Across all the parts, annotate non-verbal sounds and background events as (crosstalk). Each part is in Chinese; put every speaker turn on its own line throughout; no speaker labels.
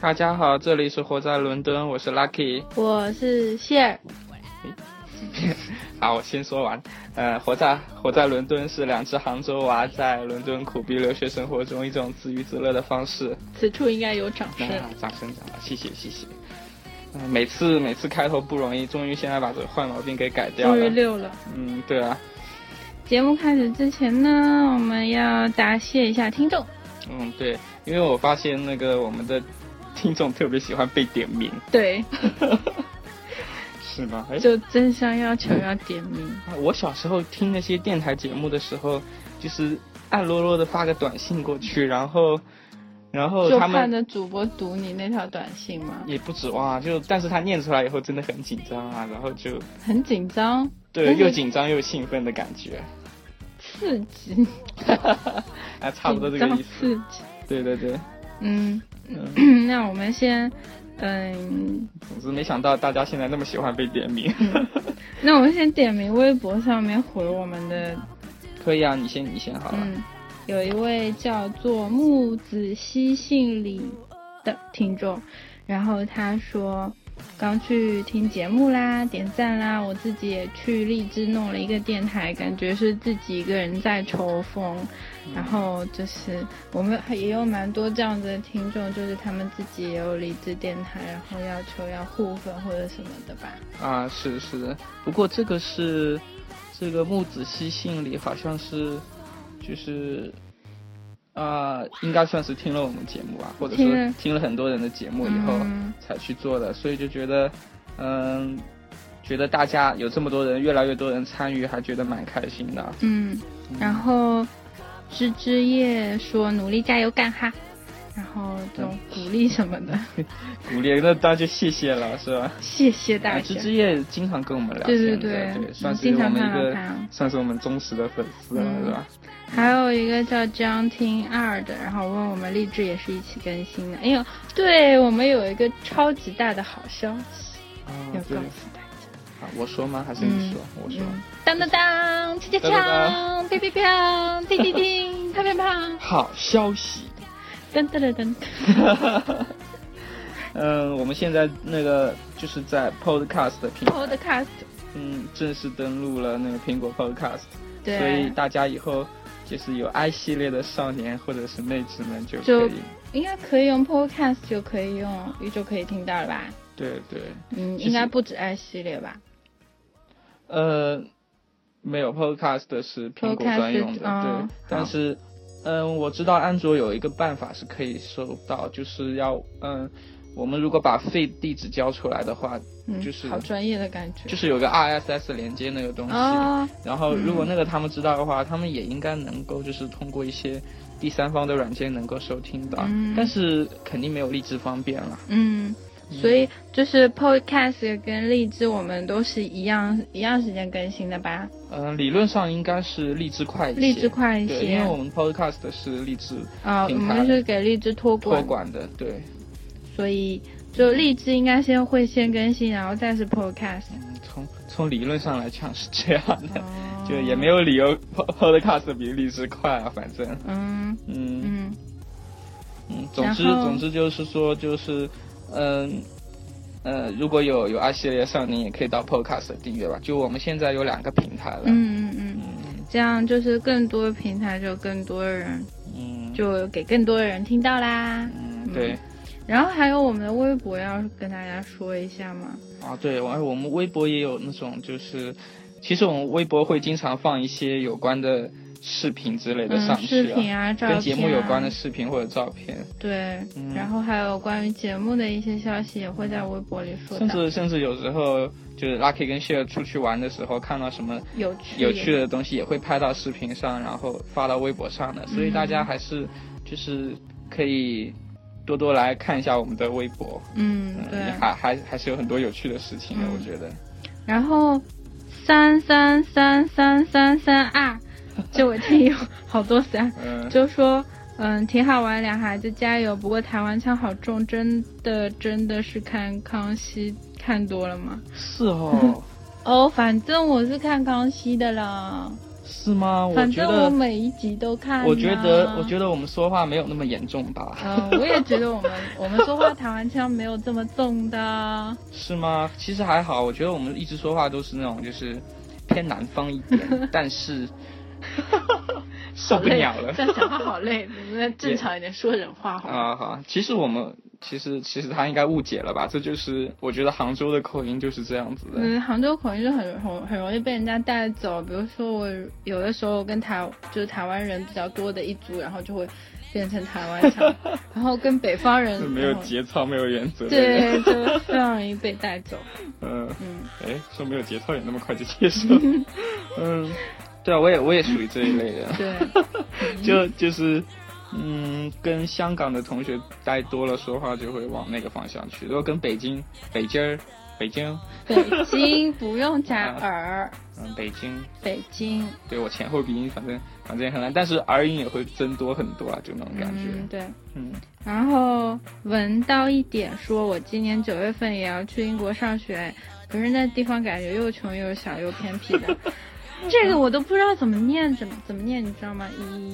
大家好，这里是活在伦敦，我是 Lucky。
我是谢尔，
好，我先说完。呃，活在活在伦敦是两只杭州娃在伦敦苦逼留学生活中一种自娱自乐的方式。
此处应该有掌
那
声。
掌声掌声，谢谢谢谢。嗯、每次每次开头不容易，终于现在把这个坏毛病给改掉
终于
了。
六了。
嗯，对啊，
节目开始之前呢，我们要答谢一下听众。
嗯对，因为我发现那个我们的听众特别喜欢被点名，
对，
是吗？哎，
就真香要求要点名。
我小时候听那些电台节目的时候，就是暗落落的发个短信过去，然后，然后
就
哦他
盼
们
着主播读你那条短信嘛，
也不指望啊，就但是他念出来以后真的很紧张啊，然后就
很紧张，
对
真的
又紧张又兴奋的感觉，
刺激，
啊，差不多这个意思。
紧张刺激。
对对对，
嗯，
嗯，
(coughs) 那我们先，嗯，
总之没想到大家现在那么喜欢被点名。 (laughs)
那我们先点名微博上面回我们的，
可以啊，你先你先好了。
嗯，有一位叫做木子熙姓李的听众，然后他说。刚去听节目啦，点赞啦！我自己也去荔枝弄了一个电台，感觉是自己一个人在抽风。然后就是我们也有蛮多这样子的听众，就是他们自己也有荔枝电台，然后要求要互粉或者什么的吧。
啊，是的是的，不过这个是这个木子熙信里好像是就是啊、应该算是听了我们节目吧，或者
听
说
了
听了很多人的节目以后
嗯
才去做的，所以就觉得嗯。觉得大家有这么多人，越来越多人参与，还觉得蛮开心的。
嗯，然后芝芝叶说努力加油干哈，然后这种鼓励什么的， (laughs)
鼓励那当然就谢谢了，是吧？
谢谢大
啊，
家
芝。芝也经常跟我们聊
对对
天的，
对
对，算是
经
我
常
们一
看到
个
他
算是我们忠实的粉丝了，
嗯
是吧？
还有一个叫 John Tin 二的，然后问我们励志也是一起更新的。哎呦，对我们有一个超级大的好消息
啊
要告
对
诉大家。
啊，我说吗？还是你说？我说。
嗯当当当，锵锵
当当
锵，乒乒乓，叮叮叮，啪
(laughs)
啪啪，
好消息。
噔噔噔噔。
嗯，我们现在那个就是在 Podcast 的平台，
Podcast，
嗯，正式登录了那个苹果 Podcast，所以
对，啊
大家以后就是有 I 系列的少年或者是妹子们就可
就
以，
应该可以用 Podcast 就可以用，就可以听到了吧？
对对，
嗯，
其实
应该不止 i 系列吧
呃，没有 Podcast 是苹果
Podcast，
专用的，
嗯
对，但是。嗯，我知道安卓有一个办法是可以收到，就是要嗯，我们如果把 feed 地址交出来的话，
嗯，
就是
好专业的感觉。
就是有个 RSS 连接那个东西，
哦，
然后如果那个他们知道的话，他们也应该能够就是通过一些第三方的软件能够收听到，
嗯
但是肯定没有荔枝方便了。
嗯，所以就是 Podcast 跟荔枝，我们都是一样一样时间更新的吧？
嗯、理论上应该是荔枝快一些，
荔枝快一
对，因
些
为我们 Podcast 是荔枝
啊，我
平台
们是给荔枝托
托
管的
管的，对，
所以就荔枝应该先会先更新，然后再是 Podcast。
嗯，从从理论上来讲是这样的，
哦
(laughs) 就也没有理由 Podcast 比荔枝快啊，反正，
嗯
嗯
嗯
嗯，总之
然后
总之就是说就是，嗯。呃，如果有有爱系列少年，也可以到 Podcast 订阅吧。就我们现在有两个平台了，
嗯嗯嗯，这样就是更多平台就更多人
嗯，
就给更多人听到啦。
嗯，对，
然后还有我们的微博要跟大家说一下吗？
啊，对，我我们微博也有那种就是，其实我们微博会经常放一些有关的视频之类的
嗯，
上去、
视频啊，照片、
跟
啊、
节目有关的视频或者照片，
对，
嗯
然后还有关于节目的一些消息也会在微博里说
甚
到，
至甚至有时候就是 Lucky 跟 Share 出去玩的时候，看到什么
有趣
有趣的东西也会拍到视频上，然后发到微博上的，所以大
嗯
家还是就是可以多多来看一下我们的微博，
嗯
嗯，
对，
还还还是有很多有趣的事情的，
嗯
我觉得。
然后三三三三三三
(laughs)
二，就我听有好多三，
嗯，
就说嗯挺好玩，俩孩子加油。不过台湾腔好重，真的真的是看康熙看多了吗？ (laughs)
是哦，
哦，反正我是看康熙的啦，
是吗？我
反
觉
正我
得，
每一集都看、啊
我觉得，我觉得我们说话没有那么严重吧？
嗯，我也觉得我们我们说话台湾腔没有这么重的，
是吗？其实还好，我觉得我们一直说话都是那种就是偏南方一
(laughs)
点，但是 (laughs) 受不了了
这样讲话好累，你们正常一点说人话好吗？
啊！好，其实我们其实其实他应该误解了吧？这就是我觉得杭州的口音就是这样子的。
嗯，杭州口音就很很很容易被人家带走。比如说我有的时候跟台就是台湾人比较多的一组，然后就会变成台湾
(laughs)
腔，然后跟北方人
没有
然后
节操、没有原则的人，
对，就非常容易被带走。
嗯，
嗯，
哎，说没有节操也那么快就接受
(laughs)
了，嗯，对啊，我也我也属于这一类的， (laughs)
对，
就就是，嗯，跟香港的同学待多了，说话就会往那个方向去。如果跟北京、北京儿、北京，
北京不用加儿，
嗯，北京，
北京，
对我前后鼻音反正反正也很难，但是儿音也会增多很多啊，就那种感觉。
嗯，对。
嗯，
然后闻到一点说，我今年九月份也要去英国上学，可是那地方感觉又穷又小又偏僻的， (laughs) 这个我都不知道怎么念，怎么怎么念，你知道吗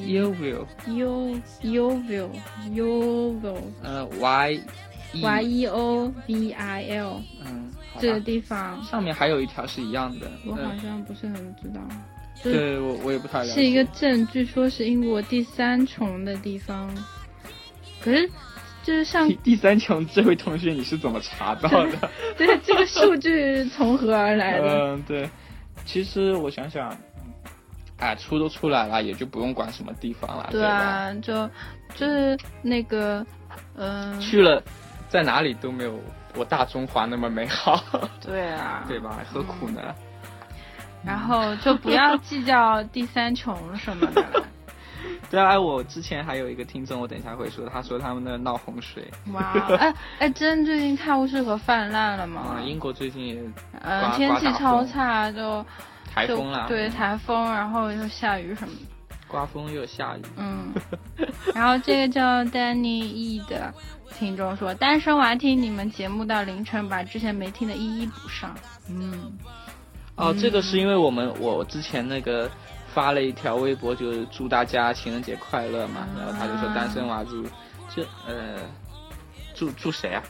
？e
u will，
u u v u v
呃，y e，
y e o v i l
嗯，好吧
这个地方，
上面还有一条是一样的，
我好
嗯，
像不是很知道，就是
对我我也不太了解。
是一个镇，据说是英国第三穷的地方，可是就是上 (laughs)
第第三穷，这位同学你是怎么查到的？
对这个数据从何而来的？
嗯，对，其实我想想，哎，出都出来了，也就不用管什么地方了，
对
吧？
啊，就就是那个，嗯、
去了，在哪里都没有我大中华那么美好， (laughs)
对啊，
对吧？何苦呢？
嗯然后就不要计较第三穷什么的了。
对啊，我之前还有一个听众，我等一下会说，他说他们那闹洪水
哇，哎哎，真最近泰晤士河泛滥了
啊、
嘛？
英国最近也
嗯、
刮
天
刮
气
大
超
风
差，就
台
就
风嗯啦，
对，台风，然后又下雨什么的。
刮风又下雨， (laughs)
嗯，然后这个叫 Danny E 的听众说，单身娃听你们节目到凌晨，把之前没听的一一补上。嗯，
哦，这个是因为我们我之前那个发了一条微博，就是祝大家情人节快乐嘛，
啊
然后他就说单身娃祝，这呃，祝祝谁啊？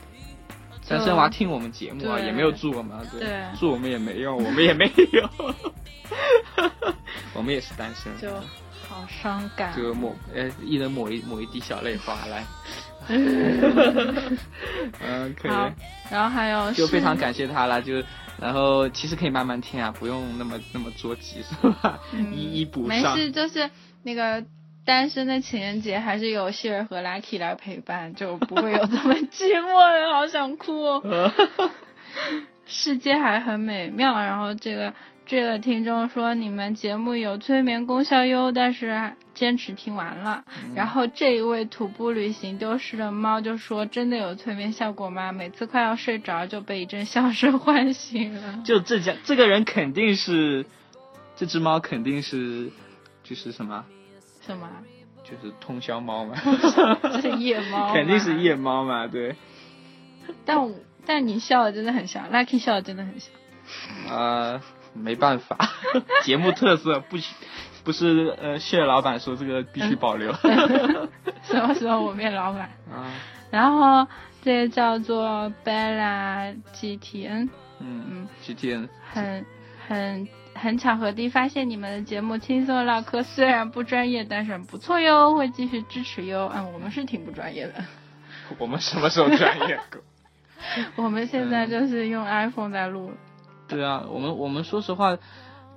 单身娃听我们节目啊，
对
也没有祝我们啊，
对
祝我们也没用，我们也没有， (laughs) 我们也是单身，啊
就啊好伤感。
就抹呃，一人抹一抹一滴小泪花
(laughs)
来，嗯，可
好
以。
然后还有 (laughs)
就非常
是
感谢他了，就然后其实可以慢慢听啊，不用那么那么着急，是吧？
嗯
一一补
没
上。
事，就是那个单身的情人节，还是有希尔和 Lucky 来陪伴，就不会有这么寂寞 (laughs) 了。好想哭、哦。世界还很美妙。然后这个这个听众说，你们节目有催眠功效哟，但是坚持听完了。
嗯
然后这一位徒步旅行丢失的猫就说，真的有催眠效果吗？每次快要睡着就被一阵笑声 (laughs) 唤醒了。
(laughs) 就这家这个人肯定是，这只猫肯定是，就是什么，
什么？啊
就是通宵猫嘛，
这是夜猫
(laughs)
吗，
肯定是夜猫嘛，对。
但我但你笑的真的很像，Lucky 笑的真的很像。
啊，没办法， (laughs) 节目特色不许，不是呃，谢老板说这个必须保留。
嗯什么时候我变老板？
(laughs) 啊，
然后这个叫做 Bella GTN，
嗯，GTN，
很很很巧合地发现你们的节目轻松唠嗑，虽然不专业，但是很不错哟，会继续支持哟。嗯，我们是挺不专业的， (laughs)
我们什么时候专 (laughs) 业过？
我们现在就是用 iPhone 在录。
对啊，我们我们说实话，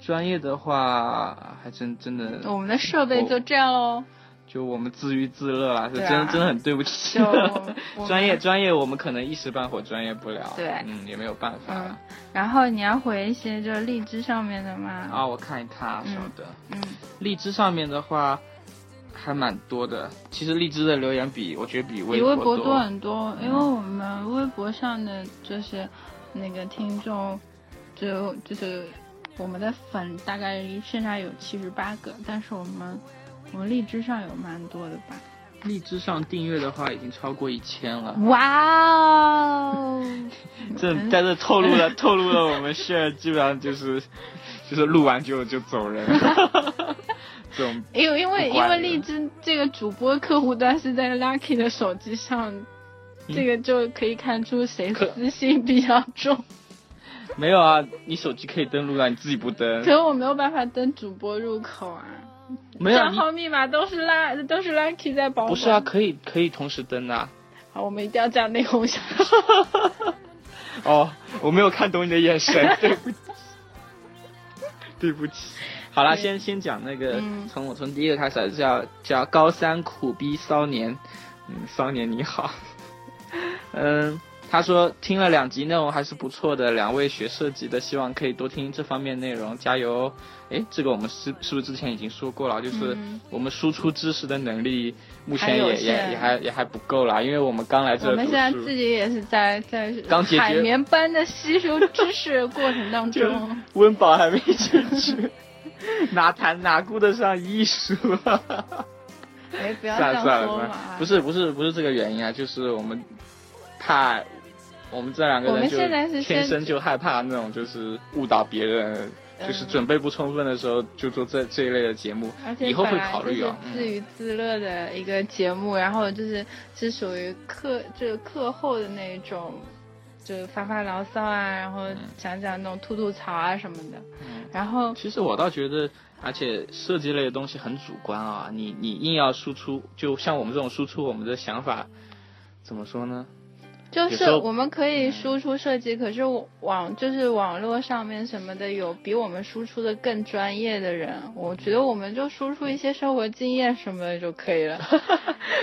专业的话还真真的，
我们的设备就这样喽。
就我们自娱自乐啦，是
对
真、
啊
真的很对不起
就我。
(laughs)
们
专业专业，我们可能一时半会儿专业不了。
对
嗯，也没有办法
嗯，然后你要回一些就是荔枝上面的吗？
啊。我看一看啊，稍等，
嗯，
荔枝上面的话还蛮多的。其实荔枝的留言比我觉得比微
比微
博嗯
博多啊很多，因为我们微博上的就是那个听众，就就是我们的粉大概剩下有七十八个，但是我们我们荔枝上有蛮多的吧？
荔枝上订阅的话已经超过一千了，
哇哦！
这
嗯
在这透
(laughs)
露了透露了我们 share 基本上就是就是录完就就走人了。这种
(laughs) 因为因为
不
因
管
为
了
荔枝这个主播客户端是在 Lucky 的手机上，这个就可以看出谁
可
私心比较 (laughs) 重。
没有啊，你手机可以登录啊，你自己不登
可，是我没有办法登主播入口啊，
没有啊
账
你
号密码都是拉都是 Lucky 在保管。
不是啊，，可以可以同时登啊。
好，我们一定要这样内
(laughs)
讧下去。
哦，我没有看懂你的眼 (laughs) 神，对不起，对不起。好啦，先先讲那个，
嗯
从我从第一个开始啊叫叫高三苦逼骚年，嗯，骚年你好， (laughs) 嗯，他说听了两集内容还是不错的，两位学设计的，希望可以多听这方面内容，加油哦！诶，这个我们是是不是之前已经说过了？就是
嗯
我们输出知识的能力目
还
前
有
也也
限
也还也还不够啦，因为我们刚来这
我
读书。
们现在自己也是在在
刚解决
海绵般的吸收知识过程当
就 (laughs)
中，
温饱还没进去，哪谈哪顾得上艺术啊？
哎，不要这
算了
样
算了
说
算
嘛
了
啊，！
不是不是不是这个原因啊，就是我们怕我们这两个
我
人
们
就
现在是先
天生就害怕那种就是误导别人，就是
嗯
准备不充分的时候就做这这一类的节目，
而且
以后
本
会
来
考虑啊。
就是自
嗯
娱自乐的一个节目，然后就是是属于课就是课后的那一种，就是发发牢骚啊，然后讲讲那种吐吐槽啊什么的。
嗯
然后
其实我倒觉得，而且设计类的东西很主观啊，你你硬要输出，就像我们这种输出我们的想法，怎么说呢？
就
有
是
时候嗯
我们可以输出设计，可是网就是网络上面什么的有比我们输出的更专业的人，我觉得我们就输出一些生活经验什么的就可以
(laughs)
了。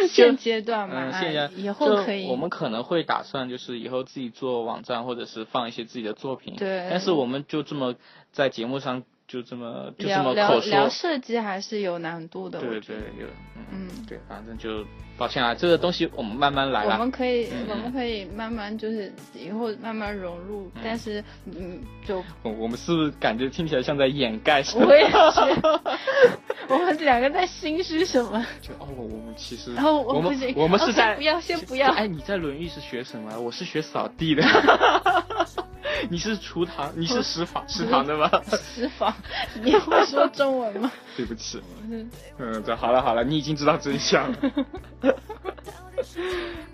现阶段嘛，哎
嗯，谢谢。
呃以后可以
就。我们可能会打算就是以后自己做网站，或者是放一些自己的作品。
对
但是我们就这么在节目上就这么就这
聊
么
聊
口说
聊。设计还是有难度的，我
对
觉得
对有嗯
嗯
对，反正就抱歉啊，这个东西我们慢慢来
我
啦。
们可以，
嗯
我们可以慢慢就是以后慢慢融入，但是嗯，就
(laughs) 我我们是不是感觉听起来像在掩盖什么？
我也觉得 (laughs) 我们两个在心虚什么？
就哦，我们其
(laughs)
实
然后
我
不
们
行，
我们是
OK，
在
不要，先不要。
哎，你在《论语》是学什么？我是学扫地
(laughs)
的。 (laughs) 你是厨堂，你是食堂食堂的吗？
私房，你会说中文
(laughs)
吗？
对不起，嗯，这好了好了，你已经知道真相了。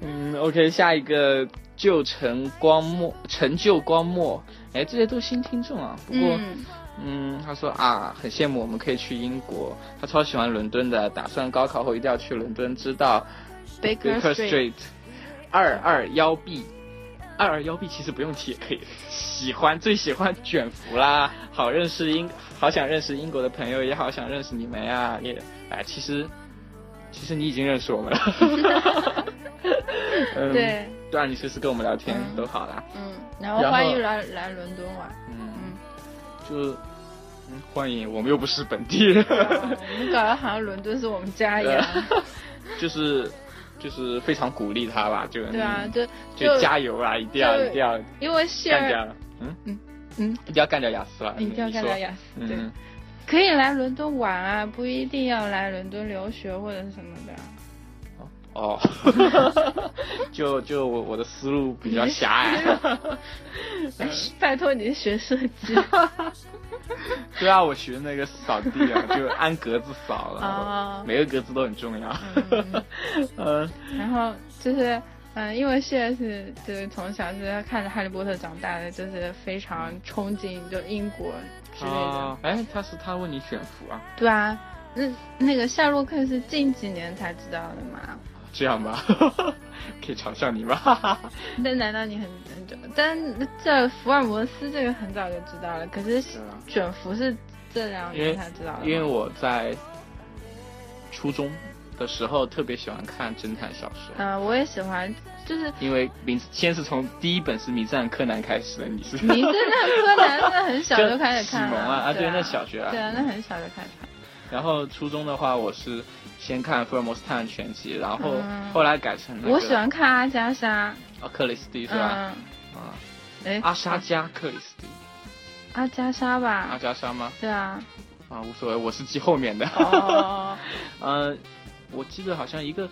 嗯，OK，下一个旧城光墨，陈旧光墨，哎，这些都新听众啊。不过，
嗯，
嗯他说啊，很羡慕我们可以去英国，他超喜欢伦敦的，打算高考后一定要去伦敦，知道
Baker
Baker
Street
Street 二二幺 B。二二幺 B 其实不用提也可以，喜欢最喜欢卷福啦，好认识英，好想认识英国的朋友，也好想认识你们呀、也哎，其实其实你已经认识我们
(laughs)
了，嗯，，
对，
对啊，你随时跟我们聊天、
嗯
都好啦，
嗯，然后
然后
欢迎来来伦敦玩。
嗯
(laughs) 嗯，
就嗯欢迎，我们又不是本地人， (laughs)
哇我们搞得好像伦敦是我们家一样。
就是就是非常鼓励他吧，就
对啊，
嗯
(laughs) 就
就加油啊啦，一定要
就
一定要
因为
干
是，
掉，嗯
嗯嗯，
一定要干掉雅思了，
一定要
你
干
说
掉雅思。对，
嗯，
可以来伦敦玩啊，不一定要来伦敦留学或者是什么
(laughs)
的。 (laughs)
哦，就就我我的思路比较狭
(laughs)
隘，
哎拜托你学设 (laughs)
(laughs)
计
对啊，我学那个扫地啊， (laughs) 就按格子扫了，
啊，
每个格子都很重要，
嗯
(laughs) 嗯，
然后就是。嗯，因为 CS 就是从小就是看着《哈利波特》长大的，就是非常憧憬就英国之类的。
哦，哎，他是他问你选服啊，
对啊，那那个夏洛克是近几年才知道的嘛？
这样吧， (laughs) 可以嘲笑你吧，
但难道你很很久？但这福尔摩斯这个很早就知道了，可
对
是
啊
卷福是这两年才知道的嘛。
因为我在初中的时候特别喜欢看侦探小说。
嗯、我也喜欢，就是
因为名先是从第一本是《名侦探柯南》开始的，你是
你真的柯南那
(laughs)
很小就开始看
启蒙
了
啊啊
对
对那小学啊
对啊，那很小就开始看。
(laughs) 然后初中的话，我是先看福尔摩斯探案全集，然后
嗯
后来改成那个
我喜欢看阿加莎，
哦克里斯蒂是吧？啊，
嗯，哎，
阿莎加克里斯蒂，
阿加莎
阿
吧，
加莎吗？
对啊，
(laughs) 哦啊，无所谓，我是记后面的。
哦，
嗯，我记得好像一个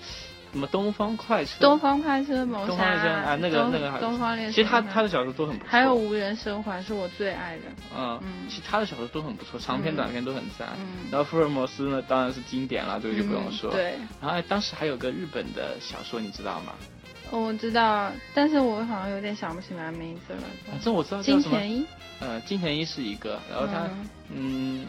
什么东方快车，
(laughs) 东方快车谋杀，
东方列车啊那个
东
那个还
东方列车，
其实他他的小说都很不错，
还有无人生还是我最爱的，
嗯，
嗯
其实他的小说都很不错，长篇
嗯
短篇都很赞。
嗯，
然后福尔摩斯呢，当然是经典了，这个就不用说。
嗯。对，
然后哎当时还有个日本的小说，你知道吗？
哦我知道，但是我好像有点想不起来名字
反
了。
啊正我知道哦叫
金
什么，
田一，
呃，金田一是一个，然后他
嗯
嗯，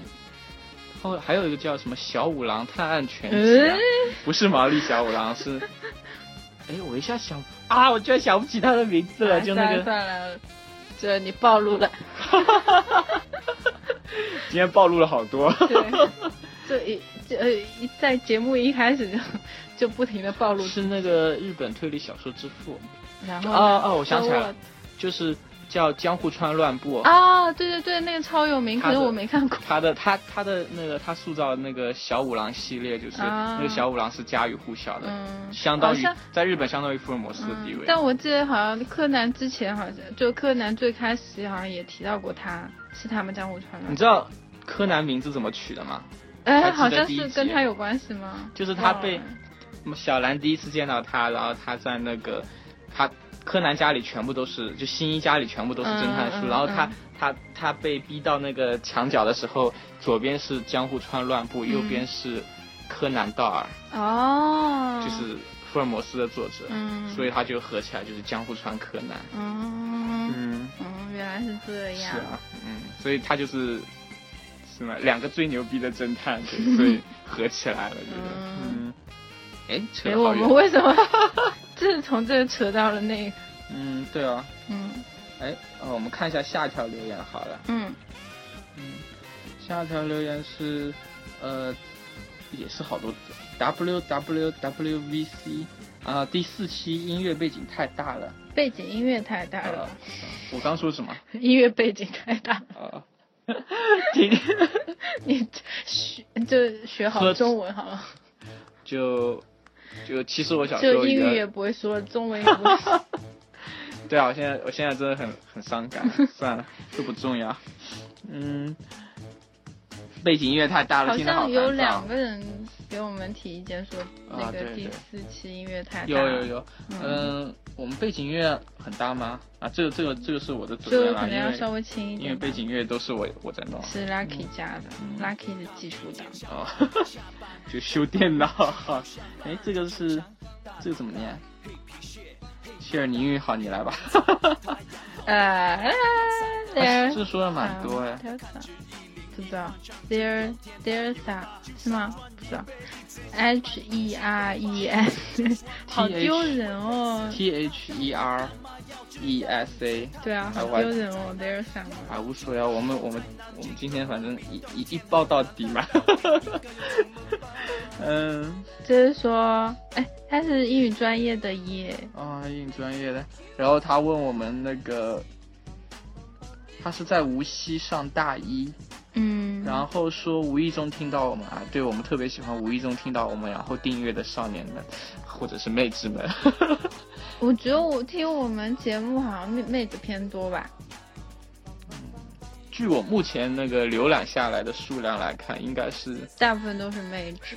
后还有一个叫什么小五郎探案全集、啊，
嗯
不是毛利小五郎，是，哎，我一下想啊，我居然想不起他的名字了，
哎
就那
算了
个
算了，这你暴露
(laughs)
了。
今天暴露了好多，
对，这一这呃一在节目一开始就就不停的暴露，
是那个日本推理小说之父，
然后
哦哦，我想起来
了
了，就是叫江户川乱步。
啊，对对对，那个超有名，
他
可
的
是我没看过。
他的他他的那个他塑造的那个小五郎系列，就是、
啊
那个小五郎是家喻户晓的，
嗯，
相当
好
于
像
在日本相当于福尔摩斯的地
嗯
位。，
但我记得好像柯南之前好像就柯南最开始好像也提到过他，是他们江户川
你
的。
知道柯南名字怎么取的吗？还
哎，
记得
好像
第一
是
集
跟他有关系吗？
就是他
忘
被
了嗯
小兰第一次见到他，然后他在那个他柯南家里全部都是，就新一家里全部都是侦探
嗯
书，
嗯
然后他、
嗯
他他被逼到那个墙角的时候，左边是江户川乱步，
嗯
右边是柯南道尔，
哦，
就是福尔摩斯的作者，
嗯，
所以他就合起来就是江户川柯南。
嗯
嗯，
嗯，原来是这
是
样。哎
啊，嗯，所以他就是什么两个最牛逼的侦探，对所以合起来了，觉得嗯
嗯，
哎，扯
给
得好
我
远
们。为什么就是从这扯到了那个？
嗯，对啊。
嗯
哎，哦，我们看一下下一条留言好了。
嗯
嗯，下一条留言是，呃，也是好多 w w w v c 啊、第四期音乐背景太大了。
背景音乐太大
呃
了，，
我刚说什么？
音乐背景太大了，
呃，今
你学就学好
喝
中文好了，
(laughs) 就就其实我小时
就
候嗯
英语
原
也不会说，中文也不会说。
对啊，我现在我现在真的很很伤
(laughs)
感，算了，这不重要。嗯，背景音乐太大了，(laughs)
好
听得
像
烦
有
躁
两个人给我们提意见说，那
啊
个
对
第
对
四期音乐太大
有有有，
嗯，
嗯，我们背景音乐很大吗？啊，这个这个这个是我的责
就
任
可
啊，
能
因
要稍
为
微轻一
因为嗯
点吧。
背景音乐都是我我在弄
是 Lucky 加的，Lucky 的技术档。
哦， (laughs) 就修电脑。哎，这个是这个怎么念？希尔，你英语好，你来吧。 (laughs)
呃
哎 (laughs)
，There
这说的蛮多哎，
There's a- 不知道，There There's a 是吗？不知道，H E R E S，好丢人哦。
T H E R E S A
对啊，好丢人哦，There's a 嘛。
啊，无所谓啊，我们我们我们今天反正一一一报到底嘛。 (laughs) 嗯
就是说，哎，他是英语专业的耶，
啊，英语专业的，然后他问我们那个，他是在无锡上大一，
嗯，
然后说无意中听到我们啊，对我们特别喜欢无意中听到我们，然后订阅的少年们或者是妹子们。 (laughs)
我觉得我听我们节目好像妹妹子偏多吧，
据我目前那个浏览下来的数量来看，应该是
大部分都是妹子。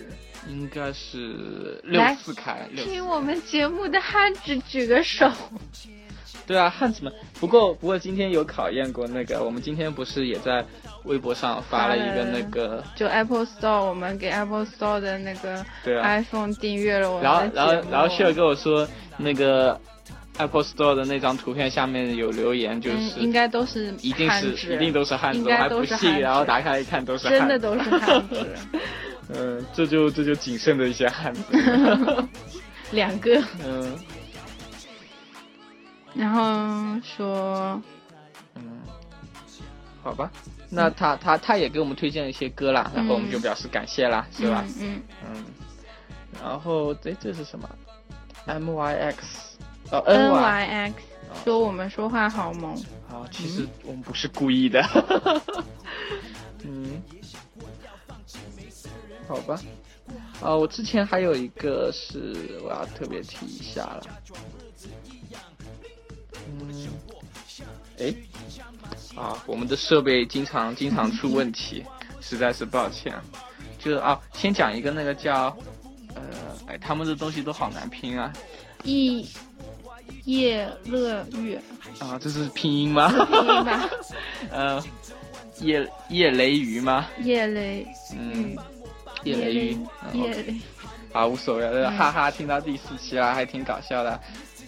应该是六
来
四开六四
听我们节目的汉子举个手， (laughs)
对啊，汉子们。不过不过今天有考验过那个，我们今天不是也在微博上发了一个那个
就 Apple Store，我们给 Apple Store 的那个
对啊，
iPhone 订阅了我
然后
们的
然后
节目
然后秀儿跟我说那个 Apple Store 的那张图片下面有留言，就
嗯
是、
应该都是
一定
汉
是
字
一定都是汉字，
应
我
该
还
都
不
是
信，
汉字
然后打开一看都是汉字，
真的都是汉
(laughs)
字，
嗯，这就这就仅剩的一些汉字，
(laughs) 两个。
嗯
然后说，
嗯，好吧，那他他他也给我们推荐了一些歌啦，然后我们就表示感谢啦，是吧？
嗯
嗯，然后这这是什么？M Y X 哦
嗯
N Y
Y X 说我们说话好萌，
啊，其实我们不是故意的。 (laughs) 嗯，好吧。啊，我之前还有一个是我要特别提一下了。嗯，哎，啊，我们的设备经常经常出问啊题，实在是抱歉。就是啊，先讲一个那个叫呃，哎，他们的东西都好难拼啊！
易叶乐月，
啊，这是拼音吗？ (laughs)
拼音吧，
呃，叶叶雷鱼吗？
叶雷
嗯
玉，，
叶雷鱼，嗯
叶
，OK
雷，
啊，无所谓了，
嗯
哈哈，听到第四期 (laughs) 了，还挺搞笑的。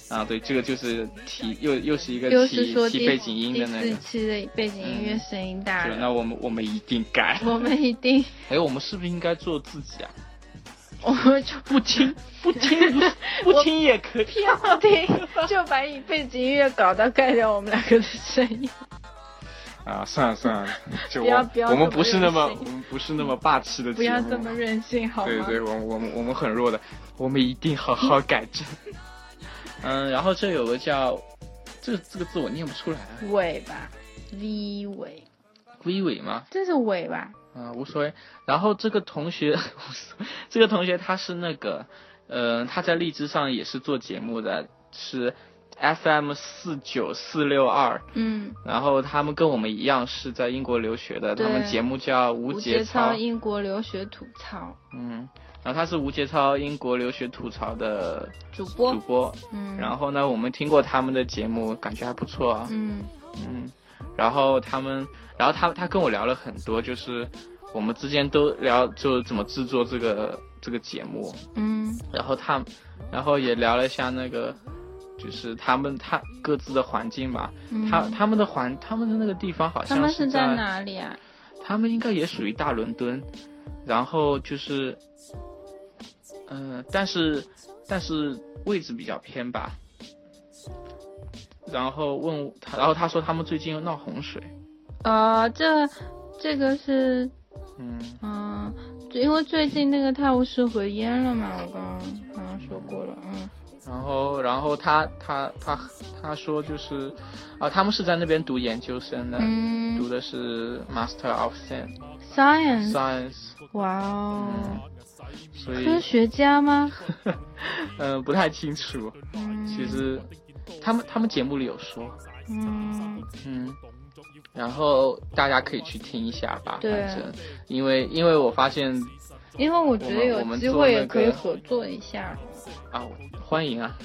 啊，对，这个就是提，又又是一个
又是
提
说
提
第
背景音
第
的那个
四。期的背景音乐
嗯
声音大
对，那
人，
我们我们一定
(laughs)
改。
我们一
(laughs)
定，
哎，我们是不是应该做自己啊？
我们就
不
(laughs)
听，不听，不听也可以。
偏好听，就把你背景音乐搞到盖掉我们两个的声
(laughs)
音。
啊，算了算了， (laughs) 就
不要
我
不要
我们
这么
不是那么
任性
我们不是那么霸气的节目，
不要这么任性好吗？
对对，我们我们我们很弱的，我们一定好好改正。 (laughs) 嗯，然后这有个叫，这这个字我念不出来啊
尾吧，V 尾，
，V 尾吗？
这是尾吧？
啊、无所谓。然后这个同学， (laughs) 无所谓这个同学他是那个，呃，他在荔枝上也是做节目的，是 FM 四九四六二。
嗯，
然后他们跟我们一样是在英国留学的，他
对
们节目叫无节
节
操
操，英国留学吐槽
嗯，然后他是无节操英国留学吐槽的
主播
主，播，
嗯，
然后呢，我们听过他们的节目，感觉还不错啊，
嗯
嗯，然后他们，然后他他跟我聊了很多，就是我们之间都聊就怎么制作这个这个节目，
嗯
然后他，然后也聊了一下那个，就是他们他各自的环境吧，
嗯，
他他们的环他们的那个地方好
他
像
们
是
是在哪里啊？
他们应该也属于大伦敦，然后就是，嗯、但是但是位置比较偏吧。然后问我他，然后他说他们最近又闹洪水，
呃，这这个是
嗯，
嗯、因为最近那个泰晤士河淹了嘛，我刚刚好像说过了，嗯
然后然后他他他他说就是，啊，他们是在那边读研究生的，读
嗯
的是 Master of Science
，science，
Science，
哇哦
嗯。，所以
科学家吗？
嗯、不太清楚，
嗯，
其实他们他们节目里有说，
嗯，
嗯，然后大家可以去听一下吧，
对
反正因为因为我发现
因为我觉得
我
有
们
机
做
会
那
也可以
个
合作一下。
啊，我欢迎啊，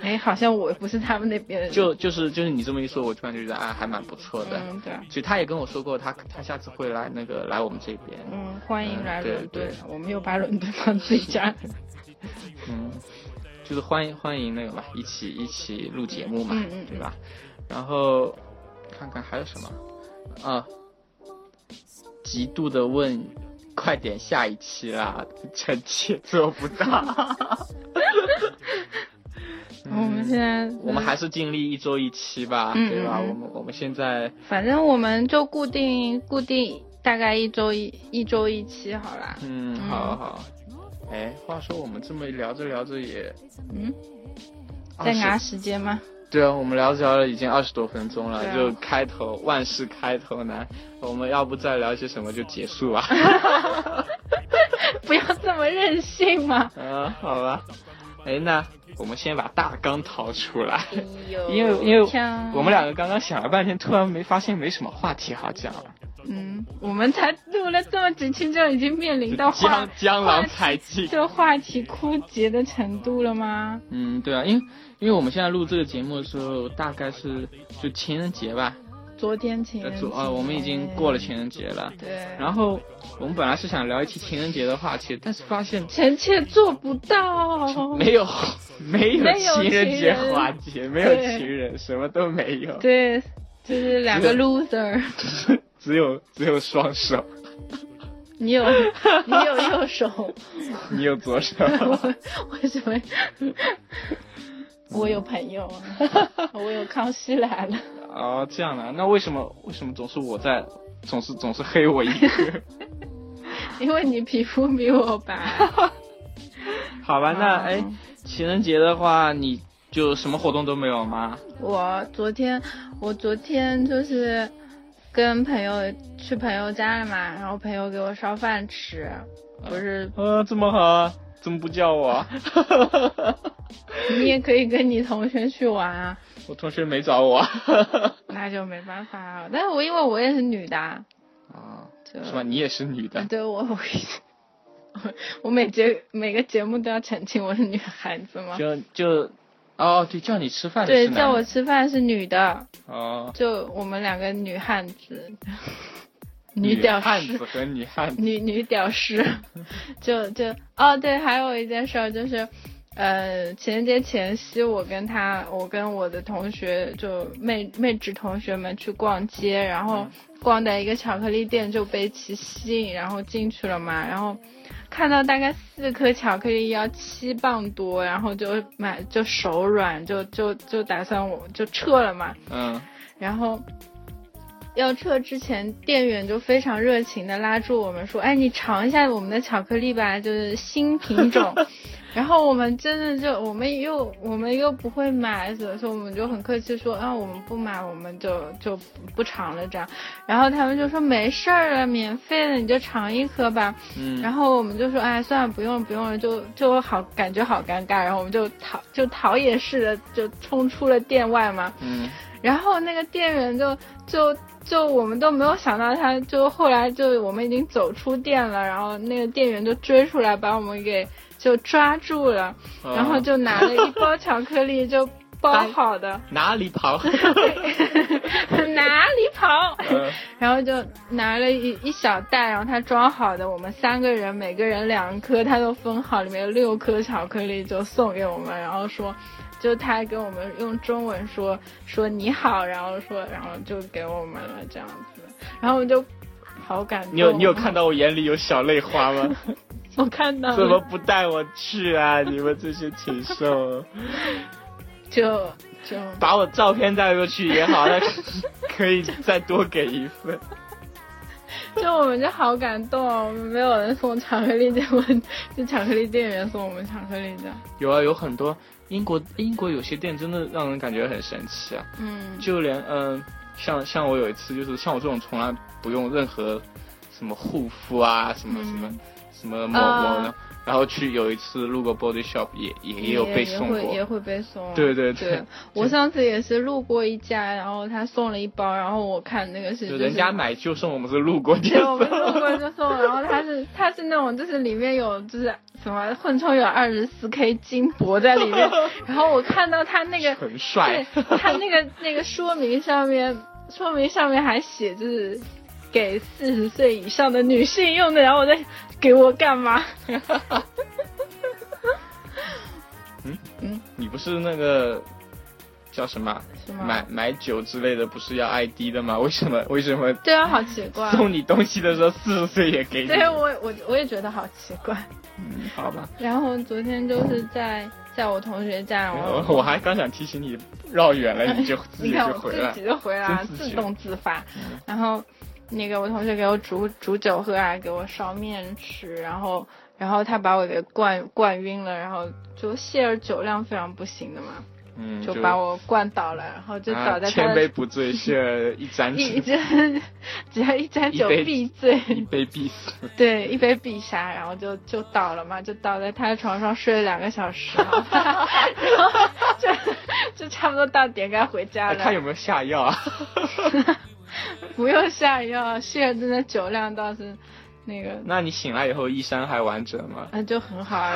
哎，好像我不是他们那边的人。
就就是就是你这么一说，我突然就觉得啊，还蛮不错的。
嗯，对啊，
其实他也跟我说过，他他下次会来那个来我们这边，
嗯，欢迎
嗯
来
对
伦敦啊
对，
我们又把伦敦放自己家里。
嗯，就是欢迎欢迎那个嘛，一起一起录节目嘛，
嗯嗯
对吧？然后看看还有什么啊？极度的问，快点下一期啦！臣妾做不到。
(laughs)
嗯
我们现在，
我们还是尽力一周一期吧，
嗯
对吧？
嗯嗯
我们我们现在
反正我们就固定固定大概一周一一周一期好啦。
嗯，
嗯
好好。哎，话说我们这么聊着聊着也
嗯，在
二十，
拿时间吗？
对啊，我们聊着聊着已经二十多分钟了，
对啊
就开头万事开头难，我们要不再聊些什么就结束
(laughs)
吧？
(laughs) 不要这么任性嘛！
嗯，好吧。哎，那我们先把大纲掏出来，
哎
因
因
为因为
像
我们两个刚刚想了半天，突然没发现没什么话题好讲了，
嗯，我们才录了这么几期，就已经面临到话
(laughs) 江江郎
话
才尽。
这话题枯竭的程度了吗？
嗯，对啊，因为因为我们现在录这个节目的时候，大概是就情人节吧，
昨天情
呃
人节
昨啊我们已经过了情人节了。
对，
然后我们本来是想聊一期情人节的话题，但是发现
臣妾做不到。
(laughs) 没有没
(laughs)
有
哦没有
情人节
情人
环节，没有
对
情人，什么都没有，
对，就是两个 loser。
(laughs) 只有只有双手，
你有你有右手，
你有左
(laughs)
手。
我为什么？我有朋友，啊
(laughs)
我有康熙来了。
哦，这样啊，那为什么为什么总是我在，总是总是黑我一
(laughs)
个？
因为你皮肤比我白。
好吧， (laughs) 那哎
嗯，
情人节的话，你就什么活动都没有吗？
我昨天，我昨天就是跟朋友去朋友家了嘛，然后朋友给我烧饭吃，不是
呃，这么好啊，怎么不叫我？啊 (laughs)
你也可以跟你同学去玩啊，
我同学没找我。
那就没办法啊。但是我因为我也是女的啊，
啊，
就是 (laughs)
吧？你也是女的
对我我我每节每个节目都要澄清我是女孩子吗？
就就，哦，对，叫你吃饭
对，
是男
叫我
的
吃饭是女的，
哦，
就我们两个女汉子，
女
屌
汉
丝。
子和女汉子，
女女屌丝，就就哦对，还有一件事儿就是，呃，情人节前夕，我跟他，我跟我的同学，就妹妹纸同学们去逛街，然后逛在一个巧克力店就被其吸引，然后进去了嘛，然后看到大概四颗巧克力要七磅多，然后就买就手软，就就就打算我就撤了嘛，
嗯，
然后要撤之前，店员就非常热情的拉住我们说：“哎，你尝一下我们的巧克力吧，就是新品种。”然后我们真的就我们又我们又不会买，所以说我们就很客气说啊，我们不买，我们就就不尝了这样。然后他们就说没事儿了，免费的，你就尝一颗吧。
嗯，
然后我们就说，哎，算了，不用了，不用了，就就好，感觉好尴尬。然后我们就逃，就逃也似的，就冲出了店外嘛。
嗯，
然后那个店员就就就我们都没有想到他，就后来就我们已经走出店了，然后那个店员就追出来把我们给就抓住了，然后
哦
就拿了一包巧克力就包好的， (laughs)
哪里跑？
哪里跑？
嗯
然后就拿了一一小袋，然后他装好的，我们三个人每个人两颗，他都分好，里面有六颗巧克力就送给我们，然后说，就他还给我们用中文说说你好，然后说然后就给我们了这样子，然后我就好感动。
你有你有看？到我眼里有小泪花
(laughs)
吗？
我看到了
怎么不带我去啊？你们这些禽兽，
就就
把我照片带过去也好，但是 (laughs) 可以再多给一份。
就我们就好感动，我们没有人送巧克力，结果 (laughs) 就巧克力店员送我们巧克力的，
有啊，有很多英国英国有些店真的让人感觉很神奇啊，
嗯
就连嗯、像像我有一次就是像我这种从来不用任何什么护肤啊，什么什么、什么某某的，
嗯啊
然后去有一次路过 Body Shop 也也也有被送
也会也
过，
会被送。啊
对对
对
对
我上次也是路过一家，然后他送了一包，然后我看那个是、
就
就是、
人家。买就送，我们是路过就
(laughs) 对，我
送
们。路过就送，然后他是他是那种就是里面有就是什么混充有二十四 K 金箔在
(laughs)
里面，然后我看到他那个
很
对
帅，
他那个那个说明上面说明上面还写就是给四十岁以上的女性用的，然后我在给我干嘛？
你不是那个叫什么
是吗？
买买酒之类的，不是要 ID 的吗？为什么为什么
对啊，好奇怪。
送你东西的时候四十岁也给你？
对我我我也觉得好奇怪。
嗯，好吧。
然后昨天就是在在我同学家，然后
我我还刚想提醒你绕远了，你就自己就
哦 (laughs) 你看我
回
自
来
己。就回来了，
真自嗯
自
觉
动自发。然后那个我同学给我煮煮酒喝啊，给我烧面吃，然后然后他把我给灌灌晕了，然后就谢尔酒量非常不行的嘛，
嗯，
就把我灌倒了，然后就倒
啊，
在他
千
的、
杯不醉，
(laughs)
是一盏酒，
一一只 (laughs) 只要一沾
一
酒
杯 (laughs)
必醉。
一杯必死。
对，一杯必杀，然后就就倒了嘛，就倒在他的床上睡了两个小时，然后然后就就差不多到点该回家
看哎有
了，
没有下药
(laughs)
啊？
不用下啊药。谢尔顿的酒量倒是那个，
那你醒来以后衣衫还完整吗？
嗯，就很好啊，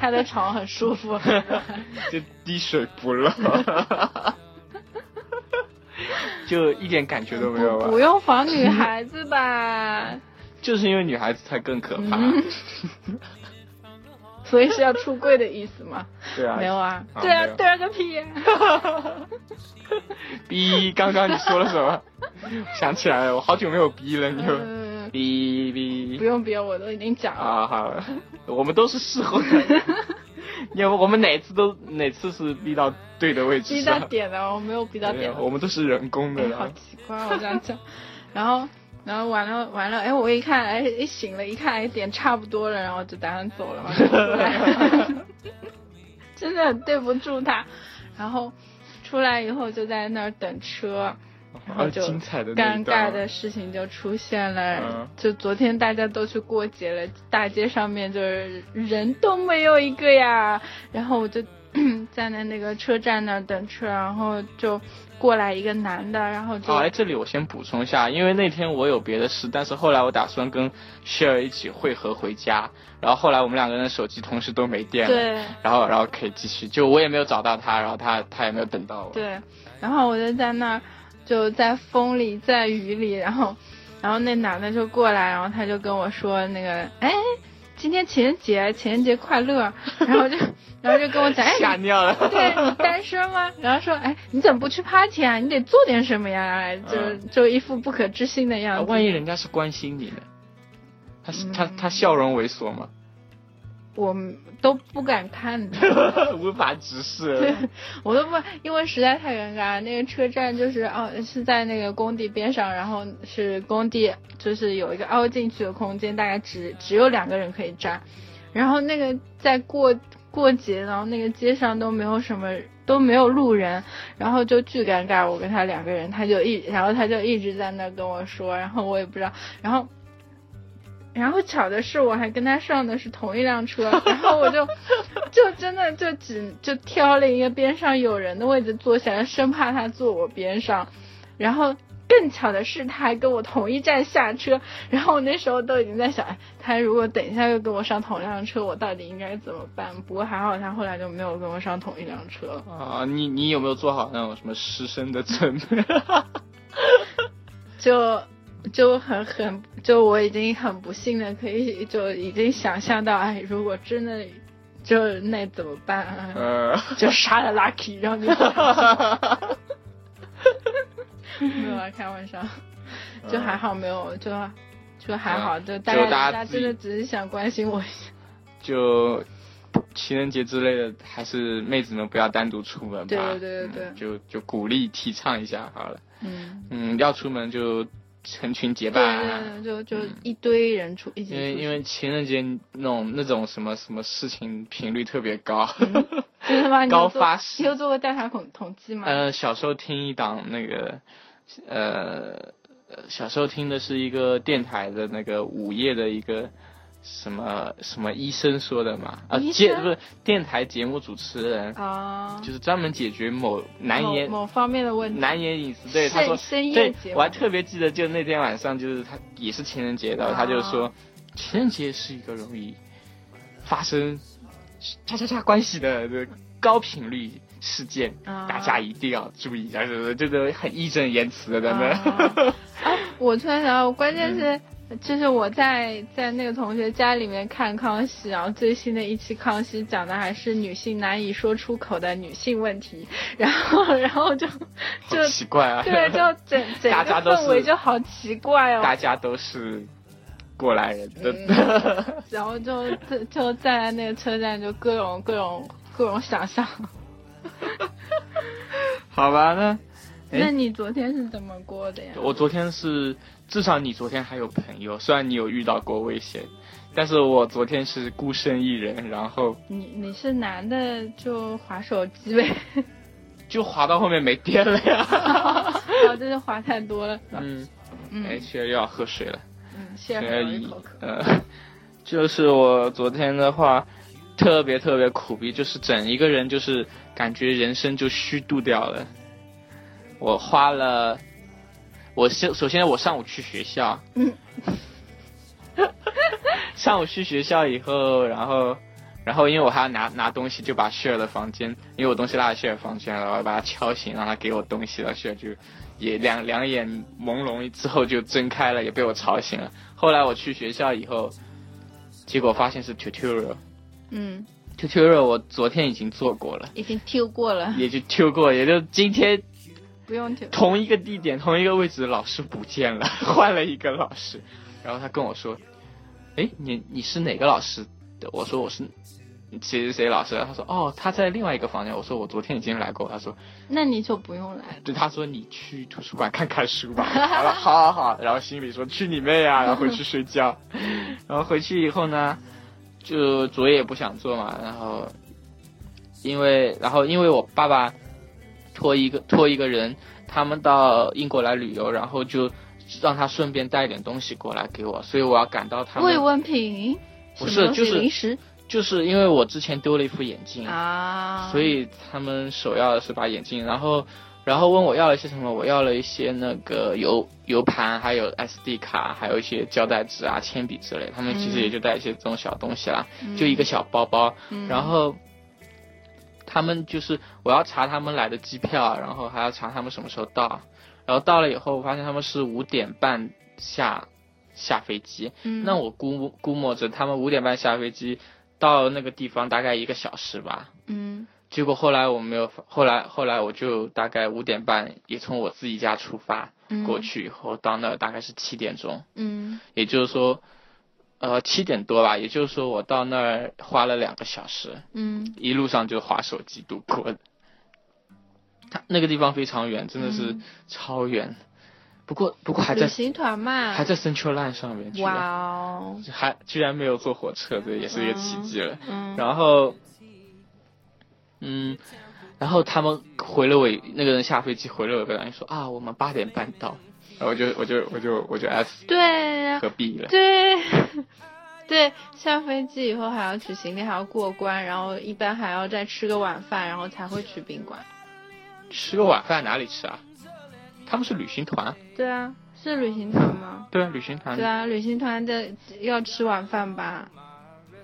他的床很舒
(laughs)
服。
就滴水不漏， (laughs) 就一点感觉都没有
不不
吧？
用防女孩子吧，
就是因为女孩子才更可怕。
嗯所以是要出柜的意
(laughs)
思吗？
对啊，
(laughs) 没有啊，
啊
对啊
没，有
对啊个屁啊、
哎逼，刚刚你说了什么？ (laughs) 想起来了，我好久没有逼了，
(laughs)
你又
嗯，
逼
不
逼
用不用，我都已经讲了。
啊！好了，我们都是事后的人，要不我们哪次都哪次是逼到对的位置
逼
上
到？点了，我没有逼到
啊对
点了。
我们都是人工的
哎， (laughs) 好
啦。
奇怪，我这样讲。然后，然后完了完了，哎，我一看，哎，一醒了，一看，哎，点差不多了，然后就打算走了嘛， (laughs) 就出来真的很对不住他。然后出来以后就在那儿等车，然
啊，
后就
精彩的那一
尴
段
尬的事情就出现了。
嗯
就昨天大家都去过节了，大街上面就是人都没有一个呀。然后我就 (clears throat) 站在那个车站那儿等车，然后就过来一个男的，然后就、
哦，哎，这里我先补充一下，因为那天我有别的事，但是后来我打算跟 Share 一起汇合回家，然后后来我们两个人手机同时都没电了，
对
然后然后可以继续，就我也没有找到他，然后他他也没有等到我，
对，然后我就在那儿就在风里在雨里，然后然后那男的就过来，然后他就跟我说那个哎。今天情人节，情人节快乐！然后就，然后就跟我讲，哎，
吓尿
(laughs)
了，
对，你单身吗？然后说，哎，你怎么不去 party 啊？你得做点什么呀？哎就
嗯
就一副不可置信的
啊
样子。
万一人家是关心你呢？他是他
嗯
他笑容猥琐吗？
我们都不敢看他，
(laughs) 无法直视，
我都不，因为实在太尴尬。那个车站就是哦，是在那个工地边上，然后是工地，就是有一个凹进去的空间，大概只只有两个人可以站。然后那个在过过节，然后那个街上都没有什么都没有路人，然后就巨尴尬。我跟他两个人，他就一，然后他就一直在那跟我说，然后我也不知道，然后。然后巧的是，我还跟他上的是同一辆车，然后我就就真的就只就挑了一个边上有人的位置坐下来，生怕他坐我边上。然后更巧的是，他还跟我同一站下车。然后我那时候都已经在想，哎，他如果等一下又跟我上同辆车，我到底应该怎么办？不过还好，他后来就没有跟我上同一辆车了。
啊，你你有没有做好那种什么失身的准
(laughs)
备？
就就很很就我已经很不幸的可以就已经想象到，哎，如果真的就那怎么办、啊？
呃，
就杀了 Lucky，然
(laughs)
后就走了没有啊，开玩笑，就还好没有，就就还好，就大概
嗯就大家
家
自己
真的只是想关心我一下，
就情人节之类的，还是妹子们不要单独出门吧。
对对对对对
嗯就就鼓励提倡一下好了。
嗯，
嗯，要出门就成群结
对
伴
对
啊。
对，就就一堆人出一起
因为
出去，
因为情人节那种那种什么什么事情频率特别高，
真的吗？你有
高
做
发式
你有做过调查统统计吗？
呃，小时候听一档那个，呃，小时候听的是一个电台的那个午夜的一个什么什么医生说的嘛，啊，
医
节
生
不是电台节目主持人，
啊，
就是专门解决某难言
某某方面的问题，
难言隐私。对，他说，
深夜
对
节目
我还特别记得，就那天晚上，就是他也是情人节的，
哦
他就说，情人节是一个容易发生叉叉叉关系的这个高频率事件，
啊
大家一定要注意一下，就是就是很义正言辞的嗯在那。 (laughs)
啊哎，我突然想到，关键是、就是我在在那个同学家里面看《康熙》，然后最新的一期《康熙》讲的还是女性难以说出口的女性问题， (laughs) 然后然后就
好
就
奇怪啊！
对，
(laughs)
就整整
大
个
家都是
氛围就好奇怪哦，
大家都是过来人的，
(laughs) 嗯然后就就就站在那个车站就各种各种各种想象。
(laughs) 好吧？那哎
那你昨天是怎么过的呀？
我昨天是，至少你昨天还有朋友，虽然你有遇到过危险，但是我昨天是孤身一人，然后
你你是男的就划手机呗， (laughs)
就滑到后面没电了呀。
然后就是划太多了。
嗯，
嗯
哎，雪儿又要喝水了，
嗯，谢
雪儿
谢
一
一口渴。
呃，就是我昨天的话，特别特别苦逼，就是整一个人就是感觉人生就虚度掉了。我花了，我先首先我上午去学校， (laughs)
嗯，
上午去学校以后，然后，然后因为我还要拿拿东西，就把雪儿的房间，因为我东西落在雪儿房间了，我把她敲醒，让她给我东西了，雪儿就也两两眼朦胧之后就睁开了，也被我吵醒了。后来我去学校以后，结果发现是 tutorial。
嗯，
tutorial 我昨天已经做过了，
已经丢过了，
也就 t 过，也就今天
不用丢。
同一个地点、同一个位置，老师不见了， (laughs) 换了一个老师。然后他跟我说：“哎，你你是哪个老师的？”我说：“我是谁谁谁老师。”他说：“哦，他在另外一个房间。”我说：“我昨天已经来过。”他说
那你就不用来了：“。
对，他说你去图书馆看看书吧。” (laughs) 好了，好好好。然后心里说：“去你妹啊！”然后回去睡觉。然后回去以后呢，就作业也不想做嘛，然后因为然后因为我爸爸托一个托一个人，他们到英国来旅游，然后就让他顺便带一点东西过来给我，所以我要赶到他
慰
们
问品，
不
什
是
么东西
就是
零食，
就是因为我之前丢了一副眼镜，
啊，
所以他们首要的是把眼镜，然后然后问我要了一些什么，我要了一些那个油油盘，还有 SD 卡，还有一些胶带纸啊、铅笔之类的。他们其实也就带一些这种小东西啦，就一个小包包。
嗯
然后他们就是我要查他们来的机票，然后还要查他们什么时候到。然后到了以后，我发现他们是五点半下下飞机，
嗯
那我估估摸着他们五点半下飞机到那个地方大概一个小时吧。
嗯
结果后来我没有发，后来后来我就大概五点半也从我自己家出发
嗯
过去以后，到那儿大概是七点钟，
嗯
也就是说，呃七点多吧，也就是说我到那儿花了两个小时，
嗯
一路上就划手机度过的。它那个地方非常远，真的是超远，不过不过还
旅
在
行团嘛，
还在深秋烂上面，居
哇
然
哦，
还居然没有坐火车，这也是一个奇迹了。
嗯
然后，嗯，然后他们回了我一，那个人下飞机回了我一个人说啊，我们八点半到，然后我就我就我就我就 F
对呀、
和 B 了。
对 (laughs) 对，下飞机以后还要取行李，还要过关，然后一般还要再吃个晚饭，然后才会去宾馆。
吃个晚饭哪里吃啊？他们是旅行团，
对啊，是旅行团吗？
对啊，旅行团
对啊，旅行团的要吃晚饭吧？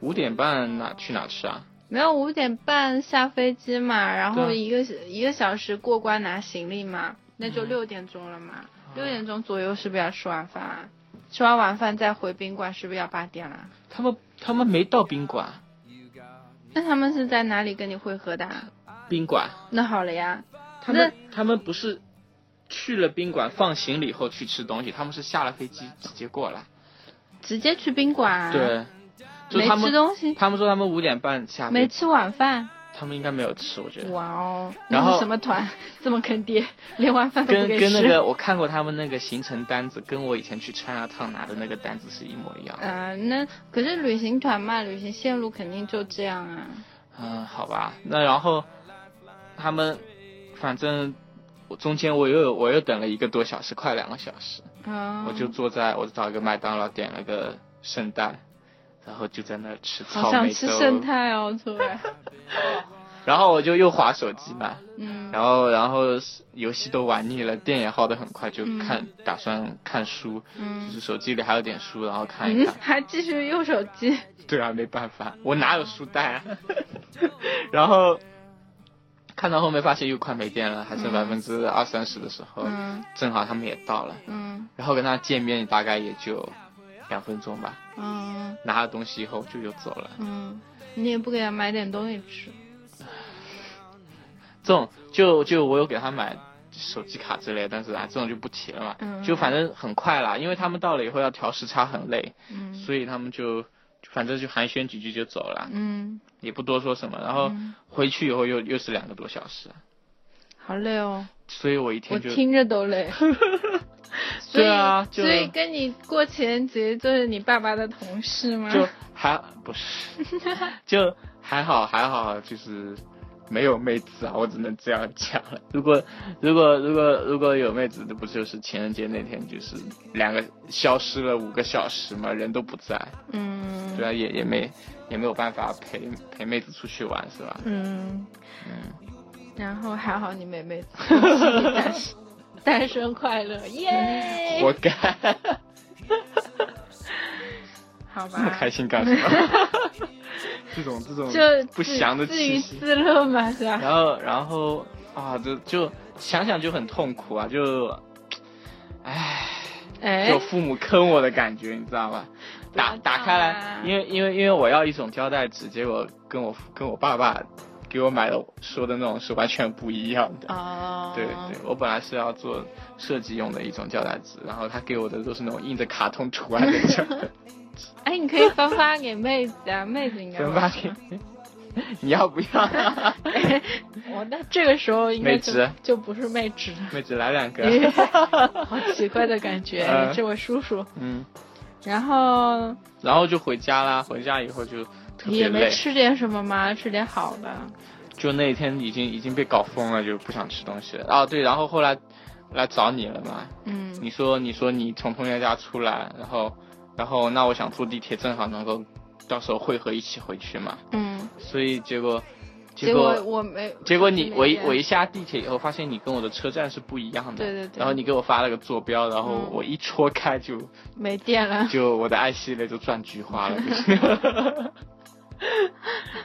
五点半哪去哪吃啊？
没有五点半下飞机嘛，然
对
后
啊
一个一个小时过关拿行李嘛，那
嗯
就六点钟了
啊
嘛。六点钟左右是不是要吃晚饭啊？吃完晚饭再回宾馆是不是要八点啦、
他们他们没到宾馆，
那他们是在哪里跟你会合的、啊？
宾馆
那好了呀，
他们他们不是去了宾馆放行李以后去吃东西，他们是下了飞机直接过来。
直接去宾馆、啊。，
对，就
没
他
吃
们
东西，
他们说他们五点半下飞
没
机，
吃晚饭。
他们应该没有吃，我觉得。
哇哦，
然后
你是什么团 (laughs) 这么坑爹，连晚饭都不
跟
给
跟那
吃
个我看过他们那个行程单子，跟我以前去 China Town 拿的那个单子是一模一样。嗯、
啊、那可是旅行团嘛，旅行线路肯定就这样啊。
嗯好吧，那然后他们反正我中间我又我又等了一个多小时，快两个小时，
啊、
我就坐在我找一个麦当劳点了个圣诞，然后就在那儿吃
好
草
想
莓
吃
粥，
圣诞哦，突
(laughs)
然。
然后我就又划手机嘛，
嗯
然后然后游戏都玩腻了，电也耗得很快，就看、打算看书，就
嗯
是手机里还有点书，然后看一
嗯 (laughs)
看。，
还继续用手机。
对啊，没办法，我哪有书带啊？ (laughs) 然后看到后面发现又快没电了，还剩百分之二三十的时候，
嗯
正好他们也到了，
嗯
然后跟他见面大概也就两分钟吧。
嗯
拿了东西以后就又走了，
嗯，你也不给他买点东西吃。
这种就就我有给他买手机卡之类的，但是啊这种就不提了嘛，
嗯
就反正很快啦，因为他们到了以后要调时差很累，
嗯
所以他们就反正就寒暄几句就走了，
嗯，
也不多说什么。然后
嗯
回去以后又又是两个多小时，啊
好累哦，
所以我一
我
天就
听着都
(laughs)
累。所以
对啊，就
所以跟你过情人节就是你爸爸的同事吗？
就还不是， (laughs) 就还好还好，就是没有妹子啊，我只能这样讲了。如果如果如果如果有妹子，那不就是情人节那天就是两个消失了五个小时嘛，人都不在，
嗯
对啊，也也没也没有办法陪陪妹子出去玩是吧？
嗯，
嗯，
然后还好你妹妹单身 (laughs) 单身快乐耶！
活该， (laughs)
好吧
那，么开心干什么？ (laughs) 这种这种
就
不
自
祥的
自娱
气息。
自乐嘛，是吧？
然后，然后啊，就就想想就很痛苦啊，就，唉，
哎
就，父母坑我的感觉，你知道吗？打
不要这样啊
打开来，因为因为因为我要一种胶带纸，结果跟我跟我爸爸给我买的说的那种是完全不一样的。
哦，
对对，我本来是要做设计用的一种胶带纸，然后他给我的都是那种印着卡通图
(laughs)
案的胶带纸，
哎，你可以分发给妹子
(laughs)
啊，妹子应该
怎么办？ (laughs) 你要不要？ (laughs)
哎我那这个时候应该就
妹纸
就不是妹
(laughs)
纸了，
妹子来两个，
好奇怪的感觉，
嗯
这位叔叔。
嗯。
然后
然后就回家啦，回家以后就特
你
别
也没
累，
吃点什么吗？吃点好的。
就那一天已经已经被搞疯了，就不想吃东西了。啊，对，然后后来来找你了嘛，
嗯
你说你说你从同学家出来，然后然后那我想坐地铁，正好能够到时候汇合一起回去嘛。
嗯，
所以结果，
结
果
果我没，
结果你
就是
我
没
一
见
我一下地铁以后，发现你跟我的车站是不一样的。
对对对
然后你给我发了个坐标，然后
嗯
我一戳开就、
没电 (laughs) 了，
就我的爱系列就转菊花了，
(laughs)
就是。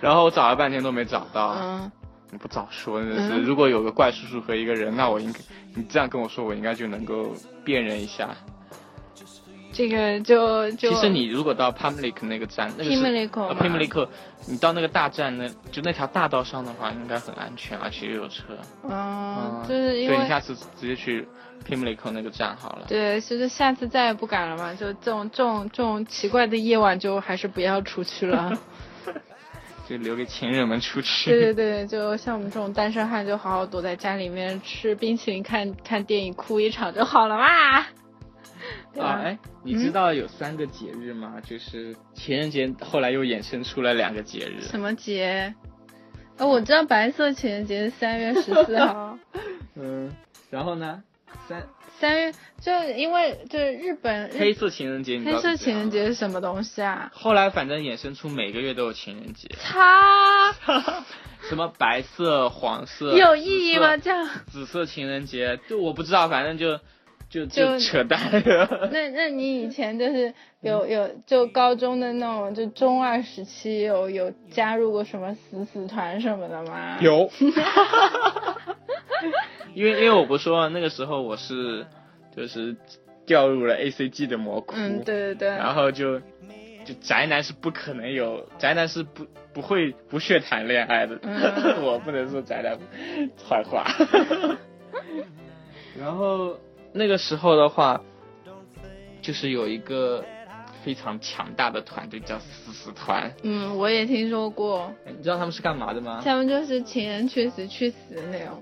然后我找了半天都没找到，
嗯，
你不早说真的是。
嗯
如果有个怪叔叔和一个人，那我应该你这样跟我说，我应该就能够辨认一下。
这个就就
其实你如果到 Pamlik 那个站，那个是
Pimlico
呃
嘛
Pimlico，你到那个大站那就那条大道上的话，应该很安全，而且又有车。
嗯，就是因
所以啊你
为
下次直接去 Pimlico 那个站好了。
对，其实下次再也不敢了嘛，就这种这种这种奇怪的夜晚，就还是不要出去
(laughs)
了。
就留给情人们出去。
对对对，就像我们这种单身汉，就好好躲在家里面吃冰淇淋、看看电影、哭一场就好了嘛。对嗯吧
啊，哎，你知道有三个节日吗？就是情人节，后来又衍生出了两个节日。
什么节？哦，我知道白色情人节是三月十四
(laughs)
号，
嗯，然后呢？三
三月就因为就是日本日
黑色情人节，你知道是怎
黑色
样
情人
吗。
节是什么东西啊？
后来反正衍生出每个月都有情人节，
它
什么白色、黄色，
有意义吗？
紫色？
这样，
(laughs) 紫色情人节，就我不知道，反正就就
就
扯淡
(laughs)
了。
那那你以前就是
嗯
有有就高中的那种就中二时期有有加入过什么死死团什么的吗？，
有，因为因为我不说那个时候我是就是掉入了 A C G 的魔窟，
嗯，对对对，
然后就就宅男是不可能有，宅男是不不会不屑谈恋爱的，
嗯
(laughs) 我不能说宅男坏话。 (laughs) 然后那个时候的话，就是有一个非常强大的团队叫死死团，
嗯，我也听说过，
你知道他们是干嘛的吗？
他们就是情人去死去死的那种，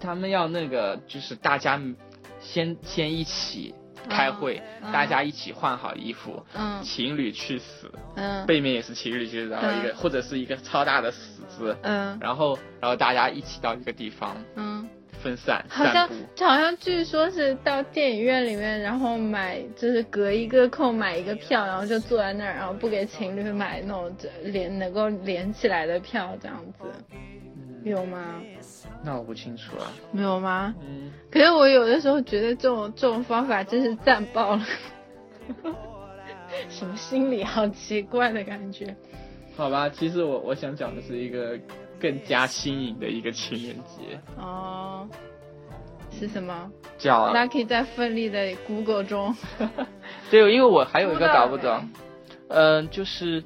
他们要那个就是大家先先一起开会，
嗯
大家一起换好衣服，
嗯
情侣去死，
嗯
背面也是情侣去死，然后一个、
嗯
或者是一个超大的死字，
嗯
然后然后大家一起到一个地方
嗯，
分散
好
散
像
步。
好像据说是到电影院里面，然后买就是隔一个空买一个票，然后就坐在那儿，然后不给情侣买那种就连能够连起来的票这样子，
嗯
有吗？
那我不清楚啊了。
没有吗？
嗯，
可是我有的时候觉得这种这种方法真是赞爆了， (laughs) 什么心理好奇怪的感觉。
好吧，其实我我想讲的是一个更加新颖的一个情人节，
哦，是什么
叫
？Lucky 在奋力的 Google 中，
对，因为我还有一个搞不
不知道
懂，嗯、就是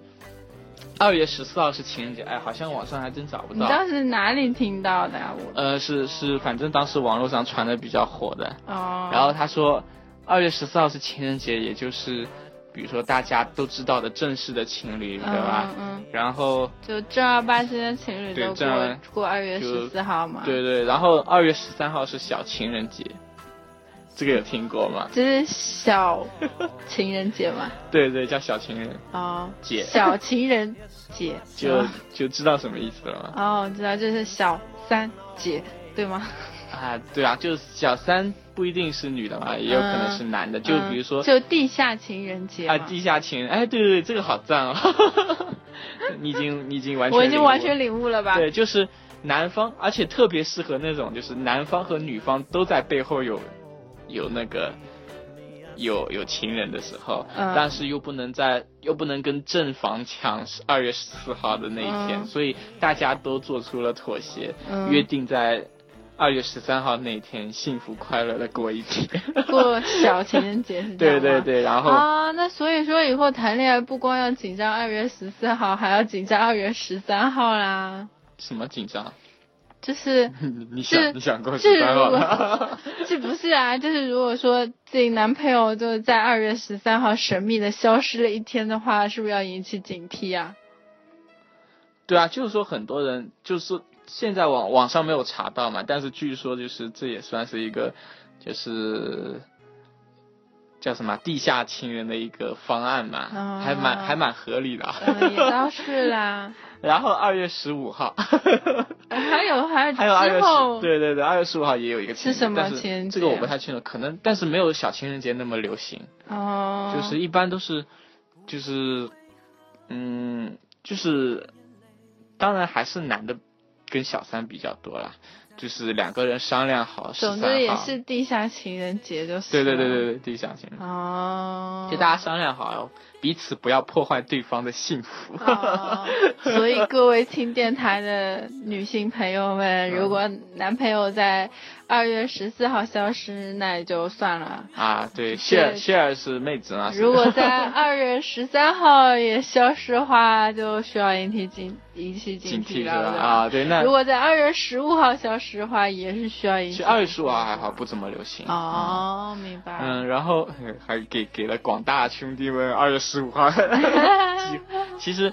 二月十四号是情人节，哎，好像网上还真找不
你
到。
当时哪里听到的啊？我
呃，是是，反正当时网络上传的比较火的。
哦，
然后他说，二月十四号是情人节，也就是比如说大家都知道的正式的情侣，对
嗯
吧？
嗯，嗯
然后
就正儿八经的情侣
对
都
正儿
过过二月
就
十四号嘛，
对，对，然后二月十三号是小情人节，这个有听过吗？
这是小情人节嘛，
对对，叫小情人，
哦，
节
小情人节
就
哦
就知道什么意思了吗？
哦，我知道，就是小三节，对吗？
啊，对啊，就是小三不一定是女的嘛，也有可能是男的。就比如说
嗯、就地下情人节嘛
啊，地下情人，哎，对对对，这个好赞哦！ (laughs) 你已经你已经完全
我已经完
领
全领悟了
悟
吧
了？对，就是男方，而且特别适合那种就是男方和女方都在背后有有那个有有情人的时候，
嗯
但是又不能在又不能跟正房抢二月十四号的那一天，
嗯
所以大家都做出了妥协，
嗯
约定在。二月十三号那一天，幸福快乐的过一
(laughs)
天。
过小情人节是这样
对
吗
对。对，然后、
啊，那所以说以后谈恋爱不光要紧张二月十四号，还要紧张二月十三号啦。
什么紧张？ (laughs)
就是，
你你
这
想你想过
这
十三
如
号
果
了？
(laughs) 这不是啊，就是如果说自己男朋友就在二月十三号神秘的消失了一天的话，是不是要引起警惕啊？
对啊，就是说很多人就是说现在网网上没有查到嘛，但是据说就是这也算是一个就是叫什么地下情人的一个方案嘛，
啊
还蛮还蛮合理的啊。
嗯，也倒是啦。
(laughs)
呃
然后二月十五号，
还有还
(laughs)
有
还有二月
哎之
十，
后
对对对，二月十五号也有一个情人节
是什么
但是
情人节啊
这个我不太清楚，可能但是没有小情人节那么流行。
哦，
就是一般都是，就是，嗯，就是当然还是男的跟小三比较多啦，就是两个人商量好，
总
13
之也
号
是地下情人节就是。
对对对对。对，地下情人。
哦。
就大家商量好，彼此不要破坏对方的幸福。
哦所以各位听电台的女性朋友
嗯
们，如果男朋友在二月十四号消失，那也就算了。
啊，对，
是
谢尔谢尔是妹子 (laughs) 嘛？是
如果在二月十三号也消失的话，就需要引起警引起
警惕
惕
是
了。
吧？
对吧
啊，对，那
如果在二月十五号消失的话，也是需要引
其
起。
实二十五号还好，不怎么流行。
哦，明白。
嗯，然后嗯还给给了广大兄弟们二月十五
(laughs)
号机会。其实，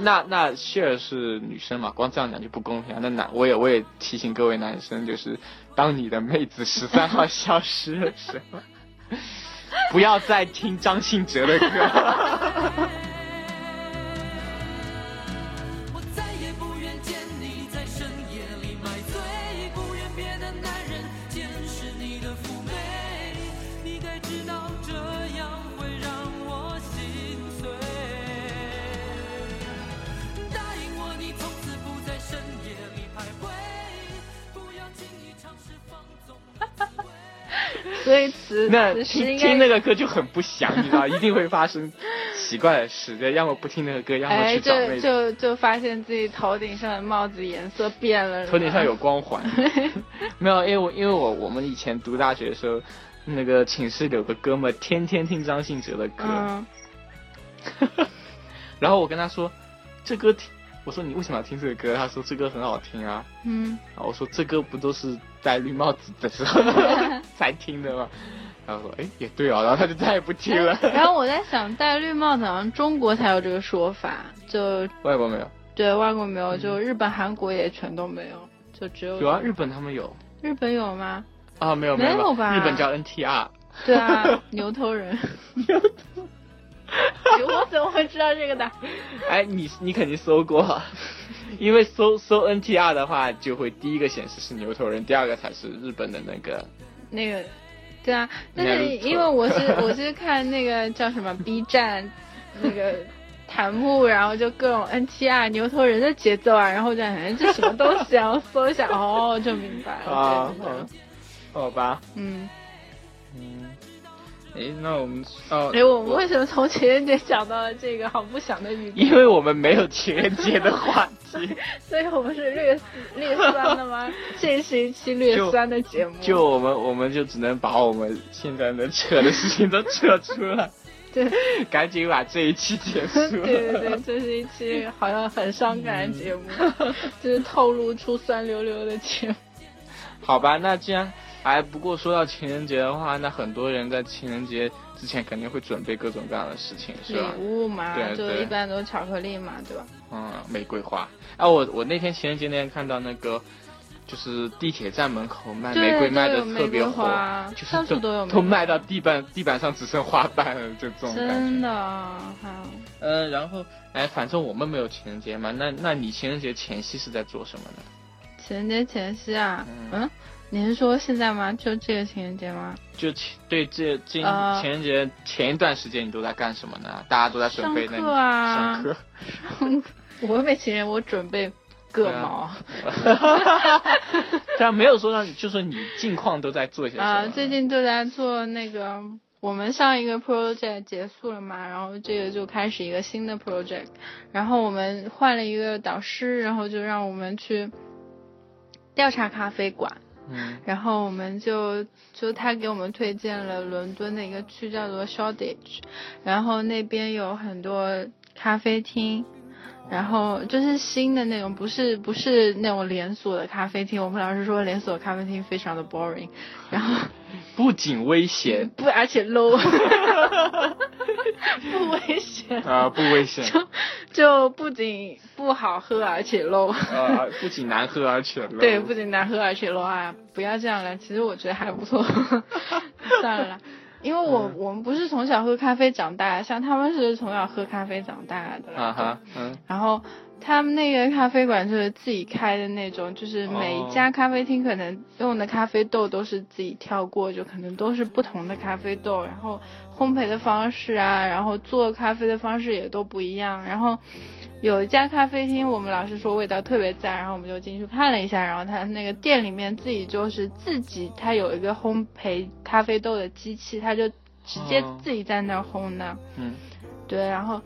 那那谢尔是女生嘛，光这样讲就不公平啊。那男，我也我也提醒各位男生，就是当你的妹子十三号消失的时候，不要再听张信哲的
(laughs)
歌。
我再也不愿见你在深夜里买醉，不愿别的男人见识你的妩媚。你该知道这样会让我心碎。答应我，你从此不在深夜里徘徊，不要轻易尝试放纵你的滋味。
所以此
那
此时
听
应
听那个
该。
歌就很不祥，你知道，一定会发生奇怪的事。对要么不听那个歌，要么
哎，
去找
就
妹子。
就就发现自己头顶上的帽子颜色变了，
头顶上有光环。没有，因为我因为我我们以前读大学的时候，那个寝室有个哥们儿天天听张信哲的歌，
嗯，
然后我跟他说，这歌听，我说你为什么要听这个歌？他说这歌很好听啊。
嗯，
然后我说这歌不都是戴绿帽子的时候才听的吗？然后说哎也对哦，然后他就再也不听了。
然后我在想，戴绿帽子好像中国才有这个说法，就
外国没有，
对外国没有，就日本、韩国也全都没有，就只有
嗯有啊，日本他们有
日本有吗？
啊，没有
没有
有没
吧
日本叫 NTR，
对 (laughs) 啊，牛头人，牛头，我怎么会知道这个的？
哎，你你肯定搜过，啊 (laughs) 因为搜搜 NTR 的话，就会第一个显示是牛头人，第二个才是日本的那个。
那个，对啊，但
那
是
是错
因为我是我是看那个叫什么 B 站
(laughs)
那个弹幕，然后就各种 NTR 牛头人的节奏啊，然后我就哎这什么东西啊，我搜
(laughs)
一下，哦，就明白了，
啊
对对对，
好吧，
嗯，
嗯，哎，那我们哦，
哎，我们为什么从情人节讲到了这个好不祥的预
因
感？
为我们没有情人节的话题， (laughs)
所以我们是略略酸的吗？这是一期略酸的节目，啊
就我们我们就只能把我们现在能扯的事情都扯出来，
(laughs) 对
(laughs) 赶紧把这一期结束。
对 (laughs) 对对，这是一期好像很伤感的
(laughs)
节目，就是透露出酸溜溜的节目。
好吧，那既然哎，不过说到情人节的话，那很多人在情人节之前肯定会准备各种各样的事情，是
礼
吧？
物嘛，
对
就
对
一般都是巧克力嘛，对吧？
嗯，玫瑰花。哎、我我那天情人节那天看到那个，就是地铁站门口卖
对
哎玫瑰
都
卖的
有
特
玫
别
瑰
火
花，
就是
到处都有玫
都
瑰
卖到地板地板上只剩花瓣了，就这种感
真
觉。
的啊，哈
嗯、然后哎，反正我们没有情人节嘛，那那你情人节前夕是在做什么呢？
情人节前夕啊，
嗯
嗯，你是说现在吗？就这个情人节吗？
就情对这今
呃
情人节前一段时间你都在干什么呢？大家都在准备那
上课啊
上课。
我没情人，我准备各
啊
毛 (laughs)
虽然没有说让你，就说你近况都在做些什么。
啊，最近都在做那个。我们上一个 project 结束了嘛，然后这个就开始一个新的 project，然后我们换了一个导师，然后就让我们去调查咖啡馆，
嗯
然后我们就就他给我们推荐了伦敦的一个区叫做 Shoreditch，然后那边有很多咖啡厅，然后就是新的那种，不是不是那种连锁的咖啡厅。我们老师说连锁咖啡厅非常的 boring，然后
不仅危险
不而且 low，不危险，
啊、不危险
嗯就就不仅不好喝而且 low。
啊、不仅难喝而且 low
对，哎不仅难喝，而且 low (laughs) 啊！不要这样了，其实我觉得还不错，算了啦。因为我、
嗯
我们不是从小喝咖啡长大的，像他们是从小喝咖啡长大的。
啊哈，嗯，
然后他们那个咖啡馆就是自己开的那种，就是每一家咖啡厅可能用的咖啡豆都是自己挑过，就可能都是不同的咖啡豆，然后烘焙的方式啊，然后做咖啡的方式也都不一样。然后有一家咖啡厅，我们老师说味道特别赞，然后我们就进去看了一下，然后他那个店里面自己就是自己，他有一个烘焙咖啡豆的机器，他就直接
哦
自己在那儿烘的。
嗯，
对，然后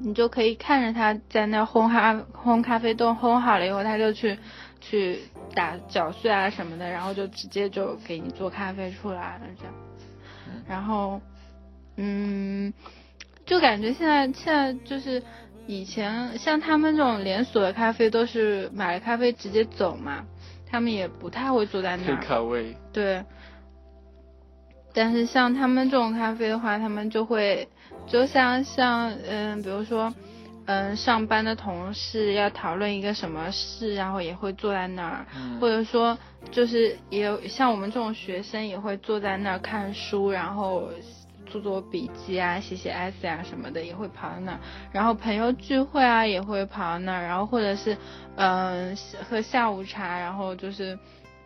你就可以看着他在那烘咖烘咖啡豆，烘好了以后，他就去去打搅碎啊什么的，然后就直接就给你做咖啡出来了这样
嗯。
然后，嗯，就感觉现在现在就是以前像他们这种连锁的咖啡都是买了咖啡直接走嘛，他们也不太会坐在那儿。
take away，
对，但是像他们这种咖啡的话，他们就会，就像像嗯，比如说，嗯，上班的同事要讨论一个什么事，然后也会坐在那儿，
嗯
或者说就是也有像我们这种学生也会坐在那儿看书，然后做做笔记啊、写写 essay 啊什么的，也会跑到那儿。然后朋友聚会啊也会跑到那儿，然后或者是嗯、喝下午茶，然后就是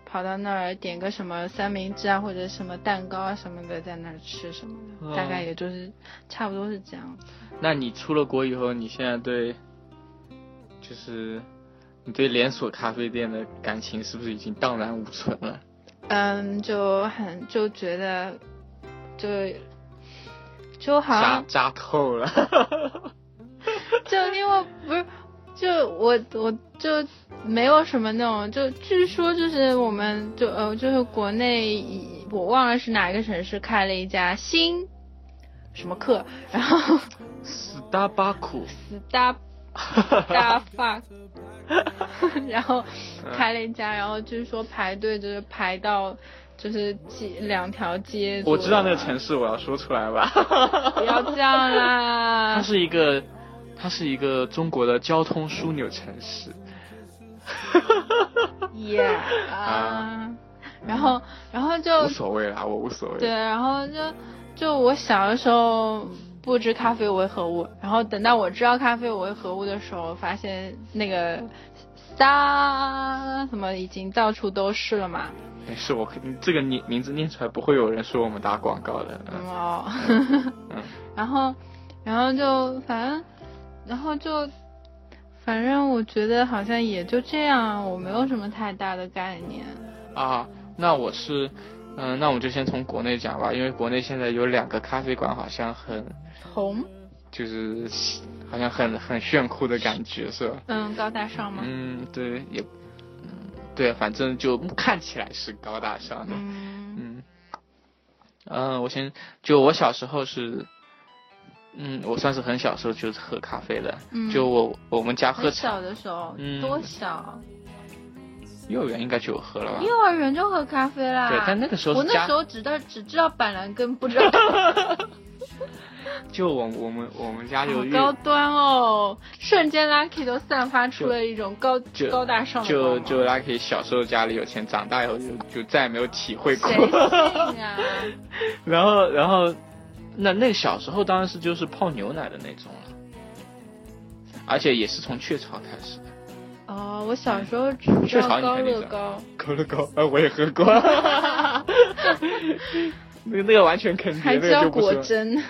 跑到那儿点个什么三明治啊或者什么蛋糕啊什么的，在那儿吃什么的，
哦
大概也就是差不多是这样。
那你出了国以后，你现在对，就是你对连锁咖啡店的感情是不是已经荡然无存了？
嗯，就很就觉得就就好
扎
像
扎透了。 (laughs)
就因为不是，就我我就没有什么那种，就据说就是我们就呃就是国内以我忘了是哪一个城市开了一家新什么课，然后
斯大巴库，
Star Star Fuck，然后开了一家，然后据说排队就是排到就是几两条街左右
我
啊，
知道那个城市，我要说出来吧。
不要这样
它 (laughs)
啦，
是一个，它是一个中国的交通枢纽城市。
耶啊，然后然后就
无所谓啦，我无所谓。
嗯对，然后就就我小的时候不知咖啡为何物，然后等到我知道咖啡为何物的时候，发现那个撒什么已经到处都是了嘛。
没事，哎我可这个名名字念出来不会有人说我们打广告的。
嗯
嗯
哦， (laughs)
嗯
然后然后就反正然后就反正我觉得好像也就这样，我没有什么太大的概念。
啊，那我是，嗯、那我们就先从国内讲吧，因为国内现在有两个咖啡馆，好像很
红，
就是好像很很炫酷的感觉，是吧？
嗯，高大上吗？
嗯，对，也，嗯，对，反正就看起来是高大上的。
嗯
嗯，嗯，我先就我小时候是，嗯，我算是很小时候就是喝咖啡的，
嗯
就我我们家喝
很
茶，
小的时候，
嗯
多小？
幼儿园应该就有喝了吧？
幼儿园就喝咖啡啦。
对，但那个时候
我
是
那
家
时，候只知只知道板蓝根，不
(laughs)
知道
就我我们我们家有
好
育
高端哦！瞬间 Lucky 都散发出了一种高
就
高大上的光
就就
芒
Lucky 小时候家里有钱，长大以后就就再也没有体会过。
谁信啊？
(laughs) 然后然后，那那小时候当然是就是泡牛奶的那种了，而且也是从雀巢开始的。
哦，我小时候只知道高乐高，
可乐高，哎，我也喝
(laughs)
过。那个那个完全坑爹，
还
那
知
个
道
就不
果
说
真，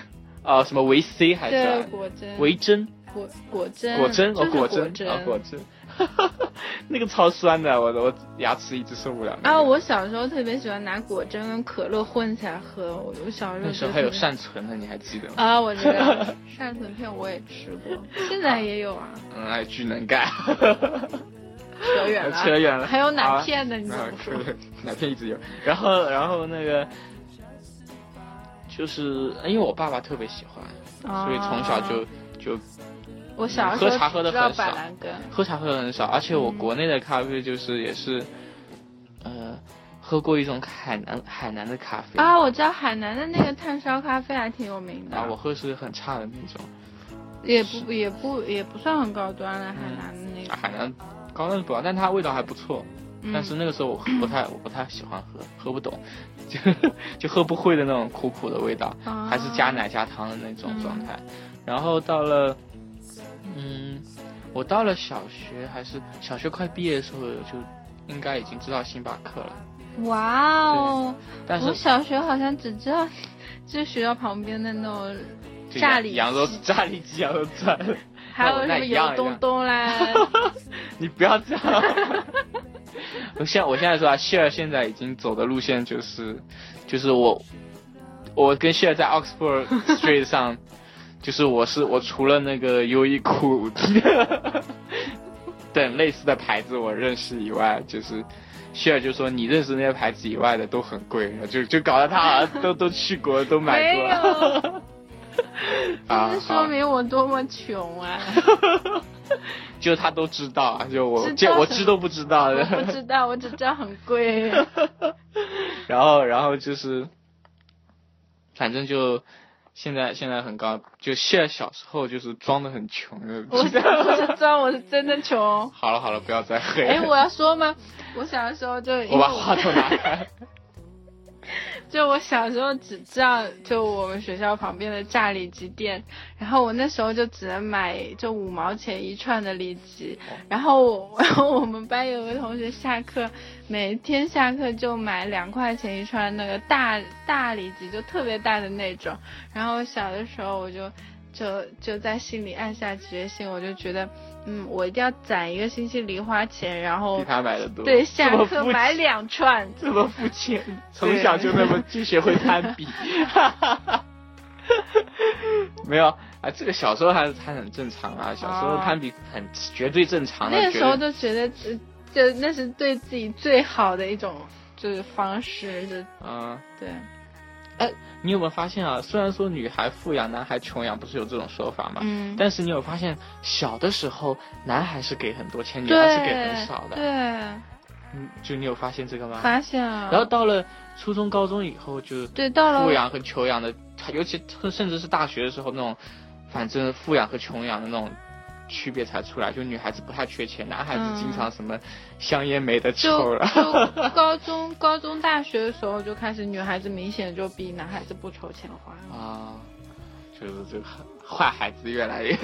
啊，什么维 C 还是
对
啊
果真，
维珍、
果果真
果真
就
哦，
是
果
果
真啊，果真， (laughs) 那个超酸的，我的我牙齿一直受不了。那
啊，
个
我小时候特别喜欢拿果真跟可乐混起来喝，我我小时候
那时候
就
还有
特别
善存呢，你还记得吗？
(laughs) 啊，我知
(laughs)
道善存片我也吃过，现在也有啊，
嗯，哎，巨能干，
扯
(laughs)
远了，
扯远了
啊还有奶片呢？你怎
啊
么，
可
说？
乐奶片一直有。然后然后那个就是因为我爸爸特别喜欢，所以从小
啊
就就
哦我小时
喝
候
茶喝得
只知道
很少
板蓝根，
喝茶喝的很少，而且我国内的咖啡就是也是，呃，喝过一种海南海南的咖啡，
啊，我知道海南的那个炭烧咖啡还挺有名的，
啊，我喝是很差的那种，
也不也不也不算很高端了，海南的那个，
啊啊海南高端是不高，但它味道还不错，
嗯
但是那个时候我不太我不太喜欢喝，喝不懂，就就喝不会的那种苦苦的味道，
啊
还是加奶加糖的那种状
嗯
态。然后到了，嗯，我到了小学还是小学快毕业的时候，就应该已经知道星巴克了。
哇哦！
但
我
是
小学好像只知道，就是学校旁边的那种，
就
炸
扬
里
扬州炸里脊、扬州串，
还有什
那
么
一样
油东东啊啦，
你不要这样。 (laughs) 我现我现在说啊，谢尔现在已经走的路线就是，就是我，我跟谢尔在 Oxford Street 上，就是我是我除了那个优衣库 (laughs) 等类似的牌子我认识以外，就是谢尔就说你认识那些牌子以外的都很贵，就就搞得他好像都都去过都 (laughs) 买
没
过
有，
啊
这，
好
说明我多么穷啊！
就他都知道啊，就我
知
就
道
我
什
知
么
都不知道
(laughs) 我
的。
不知道，我只知道很
(laughs)
贵。
然后，然后就是，反正就现在现在很高，就现在小时候就是装的很穷的。
我是不是装，我是真的穷。
好了好了，不要再黑了。
哎，我要说吗？我小时候就因为
(laughs) 我把话筒拿开。
(laughs) 就我小时候只知道就我们学校旁边的炸里脊店，然后我那时候就只能买就五毛钱一串的里脊，然后我然后我们班有个同学下课，每天下课就买两块钱一串那个大大里脊，就特别大的那种。然后小的时候我就就就在心里暗下决心，我就觉得嗯，我一定要攒一个星期零花钱，然后
比他买的多。
对
这
下
么
课
肤
买
浅
两串。
这么肤浅，从小就那么就学会攀
(laughs)
比。没有啊，这个小时候还还很正常啊，小时候
哦
攀比很绝对正常的。
那个
绝
时候
对
就觉得，呃就那是对自己最好的一种就是方式，就
嗯。
对。
你有没有发现啊？虽然说女孩富养，男孩穷养，不是有这种说法吗？
嗯
但是你有发现，小的时候男孩是给很多钱，女孩是给很
对
少的。
对，
嗯，就你有发现这个吗？
发现了。
然后到了初中、高中以后，就
对到
富
了
养和穷养的，尤其甚至是大学的时候那种，反正富养和穷养的那种区别才出来。就女孩子不太缺钱，男孩子经常什么香烟没得抽
嗯就
了。 (laughs)
就高中高中大学的时候就开始，女孩子明显就比男孩子不愁钱花。
啊， (laughs) 就是这个坏孩子越来
(laughs)
越。 (laughs)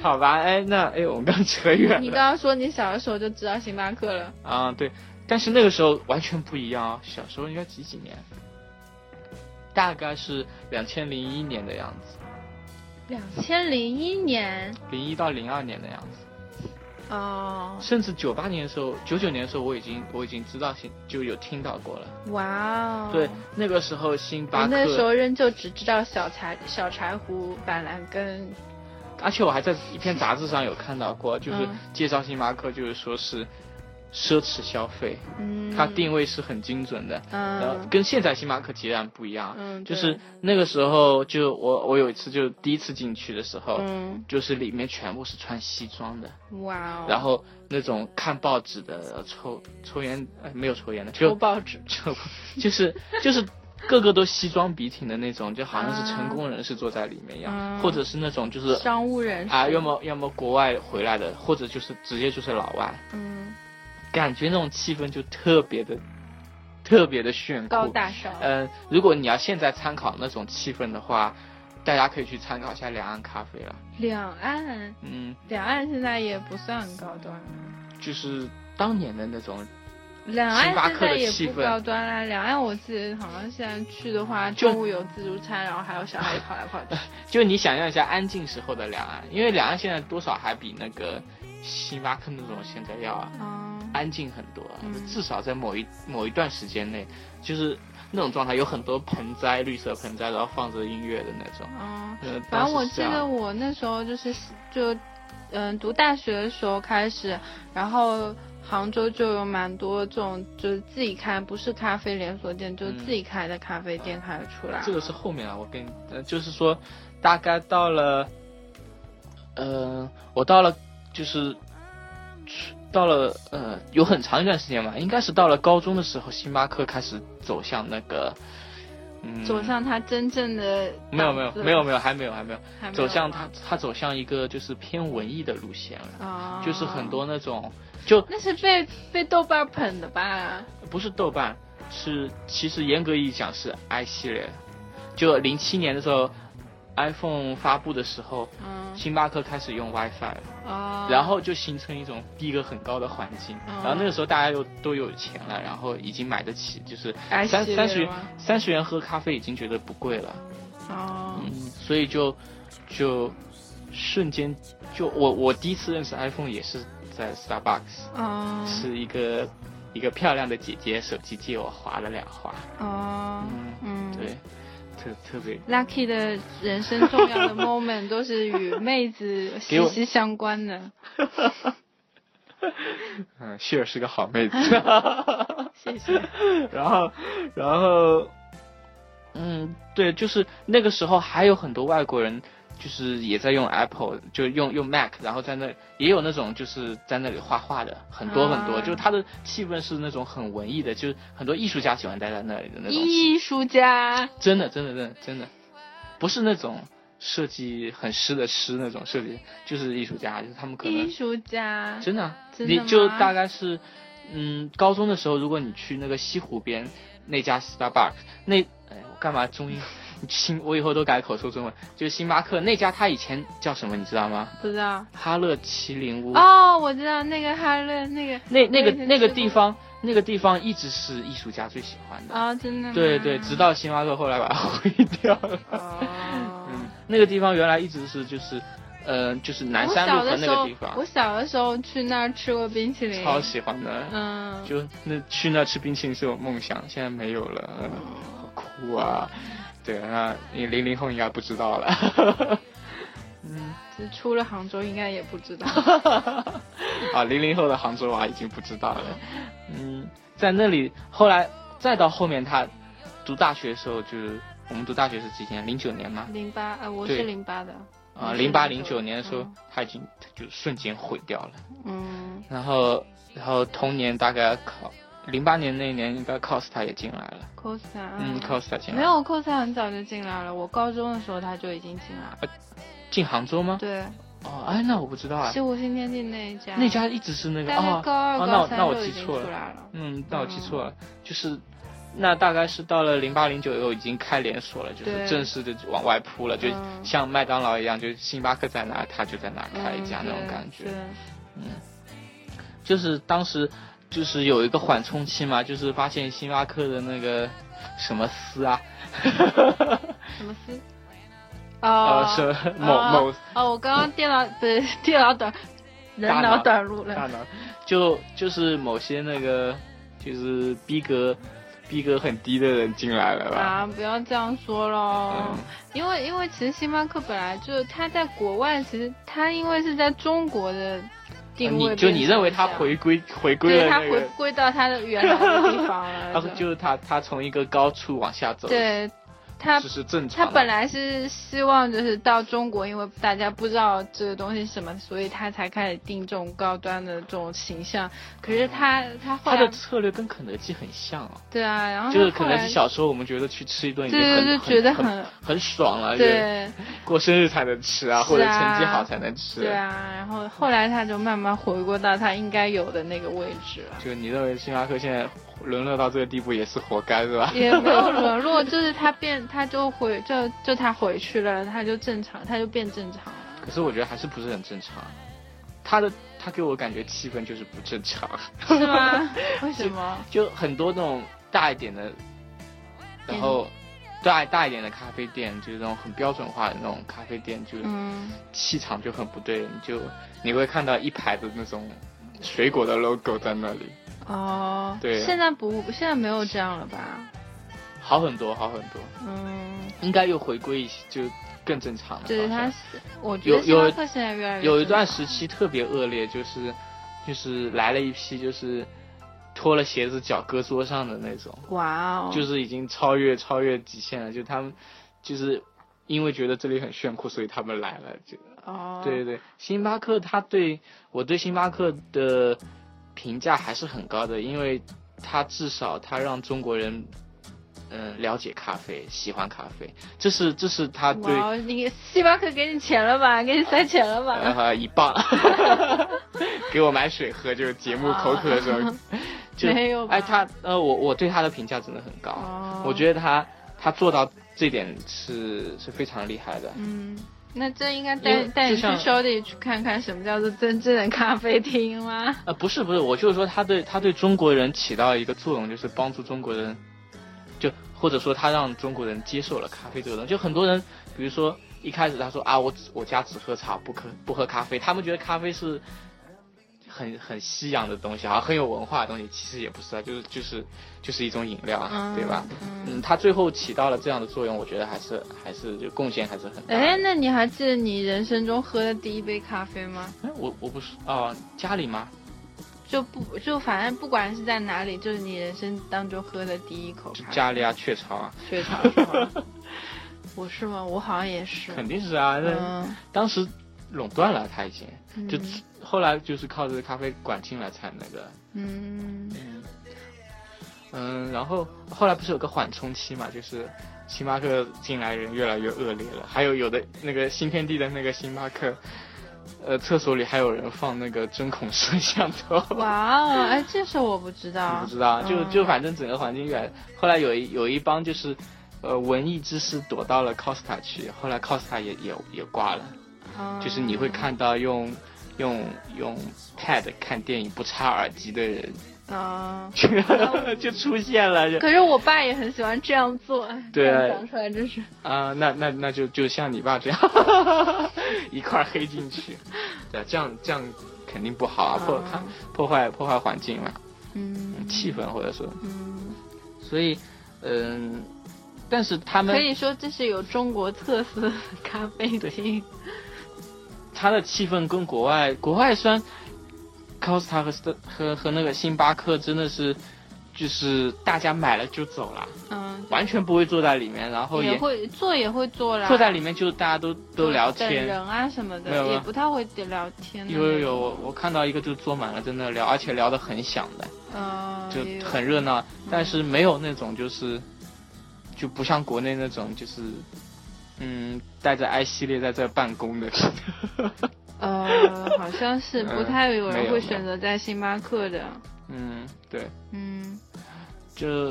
好吧，哎，那哎，我们刚扯远
你
了
刚刚说你小的时候就知道星巴克了，
啊，对，但是那个时候完全不一样啊，小时候应该几几年？大概是两千零一年的样子，
两千零一年，
零一到零二年的样子，
哦，
甚至九八年的时候，九九年的时候，我已经我已经知道星就有听到过了。
哇哦，
对，那个时候星巴
我
克，
那时候仍旧只知道小茶小茶壶、板蓝根，
而且我还在一篇杂志上有看到过，就是
嗯
介绍星巴克，就是说是奢侈消费，
嗯，
它定位是很精准的，然后
嗯
跟现在星巴克截然不一样。
嗯，
就是那个时候，就我我有一次就第一次进去的时候
对，嗯，
就是里面全部是穿西装的，
哇哦，
然后那种看报纸的、呃抽抽烟呃没有抽烟的，
抽
就
报纸，
就就是就是个个都西装笔挺的那种，就好像是成功人士坐在里面一样，
啊
或者是那种就是
商务人 (laughs) 士
啊，要么要么国外回来的，或者就是直接就是老外，
嗯
感觉那种气氛就特别的，特别的炫酷。
高大上，
嗯、如果你要现在参考那种气氛的话，大家可以去参考一下两岸咖啡了。
两岸
嗯，
两岸现在也不算很高端，
就是当年的那种，
两
星巴
岸现
克的
在也
气
不
氛
高端啦，两岸我记得好像现在去的话，
就
中午有自助餐，然后还有小孩跑来
(laughs)
跑去，
就你想象一下安静时候的两岸，因为两岸现在多少还比那个星巴克那种现在要
嗯
安静很多，啊
嗯
至少在某一某一段时间内，就是那种状态，有很多盆栽，绿色盆栽，然后放着音乐的那种。
嗯。
呃
反正
当
我
时是
记
这样
得我那时候就是就，嗯，读大学的时候开始，然后杭州就有蛮多这种就是自己开，不是咖啡连锁店，就是
嗯
自己开的咖啡店开出来。
这个是后面啊，我跟你呃，就是说，大概到了，呃，我到了就是到了呃，有很长一段时间嘛，应该是到了高中的时候，星巴克开始走向那个，嗯
走向他真正的
没有没有
档次
没有没有还没有还没有
还没有
走向他他走向一个就是偏文艺的路线了，
啊，
就是很多那种就
那是被被豆瓣捧的吧？
不是豆瓣，是其实严格意义讲是 i 系列，就零七年的时候，iPhone 发布的时候，
嗯
星巴克开始用 WiFi 了。
啊，
然后就形成一种逼格很高的环境。
哦
然后那个时候大家又都有钱了，然后已经买得起，就是
哎
三
系列
三十元
吗
三十元喝咖啡已经觉得不贵了，
哦
嗯，所以就就瞬间就我我第一次认识 iPhone 也是在 Starbucks，
哦
嗯是一个一个漂亮的姐姐手机借我划了两划，
哦嗯
对，特特
(laughs)
别
Lucky 的人生重
(laughs)
要的 moment 都是与妹子
给
息
我
息相关的。
嗯，希尔是个好妹子。
(laughs) 谢谢。
然后，然后，嗯，对，就是那个时候还有很多外国人，就是也在用 Apple，就用用 Mac，然后在那也有那种就是在那里画画的，很多很多，
啊
就它的气氛是那种很文艺的，就是很多艺术家喜欢待在那里的那种气，
艺术家，
真的，真的，真的，真的，不是那种设计很诗的诗那种设计，就是艺术家，就是他们可能
艺术家，
真的啊，
真的
你就
吗
大概是，嗯，高中的时候，如果你去那个西湖边那家 Starbucks，那哎，我干嘛中英 (laughs) 星？我以后都改口说中文，就是星巴克那家，它以前叫什么，你知道吗？
不知道。
哈勒麒麟屋。
哦，我知道那个哈勒那个
那那个
我以前
那个
吃过
地方，那个地方一直是艺术家最喜欢的。
哦，真的吗？
对对，直到星巴克后来把它 (laughs) 毁掉了。
哦。
嗯，那个地方原来一直是就是，呃，就是 (laughs) 南
我
山
小
路和
的
那
时
个
候
地，
我
方，
小的时候去那儿吃过冰淇淋，
超喜欢的。
嗯，
就那去那吃冰淇淋是我梦想，现在没有了，呃好酷啊！对啊，那你零零后应该不知道了。嗯， (laughs)
只出了杭州应该也不知道。
啊，零零后的杭州娃已经不知道了。嗯，在那里，后来再到后面，他读大学的时候，就是我们读大学是几年？零九年吗？
零八，呃，我是
对
零八的，
啊、
嗯
零八零九年的时候
嗯，
他已经就瞬间毁掉了。
嗯，
然后，然后同年大概考零八年那年，应该 cos 他也进来了。
cos 啊，
嗯，cos 他进来了
没有 cos 他很早就进来了，我高中的时候他就已经进来了。
进杭州吗？
对，
哦，哎，那我不知道啊
西。湖新天地那一家，
那家一直是那个
大概
哦，
高二、
哦那
高
我那
三
我
就
记
已经
错
出
了
来了。
嗯，那我记错了，就是那大概是到了零八零九以后已经开连锁了，就是
对
正式的往外铺了，就
嗯
像麦当劳一样，就星巴克在哪，他就在哪开一家
嗯
那种
对
感觉。
对
就是当时就是有一个缓冲期嘛，就是发现星巴克的那个什么丝啊，
什么丝？
呃，
哦，
是某某
哦，我刚刚电脑不是 (laughs) 电脑短，人
大
脑
脑
短路了
大。脑，就就是某些那个就是逼格逼格很低的人进来了吧。
啊，不要这样说喽、
嗯
因为因为其实星巴克本来就它在国外，其实它因为是在中国的定位
呃你
变成这
就
样，
你认为他回归回归
对
了
它
那
回
个，
归到它的原来的地方了，
(laughs) 他就是他他从一个高处往下走，，
对它
这是正常
它
的。
本来是希望就是到中国，因为大家不知道这个东西是什么，所以它才开始定这种高端的这种形象。可是它它后
他的
来
策略跟肯德基很像哦，
对啊，然后
就是
它后
肯德
来
基小时候我们觉得去吃一顿已经
对对
很
对，
很
觉得
很
很
很爽了，就
对。
过生日才能吃啊，
是啊
或者成绩好才能吃。，
对啊，然后后来他就慢慢回归到他应该有的那个位置了
就你认为星巴克现在沦落到这个地步也是活该是吧？
也没有沦落，就是他变，他就回，就就他回去了，他就正常，他就变正常了。
可是我觉得还是不是很正常，他的他给我感觉气氛就是不正常。(laughs)
是吗？为什么？
就很多那种大一点的，然后大大一点的咖啡店，就是那种很标准化的那种咖啡店，就是
嗯，
气场就很不对，你就你会看到一排的那种水果的 logo 在那里，
哦，
对
现在不，现在没有这样了吧？
好很多，好很多，
嗯，
应该又回归一些就更正常了。
就是
好
他
像
是，我觉得
有
星
有
巴克现在越来越
有一
正常
段时期特别恶劣，就是就是来了一批就是脱了鞋子脚搁桌上的那种。
哇哦，
就是已经超越超越极限了，就他们就是因为觉得这里很炫酷，所以他们来了。就
哦，
对对对，星巴克他对我对星巴克的评价还是很高的，因为他至少他让中国人呃了解咖啡，喜欢咖啡，这是这是他对
哇，哦你星巴克给你钱了吧？给你塞钱了吧？
呃一磅， (laughs) 给我买水喝，就是节目口渴的时候，就
(laughs) 没有吧
哎他呃我我对他的评价真的很高，
哦
我觉得他他做到这点是是非常厉害的，
嗯，那这应该
因
带
为
带
就
你去
像
Shody 去看看什么叫做真正的咖啡厅吗？
呃，不是不是，我就是说他对他对中国人起到一个作用，就是帮助中国人，就或者说他让中国人接受了咖啡这个东西。就很多人，比如说一开始他说啊，我只我家只喝茶，不喝不喝咖啡，他们觉得咖啡是很很西洋的东西，好像很有文化的东西，其实也不是啊，就是就是就是一种饮料啊，(laughs)
嗯
对吧？嗯，他最后起到了这样的作用，我觉得还是还是就贡献还是很大的。
哎，那你还记得你人生中喝的第一杯咖啡吗？
哎，我我不是哦、家里吗？
就不就反正不管是在哪里，就是你人生当中喝的第一口咖啡。
家里啊，雀巢啊，
雀巢是
(laughs)
吗？我是吗？我好像也是。
肯定是啊，那。
嗯，
当时垄断了他已经，就
嗯
后来就是靠着咖啡馆进来才那个，
嗯，
嗯，然后后来不是有个缓冲期嘛，就是星巴克进来人越来越恶劣了，还有有的那个新天地的那个星巴克，呃，厕所里还有人放那个针孔摄像头。
哇哦，哎，这事我不知
你
道。
不知道，就
嗯
就反正整个环境越来，后来有一有一帮就是，呃，文艺之士躲到了 Costa 去，后来 Costa 也也也挂了。
嗯
就是你会看到用用用 Pad 看电影不插耳机的人
啊。
(laughs) 就出现了，就
可是我爸也很喜欢这样做，
对啊
这样讲出来真是，
啊、那那那就就像你爸这样 (laughs) 一块儿黑进去，对，这样这样肯定不好啊，破
啊
看破坏破坏环境嘛，
嗯
气氛或者说，
嗯，
所以嗯、但是他们
可以说这是有中国特色的咖啡厅，
它的气氛跟国外，国外虽然 Costa 和 Sta- 和和那个星巴克真的是，就是大家买了就走了，
嗯，
完全不会坐在里面，然后
也
也
会做也会做啦，
坐在里面就大家都都聊
等
天。
人啊什么
没有
的，
吗
也不太会聊天的那
有
种，
有有，我我看到一个就坐满了，在那聊，而且聊得很响的，
嗯，
就
也有
很热闹，但是没有那种就是，就不像国内那种就是，嗯，带着 I 系列在这办公的，
呃，好
(laughs)
像是
嗯
不太有
没
人
有
会选择在星巴克的。
嗯，对。
嗯，
就，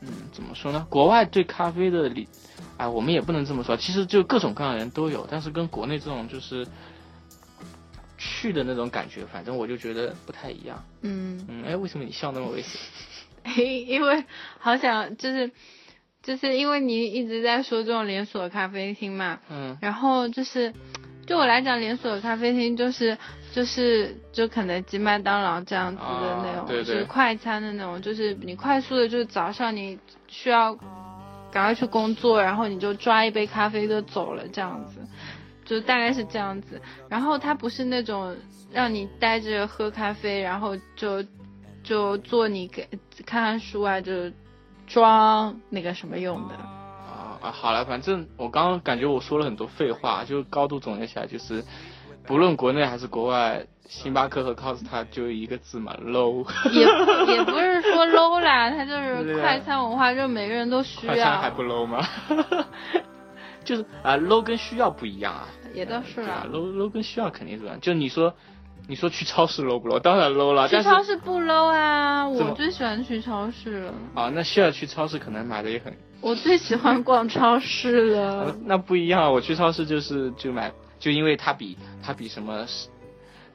嗯，怎么说呢？国外对咖啡的理，哎，我们也不能这么说。其实就各种各样的人都有，但是跟国内这种就是去的那种感觉，反正我就觉得不太一样。
嗯，
嗯，哎，为什么你笑那么猥琐？
因因为好想就是就是因为你一直在说这种连锁咖啡厅嘛，
嗯
然后就是对我来讲，连锁咖啡厅就是就是就肯德基、麦当劳这样子的那种，
啊对对
就是快餐的那种，就是你快速的，就是早上你需要赶快去工作，然后你就抓一杯咖啡就走了这样子，就大概是这样子。然后它不是那种让你待着喝咖啡，然后就就做你给看看书啊，就装那个什么用的。
啊啊，好了，反正我刚刚感觉我说了很多废话，就高度总结起来就是，不论国内还是国外，星巴克和 Costa 就一个字嘛，low。
也也不是说 low 啦，它就
对
是
啊
快餐文化，就每个人都需
快餐还
要，
不 low 吗？ (laughs) 就是啊、l o w 跟需要不一样啊。
也都是啦。
low low 跟需要肯定是不一样。就你说，你说去超市 low 不 low？当然 low 了，
去
但是
超市不 low 啊，
怎么
我最喜欢去超市了，
啊，那需要去超市可能买的也很，
我最喜欢逛超市了。
那不一样啊。我去超市就是就买，就因为它比它比什么，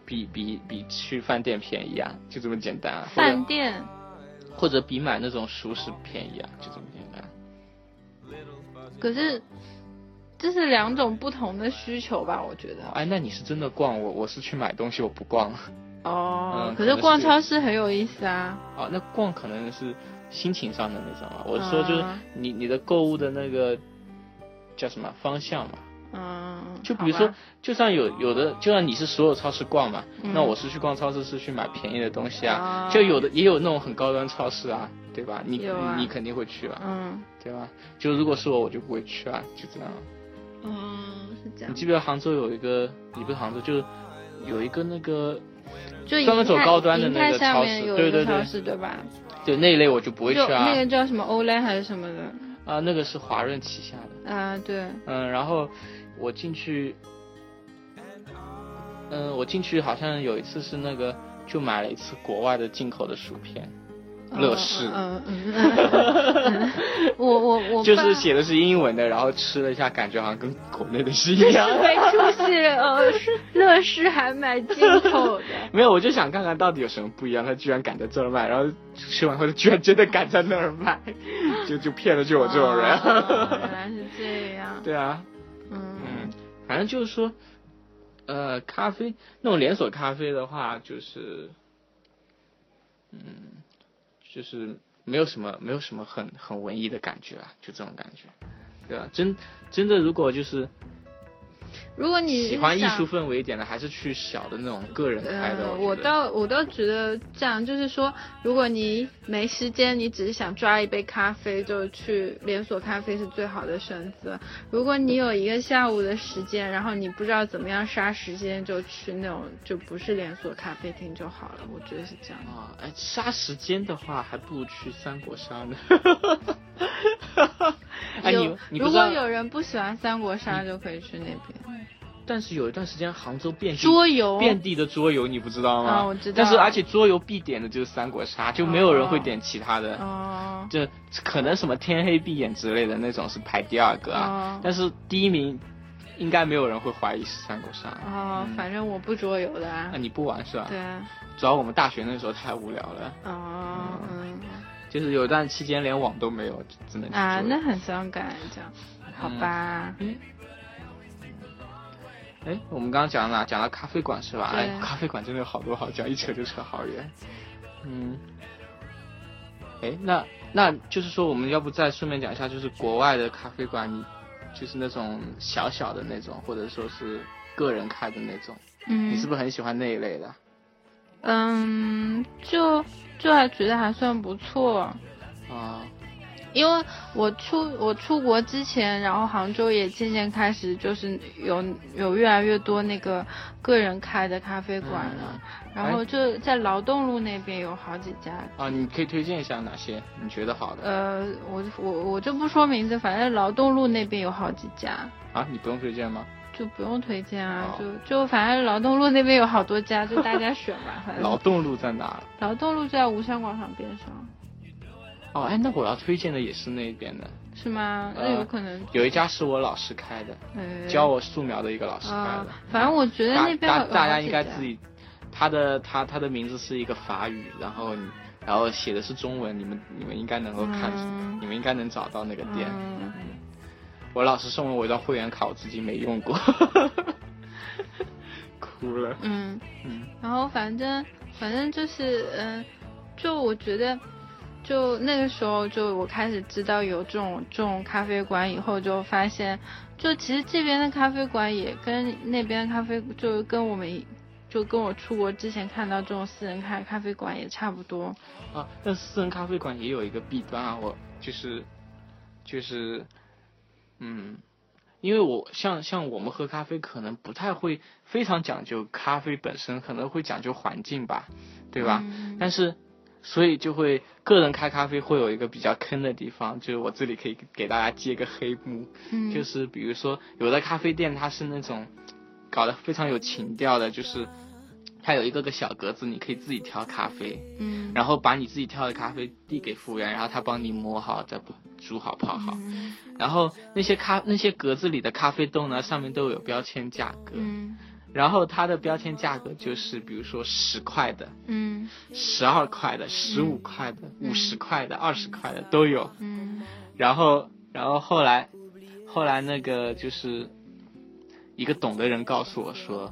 比比比去饭店便宜啊，就这么简单啊。或
饭
者
店
或者比买那种熟食便宜啊，就这么简单。
可是这是两种不同的需求吧，我觉得。
哎，那你是真的逛，我我是去买东西，我不逛。啊
哦，
嗯
可
可能
是
是
逛超市很有意思啊。
(laughs) 啊，那逛可能是心情上的那种啊。我说就是
啊
你你的购物的那个叫什么方向嘛？
嗯，
就比如说
好吧，
就算有有的，就算你是所有超市逛嘛，
嗯
那我是去逛超市是去买便宜的东西啊
啊。
就有的也有那种很高端超市啊，对吧？你、
有啊
你肯定会去吧，
嗯
对吧？就如果是我，我就不会去啊，就这样。
嗯，是这
你
样。
记不记得杭州有一个，你不是杭州，就是有一个那个
就银
专门走
泰
高端的
银
那
泰
个
下
超
面
市
有
对
一个
对对
超市对吧？
就那一类我就不会去
就
啊
那个叫什么 Olay 还是什么的
啊，那个是华润旗下的。
啊？对，
嗯，然后我进去，嗯，我进去好像有一次是那个，就买了一次国外的进口的薯片，乐事，
嗯嗯嗯嗯， (laughs) 嗯我我我
就是
爸
写的是英文的，然后吃了一下，感觉好像跟国内的是一
(laughs)
样。
没出息，呃，乐视还买进口的。
(laughs) 没有，我就想看看到底有什么不一样，他居然敢在这儿卖，然后吃完后居然真的敢在那儿卖， (laughs) 就就骗了就我这种人。
哦原来是这样。
(laughs) 对啊，
嗯
嗯，反正就是说，呃，咖啡那种连锁咖啡的话，就是，嗯，就是没有什么没有什么很很文艺的感觉啊，就这种感觉，对吧？真真的，如果就是
如果你
喜欢艺
想
术氛围一点的，还是去小的那种个人开的。
呃，
我
我
觉得
倒我倒觉得这样，就是说，如果你没时间，你只是想抓一杯咖啡，就去连锁咖啡是最好的选择。如果你有一个下午的时间，然后你不知道怎么样杀时间，就去那种就不是连锁咖啡厅就好了。我觉得是这样的。
啊，哎，杀时间的话，还不如去三国杀
(laughs)
呢。 (laughs) 哎，你
有
你不
如
知道
果，有人不喜欢三国杀，就可以去那边
但是有一段时间杭州遍地
桌游。
遍地的桌游，你不知道吗？
啊我知道
但是而且桌游必点的就是三国杀，就没有人会点其他的。
哦，
就可能什么天黑闭眼之类的那种是排第二个啊，
哦
但是第一名应该没有人会怀疑是三国杀。
哦，反正我不桌游的啊
嗯啊，。你不玩是吧？
对。啊，
主要我们大学那时候太无聊了，
哦，嗯。
就是有段期间连网都没有，就只能去
啊，
桌游
那很伤感，这样，好吧？
哎，我们刚刚讲到哪？讲到咖啡馆是吧？
对啊
哎，咖啡馆真的有好多好讲，一扯就扯好远。嗯，哎，那那就是说，我们要不再顺便讲一下，就是国外的咖啡馆，你就是那种小小的那种，或者说是个人开的那种，你是
嗯
不是很喜欢那一类的？
嗯，就就还觉得还算不错，
啊、
因为我出我出国之前，然后杭州也渐渐开始就是有有越来越多那个个人开的咖啡馆了，然后就在劳动路那边有好几家。
啊，你可以推荐一下哪些你觉得好的、
呃，我我我就不说名字，反正劳动路那边有好几家。
啊？你不用推荐吗？
就不用推荐啊，
哦
就就反正劳动路那边有好多家，就大家选吧。反
劳
正
动路在哪？
劳动路就在吴山广场边上，
哦，哎，那我要推荐的也是那边的，
是吗？那
呃
有可能
有一家是我老师开的，
呃
教我素描的一个老师开
啊
的。，
反正我觉得
大
那边
大
有
大
好啊
家
几
应该
家
自己，他的他他的名字是一个法语，然后你然后写的是中文，你们你们应该能够看，
嗯
你们应该能找到那个店。
嗯
我老师送了我一张会员卡，我自己没用过， (laughs) 哭了。
嗯
嗯，
然后反正反正就是嗯、就我觉得。就那个时候，就我开始知道有这种这种咖啡馆以后，就发现，就其实这边的咖啡馆也跟那边咖啡，就跟我们一，就跟我出国之前看到这种私人开咖啡馆也差不多。
啊，但私人咖啡馆也有一个弊端啊，我就是就是，嗯，因为我像像我们喝咖啡可能不太会非常讲究咖啡本身，可能会讲究环境吧，对吧？
嗯
但是所以就会个人开咖啡会有一个比较坑的地方，就是我这里可以给大家揭个黑幕，
嗯，
就是比如说有的咖啡店它是那种搞得非常有情调的，就是它有一个个小格子，你可以自己挑咖啡。
嗯，
然后把你自己挑的咖啡递给服务员，然后他帮你磨好，再煮好泡好。
嗯
然后那些咖那些格子里的咖啡豆呢，上面都有标签价格，
嗯
然后它的标签价格就是比如说十块的、
嗯
十二块的、十五块的、五十块的、二十块的都有。
嗯
然后然后后来后来那个就是一个懂的人告诉我说，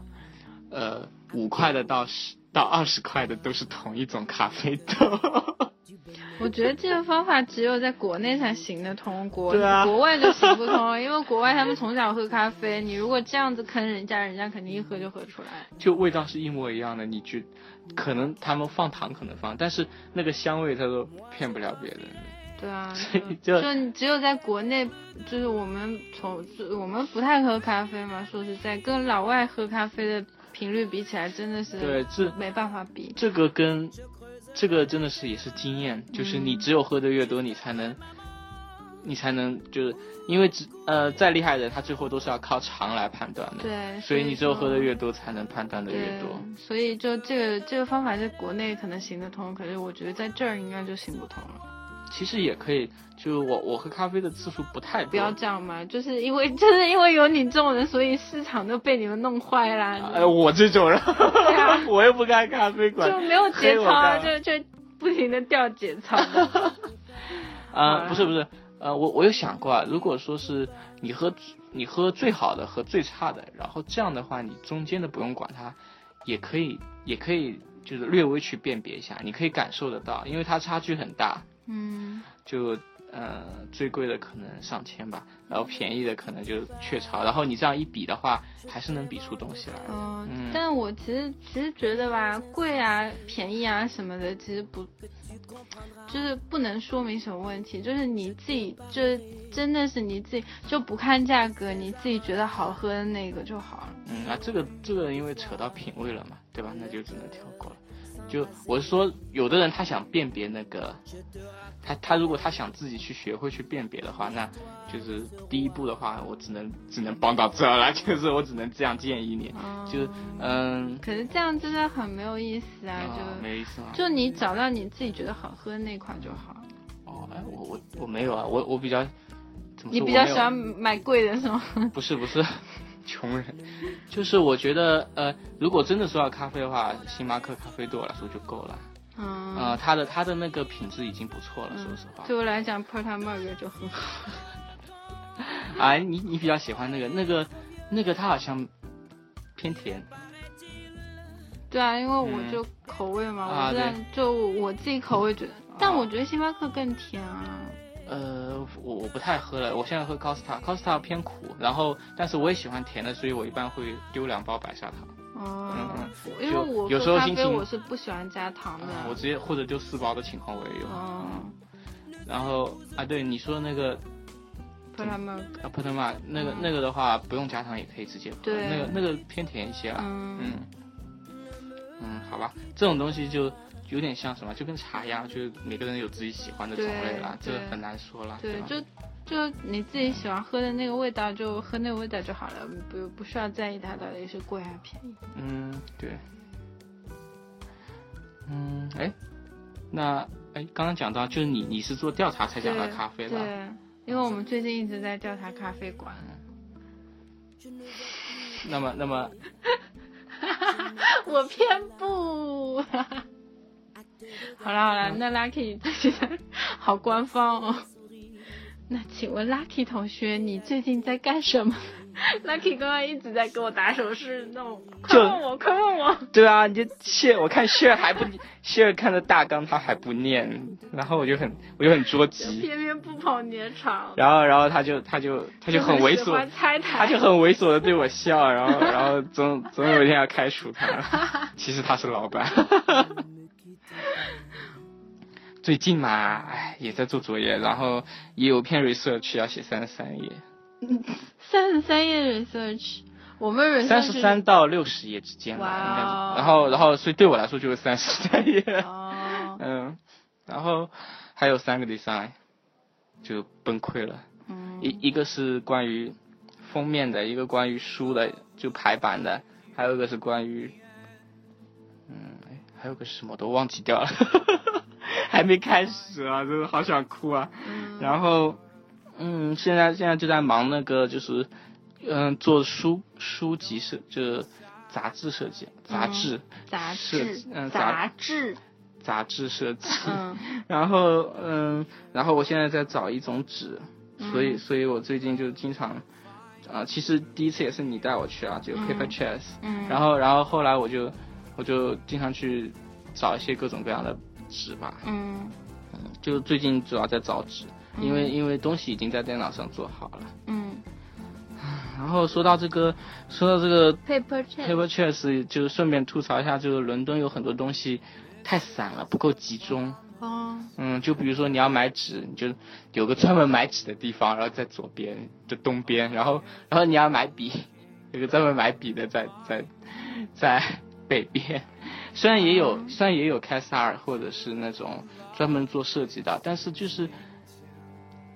呃，五块的到十到二十块的都是同一种咖啡豆。 (laughs)
我觉得这个方法只有在国内才行得通，国、
对啊
国外就行不通，因为国外他们从小喝咖啡，你如果这样子坑人家，人家肯定一喝就喝出来。
就味道是一模一样的，你去，可能他们放糖可能放，但是那个香味他都骗不了别人。
对啊，
就
就你只有在国内，就是我们从就我们不太喝咖啡嘛，说实在，跟老外喝咖啡的。频率比起来，真的是
对，这
没办法比。
这个跟这个真的是也是经验，就是你只有喝的越多，你才能，你才能就是因为只呃再厉害的人，他最后都是要靠尝来判断的，
对，
所以你只有喝的
说
越多，才能判断的越多。
对，所以就这个这个方法在国内可能行得通，可是我觉得在这儿应该就行不通了。
其实也可以，就是我我喝咖啡的次数不太
不要
多。
这样嘛，就是因为 (laughs) 就是因为有你这种人，所以市场都被你们弄坏啦。
哎，我这种人，
对啊
我又不开咖啡馆
就没有节操啊，
黑
就就不停的掉节操嘛。
(laughs) 啊、不是不是，呃，我我有想过啊，如果说是你喝你喝最好的和最差的，然后这样的话，你中间的不用管它，也可以也可以就是略微去辨别一下，你可以感受得到，因为它差距很大，
嗯，
就呃最贵的可能上千吧，然后便宜的可能就雀巢，然后你这样一比的话，还是能比出东西来的。
哦、
嗯
但我其实其实觉得吧，贵啊、便宜啊什么的，其实不，就是不能说明什么问题，就是你自己，就是真的是你自己就不看价格，你自己觉得好喝的那个就好了。
嗯啊，这个这个因为扯到品味了嘛，对吧？那就只能跳过了。就我是说，有的人他想辨别那个，他他如果他想自己去学会去辨别的话，那就是第一步的话，我只能只能帮到这儿了，就是我只能这样建议你，
嗯，
就是嗯，
可是这样真的很没有意思啊，
啊
就
没意思吗？
就你找到你自己觉得好喝的那款就好。
哦，哎，我我我没有啊，我我比较怎么说
你比
我
较
没有
喜欢买贵的
(laughs)
是吗？
不是不是，穷人，就是我觉得呃，如果真的说到咖啡的话，星巴克咖啡对我来说就够了。
嗯，
呃，它的它的那个品质已经不错了，说实话。
对我来讲 p e r t a m e r g 就很好。
哎，你你比较喜欢那个那个那个，它好像偏甜。
对啊，因为我
嗯
就口味嘛，
啊
我知道
对嗯啊
就我自己口味觉得，但我觉得星巴克更甜啊。
呃，我我不太喝了，我现在喝 Costa，Costa
嗯
偏苦，然后但是我也喜欢甜的，所以我一般会丢两包白砂糖，
哦、
嗯
因为
就
我
有时
喝
候
咖
心
啡
情
我是不喜欢加糖的。
啊我直接或者丢四包的情况我也有。
哦
嗯然后啊，对你说那个
p e r t a m e r
啊普通玛那个那个的话，不用加糖也可以直接喝，
嗯对
那个那个偏甜一些啦。
嗯，
嗯，嗯，好吧，这种东西就有点像什么，就跟茶一样，就是每个人有自己喜欢的种类啦，这
对
个
对
很难说啦，
对，
吧？
就
啊
就你自己喜欢喝的那个味道，就喝那个味道就好了，不不需要在意它到底是贵还是便宜。
嗯，对，嗯，哎，那哎，刚刚讲到，就是你你是做调查才讲到
对
咖啡嗯
对
啦，，
因为我们最近一直在调查咖啡
(laughs)
馆，
那么那么
我偏不。 (laughs) 好啦好
嗯
啦，那 Lucky 这个好官方哦。 (laughs) 那请问 Lucky 同学，你最近在干
(laughs)
什么？Lucky 刚刚一直在给我打手势，那我快
就
问我，快问我。
对啊，你就谢我看谢还不谢看着大纲他还不念，然后我就很我就很着急，
偏偏不捧你的 (laughs) 场，
然后然后他就他就他就很猥
喜
琐
欢。拆台，
他就很猥琐的对我笑，然后 (laughs) 然后总总有一天要开除他。
(laughs)
其实他是老板。最近嘛，哎，也在做作业，然后也有篇 research 要写三十三页，
三十三页 research，我们 research
三十三到六十页之间吧，应该
哇哦
是。然后然后，所以对我来说就是三十三页。
哦，
(laughs) 嗯，然后还有三个 design 就崩溃了。
嗯
一一个是关于封面的，一个关于书的，就排版的，还有一个是关于，嗯，哎还有个是什么我都忘记掉了， (laughs) 还没开始啊，真的好想哭啊。
嗯
然后，嗯，现在现在就在忙那个，就是，嗯，做书书籍设，就是杂志设计，杂志、
杂
是
志，
嗯杂
杂志，
杂志设计。
嗯，
然后，嗯，然后我现在在找一种纸，所以，
嗯
所以我最近就经常，啊、其实第一次也是你带我去啊，就 paper chess，、
嗯
然后，然后后来我就，我就经常去找一些各种各样的纸吧，
嗯
就最近主要在找纸，因为、因为东西已经在电脑上做好了。
嗯
然后说到这个，说到这个
，paper check，
paper chess，就顺便吐槽一下，就是伦敦有很多东西太散了，不够集中。
哦，
嗯，就比如说你要买纸，你就有个专门买纸的地方，然后在左边的东边，然后然后你要买笔，有个专门买笔的在在在北边，虽然也有虽然也有凯撒尔或者是那种专门做设计的，但是就是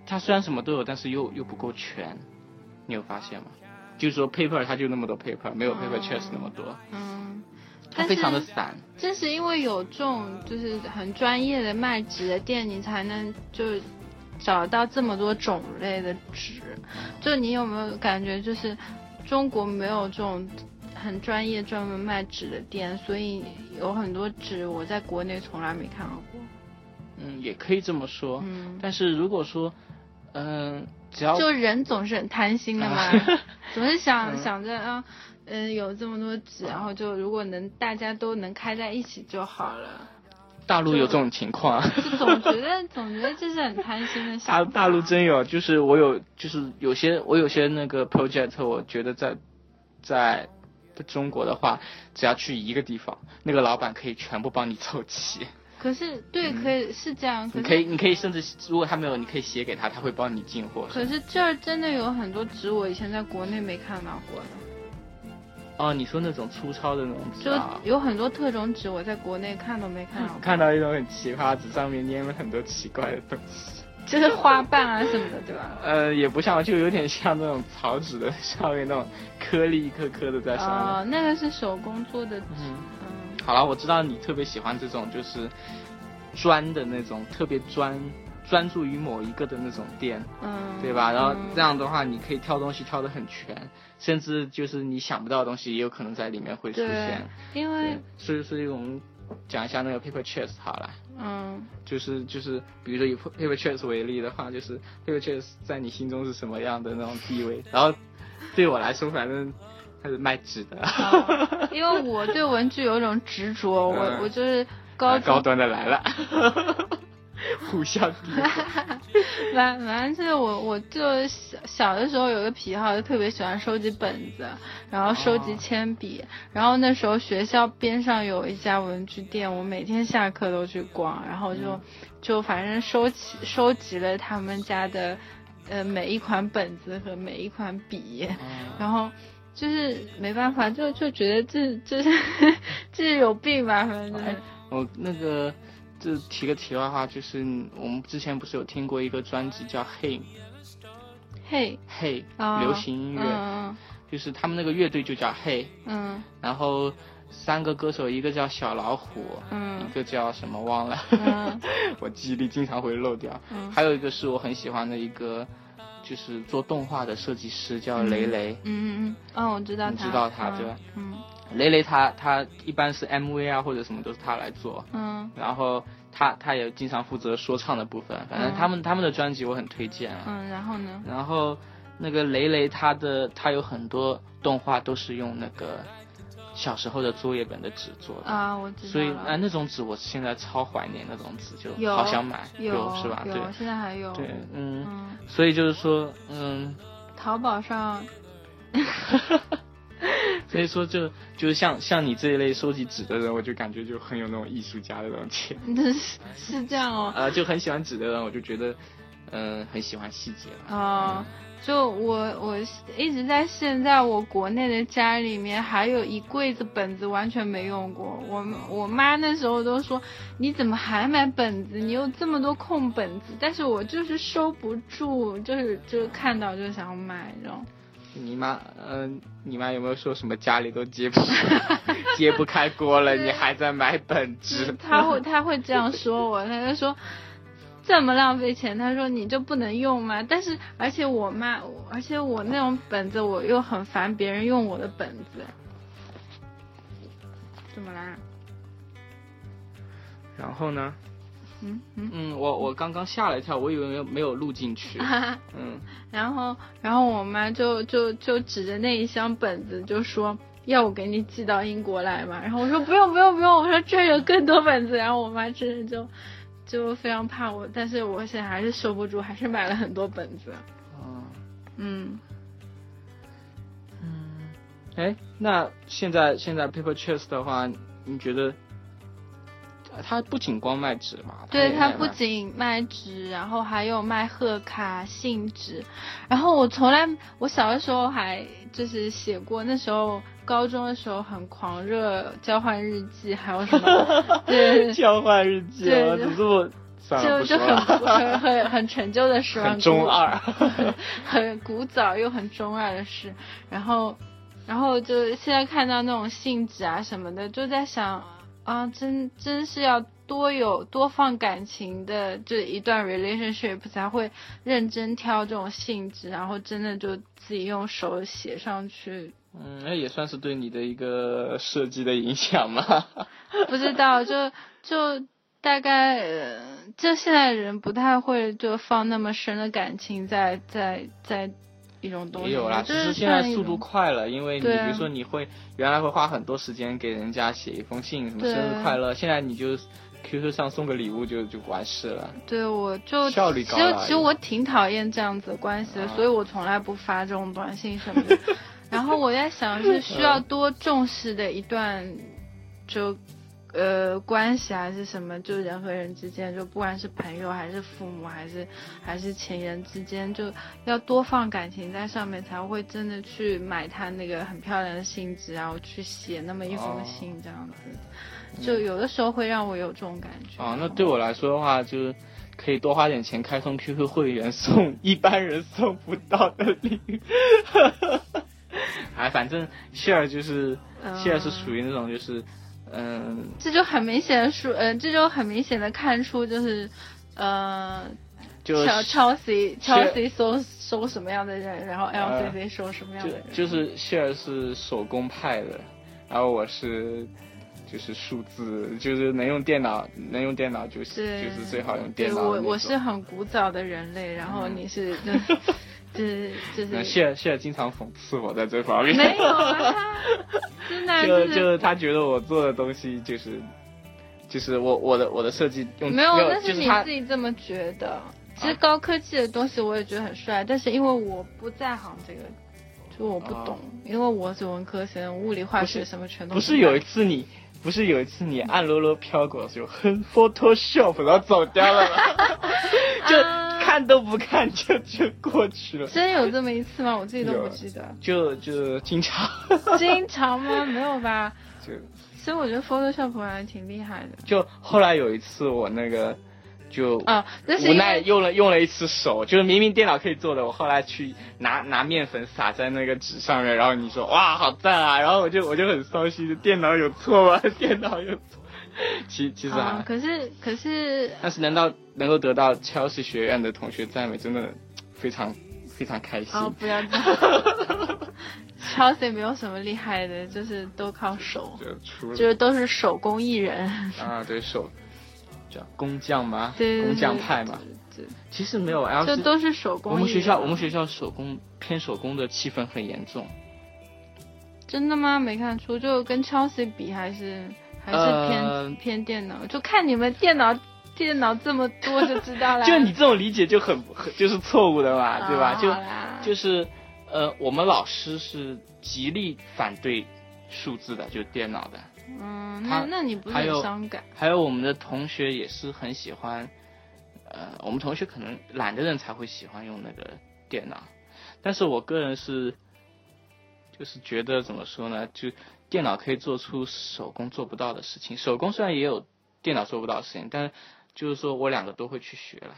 它虽然什么都有，但是又又不够全，你有发现吗？就是说 paper 它就那么多 paper，没有 paper chest 那么多，
嗯，
它
哦但
非常的
是
散。
正是因为有这种就是很专业的卖纸的店，你才能就找到这么多种类的纸。
嗯
就你有没有感觉，就是中国没有这种很专业专门卖纸的店，所以有很多纸我在国内从来没看到过。
嗯，也可以这么说。
嗯，
但是如果说，嗯、只要
就人总是很贪心的嘛， (laughs) 总是想
啊嗯啊
想着啊，嗯，有这么多纸，然后就如果能大家都能开在一起就好了。
大陆有这种情况，
就总觉得 (laughs) 总觉得这是很贪心的
大
想法。
大陆真有，就是我有，就是有些我有些那个 project，我觉得在在中国的话，只要去一个地方，那个老板可以全部帮你凑
(laughs)
齐。
可是对，可以是这样，
嗯
可
你
是
可以，你可以甚至如果他没有，你可以写给他，他会帮你进货。
可是这儿真的有很多纸，我以前在国内没看到过的，
哦，你说那种粗糙的那种纸啊
就。有很多特种纸，我在国内看都没看到
我
过，
看到一种很奇葩的纸，上面粘了很多奇怪的东西，
就是花瓣啊什么的，
(laughs)
对吧？
呃，也不像，就有点像那种草纸的上面那种颗粒一颗颗的在上面。
哦，那个是手工做的纸，
嗯，
嗯，
好了，我知道你特别喜欢这种就是专的那种，特别专专注于某一个的那种店，
嗯
对吧？然后
嗯
这样的话，你可以挑东西挑得很全，甚至就是你想不到的东西也有可能在里面会出现。
因为
对，所以所以我们讲一下那个 paper chest 好了。
嗯，
就是就是，比如说以 paper chase 为例的话，就是 paper chase 在你心中是什么样的那种地位？然后对我来说，反正它是卖纸的，
哦因为我对文具有一种执着，我
嗯
我就是高中
高端的
(laughs)
来了，互相比。
反反正就是我，我就小小的时候有个癖好，就特别喜欢收集本子，然后收集
哦
铅笔。然后那时候学校边上有一家文具店，我每天下课都去逛，然后
嗯
就、就反正收集收集了他们家的呃每一款本子和每一款笔，然后。就是没办法，就就觉得这这是 (laughs) 这是有病吧，反正就是
哎我那个就提个题外话，就是我们之前不是有听过一个专辑叫《嘿
嘿，
嘿》
啊
流行音乐，
嗯
就是他们那个乐队就叫嘿，
嗯
然后三个歌手，一个叫小老虎，
嗯
一个叫什么忘了，
嗯
(laughs) 我记忆力经常会漏掉。
嗯
还有一个是我很喜欢的一个，就是做动画的设计师叫雷雷
嗯，嗯嗯，哦，我知道他，
你知道他对吧？
嗯
雷雷他他一般是 MV 啊或者什么都是他来做，
嗯
然后他他也经常负责说唱的部分，反正他们、他们的专辑我很推荐啊。
嗯，然后呢？
然后那个雷雷他的他有很多动画都是用那个小时候的作业本的纸做的。
啊，我知道
所以
了
啊，那种纸我现在超怀念那种纸，就
有
好想买，
有
是吧？
有，
对
现在还有。
对，嗯，
嗯，
所以就是说，嗯，
淘宝上，
所以说就就是像像你这一类收集纸的人，我就感觉就很有那种艺术家的那种气，
这是是这样哦。
呃，就很喜欢纸的人，我就觉得，嗯、很喜欢细节了。
啊、就我我一直在现在我国内的家里面还有一柜子本子完全没用过，我我妈那时候都说你怎么还买本子？你有这么多空本子，但是我就是收不住，就是就是看到就想买这种。
你妈，嗯、你妈有没有说什么家里都揭
(laughs)
不 (laughs) 揭不开锅了，你还在买本
就是
(laughs) 纸？
他会他会这样说我，他就说这么浪费钱，他说你就不能用吗？但是而且我妈，而且我那种本子我又很烦别人用我的本子，怎么啦？
然后呢？
嗯嗯。
嗯，我我刚刚吓了一跳，我以为没有没有录进去。嗯，
然后，然后我妈就就就指着那一箱本子就说：“要我给你寄到英国来嘛？”然后我说：“不用，不用，不用。”我说：“这儿有更多本子。”然后我妈真的就就非常怕我，但是我现在还是收不住，还是买了很多本子。
嗯
嗯，
哎，那现在现在 Paper Chase 的话，你觉得，它不仅光卖纸嘛，
对，
它
它
也卖
不
卖
仅卖纸，然后还有卖贺卡、信纸。然后我从来，我小的时候还就是写过，那时候高中的时候很狂热交换日记，还有
(laughs)
什么，对，
交换日记
对
啊，怎么这么算了
就
不
就
说
很
了，
很很很陈旧的时光，
很中二，
(laughs) 很古早又很中二的事。然后，然后就现在看到那种信纸啊什么的，就在想啊，真真是要多有多放感情的，就一段 relationship 才会认真挑这种信纸，然后真的就自己用手写上去。
嗯，那也算是对你的一个设计的影响嘛。
不知道，就就大概，呃就现在人不太会就放那么深的感情在在在一种东西
也
里，
有啦，只
就是
是现在
像一
速度
种
快了，因为你比
对啊
如说你会原来会花很多时间给人家写一封信，什么
对啊
生日快乐，现在你就 QQ 上送个礼物就就完事了。
对我就
效率高
其实
了
其实我挺讨厌这样子的关系的，
啊
所以我从来不发这种短信什么
(laughs)
的。然后我在想
嗯
是需要多重视的一段就呃关系还是什么，就人和人之间，就不管是朋友还是父母还是还是情人之间，就要多放感情在上面，才会真的去买他那个很漂亮的信纸，啊然后去写那么一封
哦
信这样子，就有的时候会让我有这种感觉。
啊，那对我来说的话，就是可以多花点钱开通 QQ 会员，送一般人送不到的礼物。哎，反正谢尔就是
嗯
谢尔是属于那种就是，嗯，
这就很明显的说，嗯、呃，这就很明显的看出就是，呃，
就
乔
是呃
乔 C 乔 C 收收什么样的人，然后 L C C 收什么样
就
的人，
就是谢尔是手工派的，然后我是就是数字，就是能用电脑能用电脑就
对
是就是最好用
对
电脑的
我
那
我是
种嗯
很古早的人类，然后
(laughs)
你是，就是就
那
是
谢尔谢尔经常讽刺我在这方面，
没有啊， (laughs) 真的啊
就
就
就是是他觉得我做的东西就是，就是我我的我的设计用
没有，那
就是是
你
他啊
自己这么觉得。其实高科技的东西我也觉得很帅，但是因为我不在行这个，就我不
啊
懂，因为我是文科生，物理、化
不
学
是
什么全都
不是
懂
有一次你不是有一次你暗落落飘过就哼 Photoshop 然后走掉了吗， (laughs) 就
啊
看都不看就就过去了，
真有这么一次吗？我自己都不记得。
就就经常
经常吗？没有吧。
就
所以我觉得 Photoshop 还挺厉害的
就后来有一次我那个就
啊。但是
无
因
奈
为
用了用了一次手，就是明明电脑可以做的，我后来去拿拿面粉撒在那个纸上面，然后你说哇好赞啊，然后我就我就很伤心，电脑有错吗？ (laughs) 电脑有错？其其实还，
啊，可是可是
但是能到能够得到 Chelsea 学院的同学赞美，真的非常非常开心。
啊，不要
(laughs)
这样。Chelsea 没有什么厉害的，就是都靠手，
就除
就
了
是都是手工艺人。
啊对手，叫工匠嘛，
对对对
工匠派嘛，其实没有哎
对就
L
都是手工艺
我
人。
们学校我们学校手工偏手工的气氛很严重。
真的吗？没看出，就跟 Chelsea 比还是还是偏、
呃
偏电脑，就看你们电脑电脑这么多就知道啦。
就你这种理解就很很就是错误的嘛，
啊
对吧？
好啦
就就是呃，我们老师是极力反对数字的，就是电脑的。
嗯，
他
那那你不是
还有
很伤感？
还有我们的同学也是很喜欢，呃，我们同学可能懒的人才会喜欢用那个电脑，但是我个人是，就是觉得怎么说呢，就电脑可以做出手工做不到的事情，手工虽然也有电脑做不到的事情，但就是说我两个都会去学了，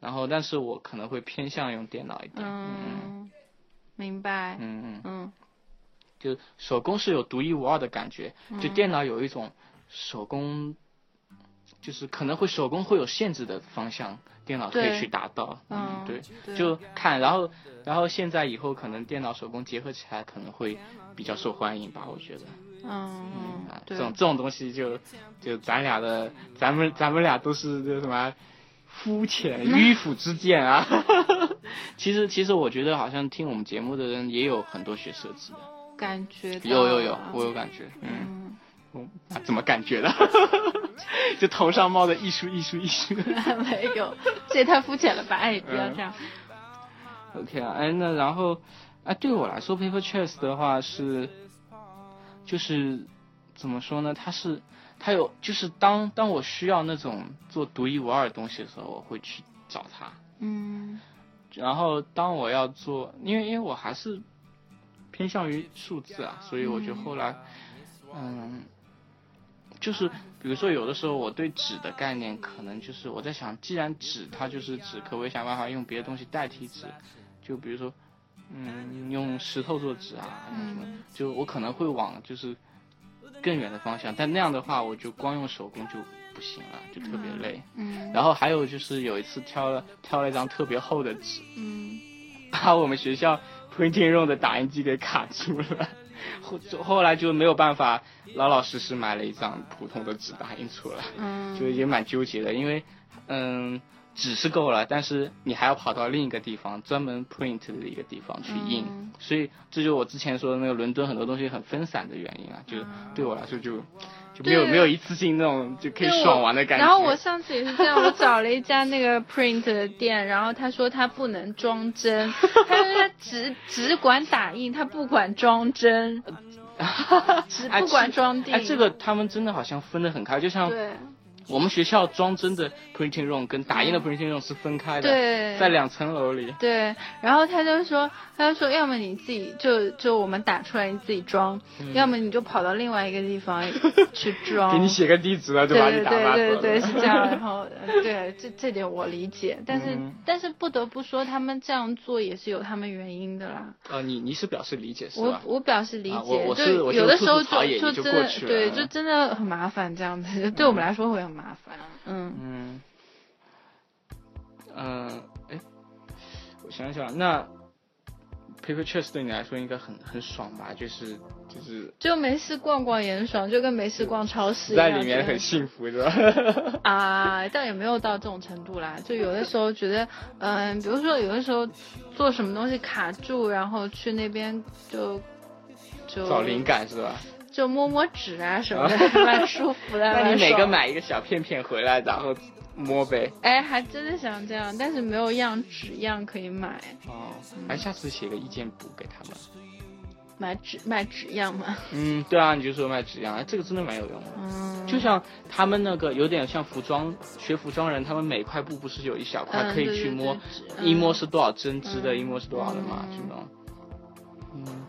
然后但是我可能会偏向用电脑一点，嗯
嗯，明白。
嗯嗯，
嗯，
就手工是有独一无二的感觉，
嗯
就电脑有一种手工，就是可能会手工会有限制的方向，电脑可以
对
去达到。
嗯
对，
对
就看，然后然后现在以后可能电脑手工结合起来，可能会比较受欢迎吧，我觉得。
嗯嗯
啊，，这
对，
种这种东西就就咱俩的，咱们咱们俩都是那什么肤浅迂腐之见啊。 (laughs) 其实其实我觉得好像听我们节目的人也有很多学设计的。
感觉到
有有有
了，
我有感觉，嗯，
嗯， (laughs)
我啊怎么感觉的？ (laughs) 就头上冒着艺术艺术艺术。
没有，这也太肤浅了吧？哎，不要这样。
OK 啊，哎，那然后，啊，对我来说，Paper Chase 的话是，就是怎么说呢？它是它有，就是当当我需要那种做独一无二的东西的时候，我会去找它。
嗯
然后当我要做，因为因为我还是偏向于数字啊，所以我就后来，嗯，就是比如说有的时候我对纸的概念，可能就是我在想，既然纸它就是纸，可不可以想办法用别的东西代替纸？就比如说，嗯，用石头做纸啊，用什么？
嗯
就我可能会往就是更远的方向，但那样的话，我就光用手工就不行了，就特别累。
嗯
然后还有就是有一次挑了挑了一张特别厚的纸。
嗯
把我们学校 (laughs) printing room 的打印机给卡住了， (laughs) 后后来就没有办法老老实实买了一张普通的纸打印出来，
嗯，
就也蛮纠结的，因为嗯纸是够了，但是你还要跑到另一个地方专门 print 的一个地方去印，
嗯
所以这就是我之前说的那个伦敦很多东西很分散的原因啊，就对我来说就就没有
嗯对
没有一次性那种就可以
对我
爽玩的感觉。
然后我上次也是这样，我找了一家那个 print 的店，然后他说他不能装帧，他说他只只管打印，他不管装帧，只
哎
不管
这
装订。
哎，这个他们真的好像分得很开，就像
对
我们学校装帧的 printing room 跟打印的 printing room 是分开的，
嗯对
在两层楼里。
对，然后他就说，他就说，要么你自己就就我们打出来你自己装，要么你就跑到另外一个地
(laughs)
方去装。
嗯给你写个地址了，
对
吧？
对
你打发
哦对
走
对对，
了
是这样。然后，呃对这这点我理解，但是、
嗯
但是不得不说，他们这样做也是有他们原因的啦。
呃，你你是表示理解是
我
吧？
我表示理解，
啊我我
就是
我
有的
就吐
时
吐
候
槽也
就
就
真
过
的
去了啊
对，就真的很麻烦这样子，对我们来说会很麻烦。嗯
嗯，嗯，哎，我想想，那 paper chase 对你来说应该很很爽吧？就是就是
就没事逛逛也很爽，就跟没事逛超市一样。
在里面
觉得
很幸福是吧？
啊，但也没有到这种程度啦。就有的时候觉得，嗯，比如说有的时候做什么东西卡住，然后去那边就
(laughs)
就
找灵，感是吧？
就摸摸纸啊什么的， (laughs) 蛮舒服的。
(laughs) 那
蛮
你每个
爽的？
买一个小片片回来，然后摸呗。
哎，还真的想这样，但是没有样纸样可以买，
哦，哎，下次写个意见簿给他们。
买纸买纸样嘛。
嗯，对啊，你就说卖纸样，哎这个真的蛮有用的。
嗯，
就像他们那个有点像服装学服装人，他们每块布不是有一小块
嗯
可以
对
去
对
摸
对，纸
一
嗯
摸是多少针织的，
嗯
一摸是多少的嘛，
嗯
这种。嗯，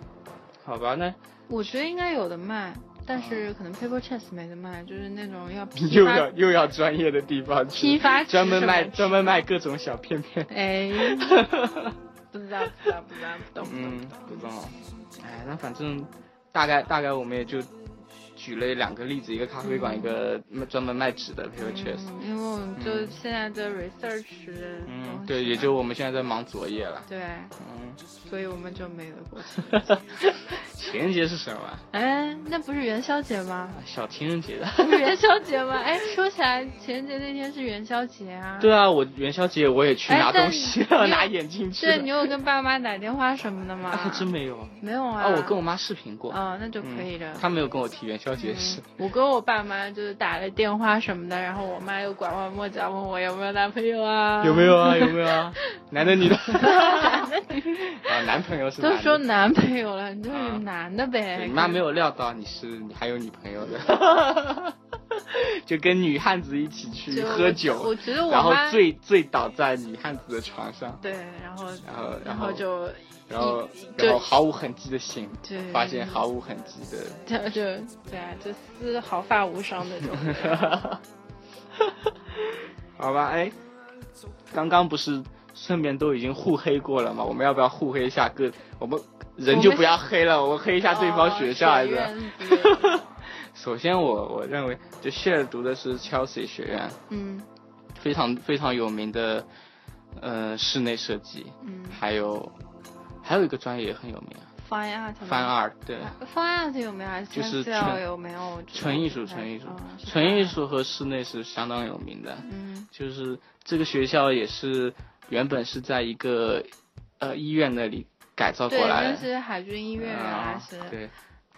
好吧，那
我觉得应该有的卖，但是
啊
可能 paper chase 没得卖，就是那种要批
又
发
要又要专业的地方去，
批发纸
专门
什么
卖
纸
专门卖各种小片
(laughs)
片。
哎，不知道，不知道，不知道，不懂，不懂。
嗯，不知道。哎，那反正大概大概我们也就举了两个例子，一个咖啡馆，一个专门卖纸的 paper chase。
嗯因为我们就现在的 research 的东西嘛
嗯，对，也就我们现在在忙作业了。
对， (laughs)
嗯，
所以我们就没了过去。
情人节是什么？
(laughs)
啊
哎，那不是元宵节吗？
小情人
(laughs)
节的。
不是元宵节 (laughs) 吗？哎，说起来，情人节那天是元宵节啊。
对啊，我元宵节我也去
哎
拿
但
东西
你
了，
有
拿眼镜去
对，你
了。
有跟爸妈打电话什么的吗？
啊，还真没有啊！
没有啊。
啊，我跟我妈视频过，
哦，那就
嗯
可以嗯了。
她没有跟我提元宵节的事。 (laughs)
我跟我爸妈就是打了电话什么的，然后我妈又拐弯抹角问我有没有男朋友啊， (laughs)
有没 (laughs) 有啊？有没有啊？
嗯
男的女的？啊，男朋友是
都
男
说
的。
男朋友了，你就
啊
是男的呗。
对你妈没有料到你是你还有女朋友的， (laughs) 就跟女汉子一起去
就
喝酒，
我觉得我
然后
妈
醉醉倒在女汉子的床上，
对，然后
然后
然
后
后就
然后
就
然后毫无痕迹的醒，
对
发现毫无痕迹的
就就对啊，就丝毫发无伤那种。
(laughs) 好吧，哎，刚刚不是顺便都已经互黑过了吗？我们要不要互黑一下各？我们人就不要黑了，我们黑一下对方学校还
哦
是？
院子
首先我，我认为，就谢尔读的是 Chelsea 学院，
嗯
非常非常有名的，呃，室内设计， (laughs)
嗯
还有还有一个专业也很有名啊
，fine art
，Fine Art，对。
fine art 有啊没有？还
就是
三四幺
纯
有没有？我知道
纯艺术，
不太
纯艺术
哦，是
纯艺
fine art
术和室内是相当有名的。
嗯
就是这个学校也是原本是在一个呃医院那里改造过
对，
来啊
那
的，
是海军啊医
医
院原来是。
对。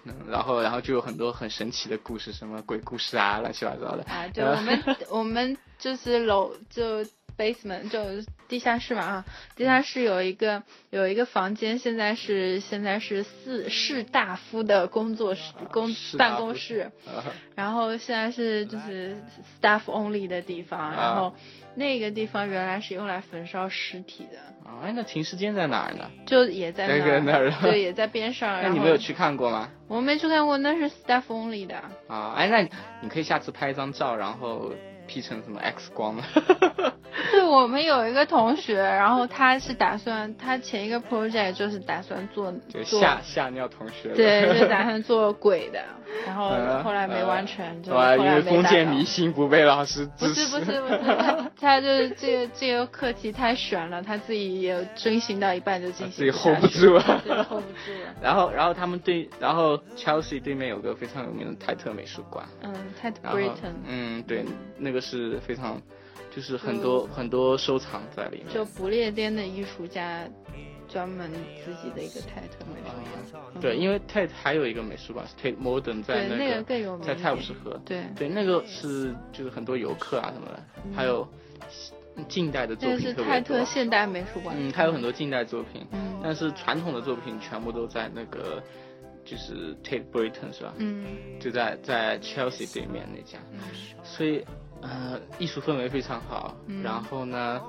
嗯然后，然后就有很多很神奇的故事，什么鬼故事啊，乱七八糟的。
啊，对，我们我们就是楼就 basement 就地下室嘛啊，
嗯
地下室有一个有一个房间，现在是现在是四士大夫的工作室工
士大夫
办公室，
啊
然后现在是就是
嗯
staff only 的地方，
啊
然后那个地方原来是用来焚烧尸体的，
啊，那停尸间在哪儿呢？
就也在那
在
儿，
那儿啊
对，也在边上。
那
然
你
后
没有去看过吗？
我没去看过，那是 staff only 的。
啊，哎，那你你可以下次拍一张照，然后 P 成什么 X 光吗？ (laughs)
对我们有一个同学，然后他是打算，他前一个 project 就是打算做
就
做，
吓吓尿同学。
对，
(laughs)
就打算做鬼的，然后
呃
后来没完成，就后
哇，
来
因为
没
封
达
建
到
迷信不被老师
不
支
是
持。
不是不
(laughs)
是，他他就是这个这个课题太悬了，他自己也进行到一半就进行
自己
下
hold 不
去
住
了
啊
对，hold 不住
(laughs)
了。
然后，然后他们对，然后 Chelsea 对面有个非常有名的泰特美术馆，
嗯，太
然后
Britain
嗯，对，那个是非常，就是很多、很多收藏在里面。
嗯就不列颠的艺术家专门自己的一个 title 美术馆，
嗯对，因为 Tate 还有一个美术馆是 Tate Modern，在
对
那
那个更有名
在
一
泰晤
点
士河，
对。
对，那个是就是很多游客啊什么的，还有近代的作
嗯那
品
是
特别多。
泰特现代美术馆。
嗯，它有很多近代作品，
嗯
但是传统的作品全部都在那个就是 Tate Britain 是吧？
嗯
就在在 Chelsea 对面那家，所以呃，艺术氛围非常好。然后呢，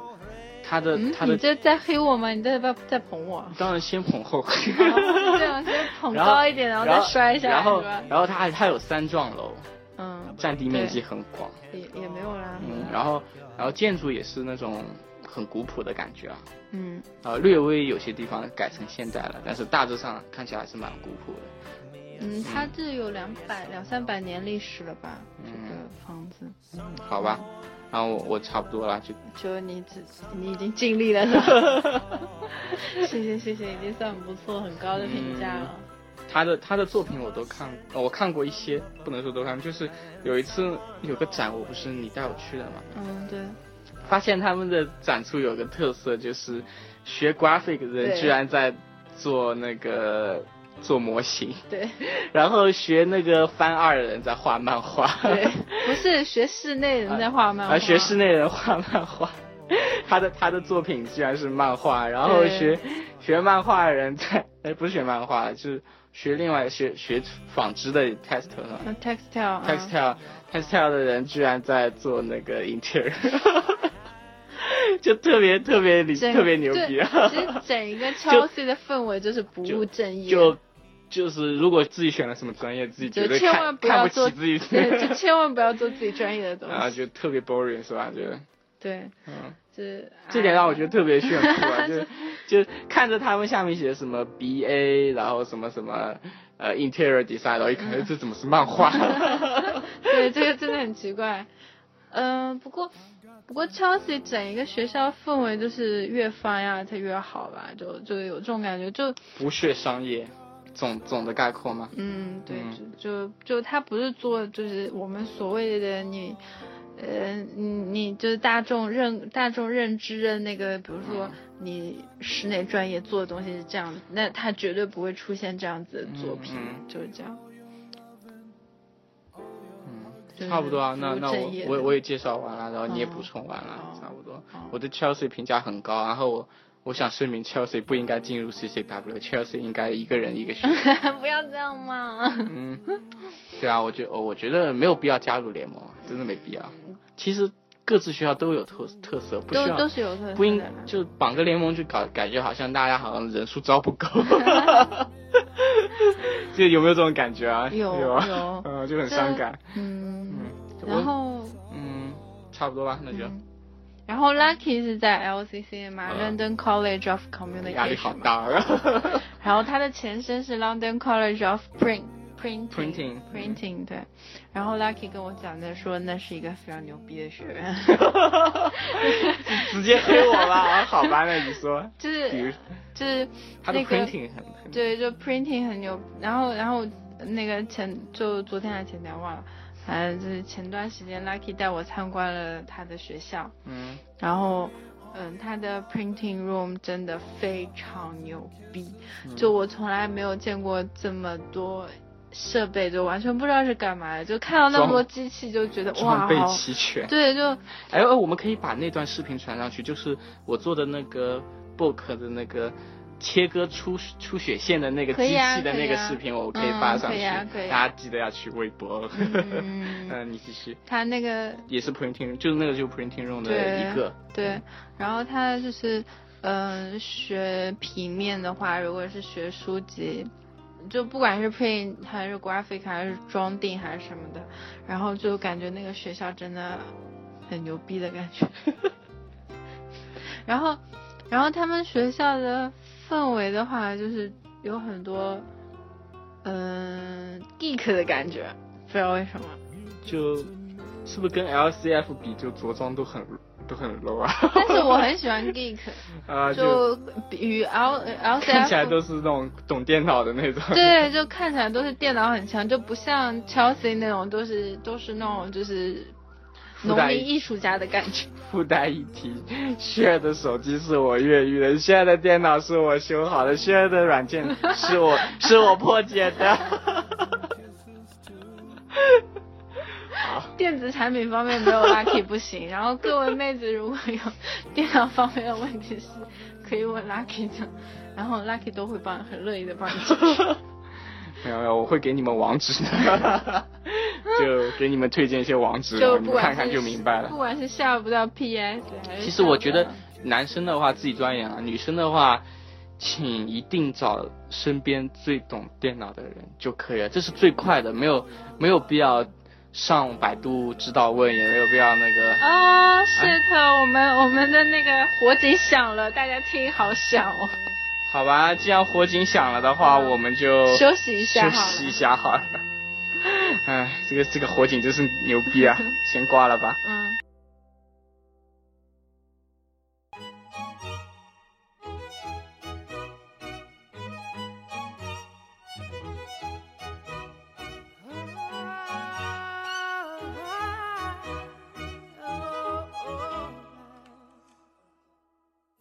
它的
嗯，
它
你
的
这在黑我吗？你在在在捧 (laughs) 我？哦
当然先捧后黑，
这样先捧
然后
高一 (laughs) 点，然后再摔下来
然后
是吧？
然后它还它有三幢楼，
嗯，
占地面积很广，
也也没有啦。
嗯，然后然后建筑也是那种很古朴的感觉啊。
嗯，
呃，略微有些地方改成现代了，但是大致上看起来还是蛮古朴的。
嗯，嗯它这有两百两三百年历史了吧？这个房子，
好吧，然后我我差不多了，就
就你只你已经尽力了是吧？ (laughs) 谢谢谢谢，已经算不错，很高的评价了。
他的他的作品我都看，呃我看过一些，不能说都看，就是有一次有个展，我不是你带我去的嘛，
嗯，对，
发现他们的展出有个特色，就是学 graphic 的人
对
居然在做那个做模型，
对
然后学那个翻二的人在画漫画，
对， (laughs) 不是学室内人在画漫画，
啊，学室内人画漫画，他的他的作品居然是漫画，然后
对
学学漫画的人在，哎，不是学漫画，就是学另外学学纺织的 test 嘛
嗯 textile 嗯
textile textile 的人居然在做那个 interior，就特别特别理
整
特别牛
对
逼啊！(laughs)
其实整一个 Chelsea 的氛围就是不务正业，
就就是如果自己选了什么专业，自己觉
就
得
千
看
万不
看
要
不
做
起自己，
对，
(laughs)
(laughs) 就千万不要哎做自己专业的东
然后
西，
就特别 boring 是吧？觉得。
对，
嗯，
这
(laughs) 这点让我觉得
得
特别炫酷啊！就
(laughs)
就看着他们下面写什么 B A，然后什么什么呃 interior design，然后一看、哎这怎么是漫画？ (laughs)
哎对这个真的很奇怪，嗯、不过。不过 Chelsea 整一个学校氛围就是越翻呀，它越好吧，就就有这种感觉，就
不屑商业，总总的概括吗？
嗯，对，
嗯
就就就他不是做就是我们所谓的你，呃，你你就是大众认大众认知的那个，比如说
嗯
你室内专业做的东西是这样子，那他绝对不会出现这样子的作品，
嗯嗯
就是这样。就是
嗯差不多啊，那
不务
那
正
我
业
我
的
我也介绍完了，然后你也
哦
补充完了，
哦
差不多
哦。
我对 Chelsea 评价很高，然后我我想声明 Chelsea 不应该进入 CCW，Chelsea 应该一个人一个学。
(laughs) 不要这样嘛。
嗯，对啊，我觉我我觉得没有必要加入联盟，真的没必要。其实各自学校都有特特色，不需
都
要
都是有特色的嗯
不应
啦
就绑个联盟就搞，感觉好像大家好像人数招不
(laughs)
够， (laughs) 就有没有这种感觉啊？
有
啊
有
(laughs) 嗯，就很伤感。
嗯，
嗯，
然
我
后
嗯，差不多吧，那就 (laughs)
嗯然后 Lucky 是在 LCC 嘛、
嗯
l o n d o n College of Communication
压力好
嘛
大
(laughs)
啊。
然后它的前身是 London College of Print Printing
Printing，嗯
Printing 对。然后 Lucky 跟我讲的说，那是一个非常牛逼的学院，
直接黑我吧，啊好吧，那你说，
(laughs) 就
比如
是就是
他的
那个
printing 很很
对，就 Printing 很牛。然后然后那个前就昨天还是前天忘了，反正就是前段时间 Lucky 带我参观了他的学校，
嗯。
然后，嗯，它的 printing room 真
嗯
的非常牛逼，就我从来没有见过这么多设备就完全不知道是干嘛的，就看到那么多机器就觉得哇
装备
好，
齐全。
对，就
哎，呃我们可以把那段视频传上去，就是我做的那个 book 的那个切割出出血线的那个
可
机
以啊
器的那个视频，我可以发上
嗯可以
去，
啊可以啊
大家记得要去微博。(laughs)
嗯
嗯，你继续，
他那个
也是 printing，就是那个就是 printing room 的
对
一个，
对，然后他就是，嗯、学平面的话，如果是学书籍，就不管是 print 还是 graphic 还是装订还是什么的，然后就感觉那个学校真的很牛逼的感觉。 (laughs) 然后，然后他们学校的氛围的话，就是有很多，嗯、geek 的感觉，不知道为什么。
就是不是跟 LCF 比，就着装都很都很 low 啊， (laughs)
但是我很喜欢 geek，
啊就
就与 L L C
看
F
起来都是那种懂电脑的那种。
对，就看起来都是电脑很强，就不像 Chelsea 那种，都是都是那种就是
附
农
带
民艺术家的感觉。
(laughs) 附带一提，雪儿的手机是我越狱的，雪儿的电脑是我修好的，雪儿的软件 (laughs) 是我是我破解的。 (laughs)
电子产品方面没有 Lucky 不行，然后各位妹子如果有电脑方面的问题是可以问 Lucky 的，然后 Lucky 都会帮，很乐意的帮你
(laughs)
解决。
没有没有，我会给你们网址的， (laughs) 就给你们推荐一些网址，
就
你
不
们嗯
管
看看
是
就明白了
不。管是下不到 PS 还是
其实我觉得
下不到
男生的话自己钻研啊，女生的话，请一定找身边最懂电脑的人就可以了，这是最快的，没有没有必要上百度知道问，也没有必要那个。
啊、是的，我们我们的那个火警响了，大家听好响哦。
好吧，既然火警响了的话，我们就
啊休息一下好了
休息一下好了。 (laughs) 哎，这个这个火警真是牛逼
(laughs)
啊！先挂了吧。
嗯。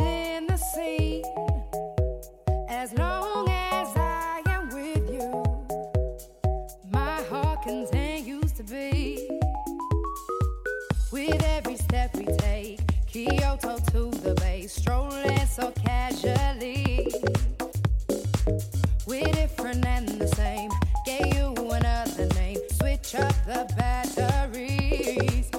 in the sea. As long as I am with you, my heart continues to be. With every step we take, Kyoto to the bay, strolling so casually. We're different and the same. Gave you another name, switch up the batteries.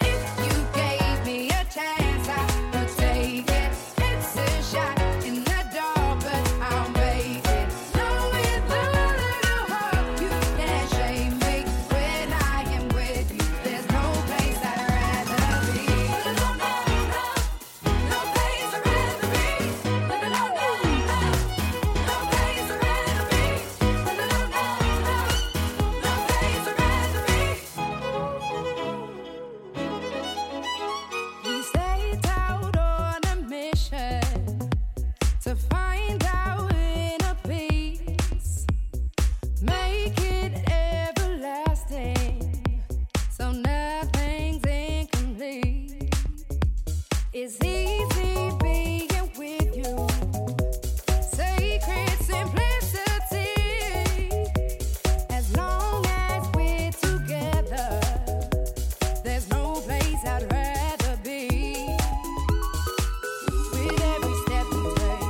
If you gave me a chance, I would take it. It's a shot in the dark, but I'll make it. Knowing the little hope you can shame me when I am with you. There's no place I'd rather be. No, no, no, no place I'd rather be. No, no, no, no place I'd rather be. No, no, no, no place I'd rather be. We set out on a mission to find out inner peace, make it everlasting, so nothing's incomplete. It's easy being with you, sacred simplicity. As long as we're together. There's no place I'd rather be. With every step we take,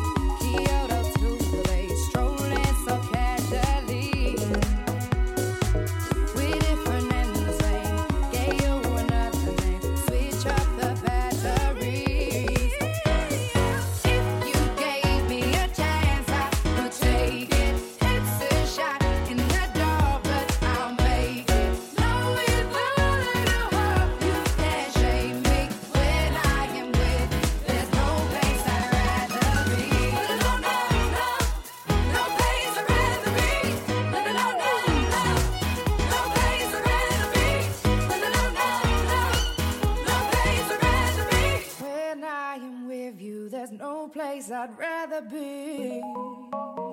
place I'd rather be.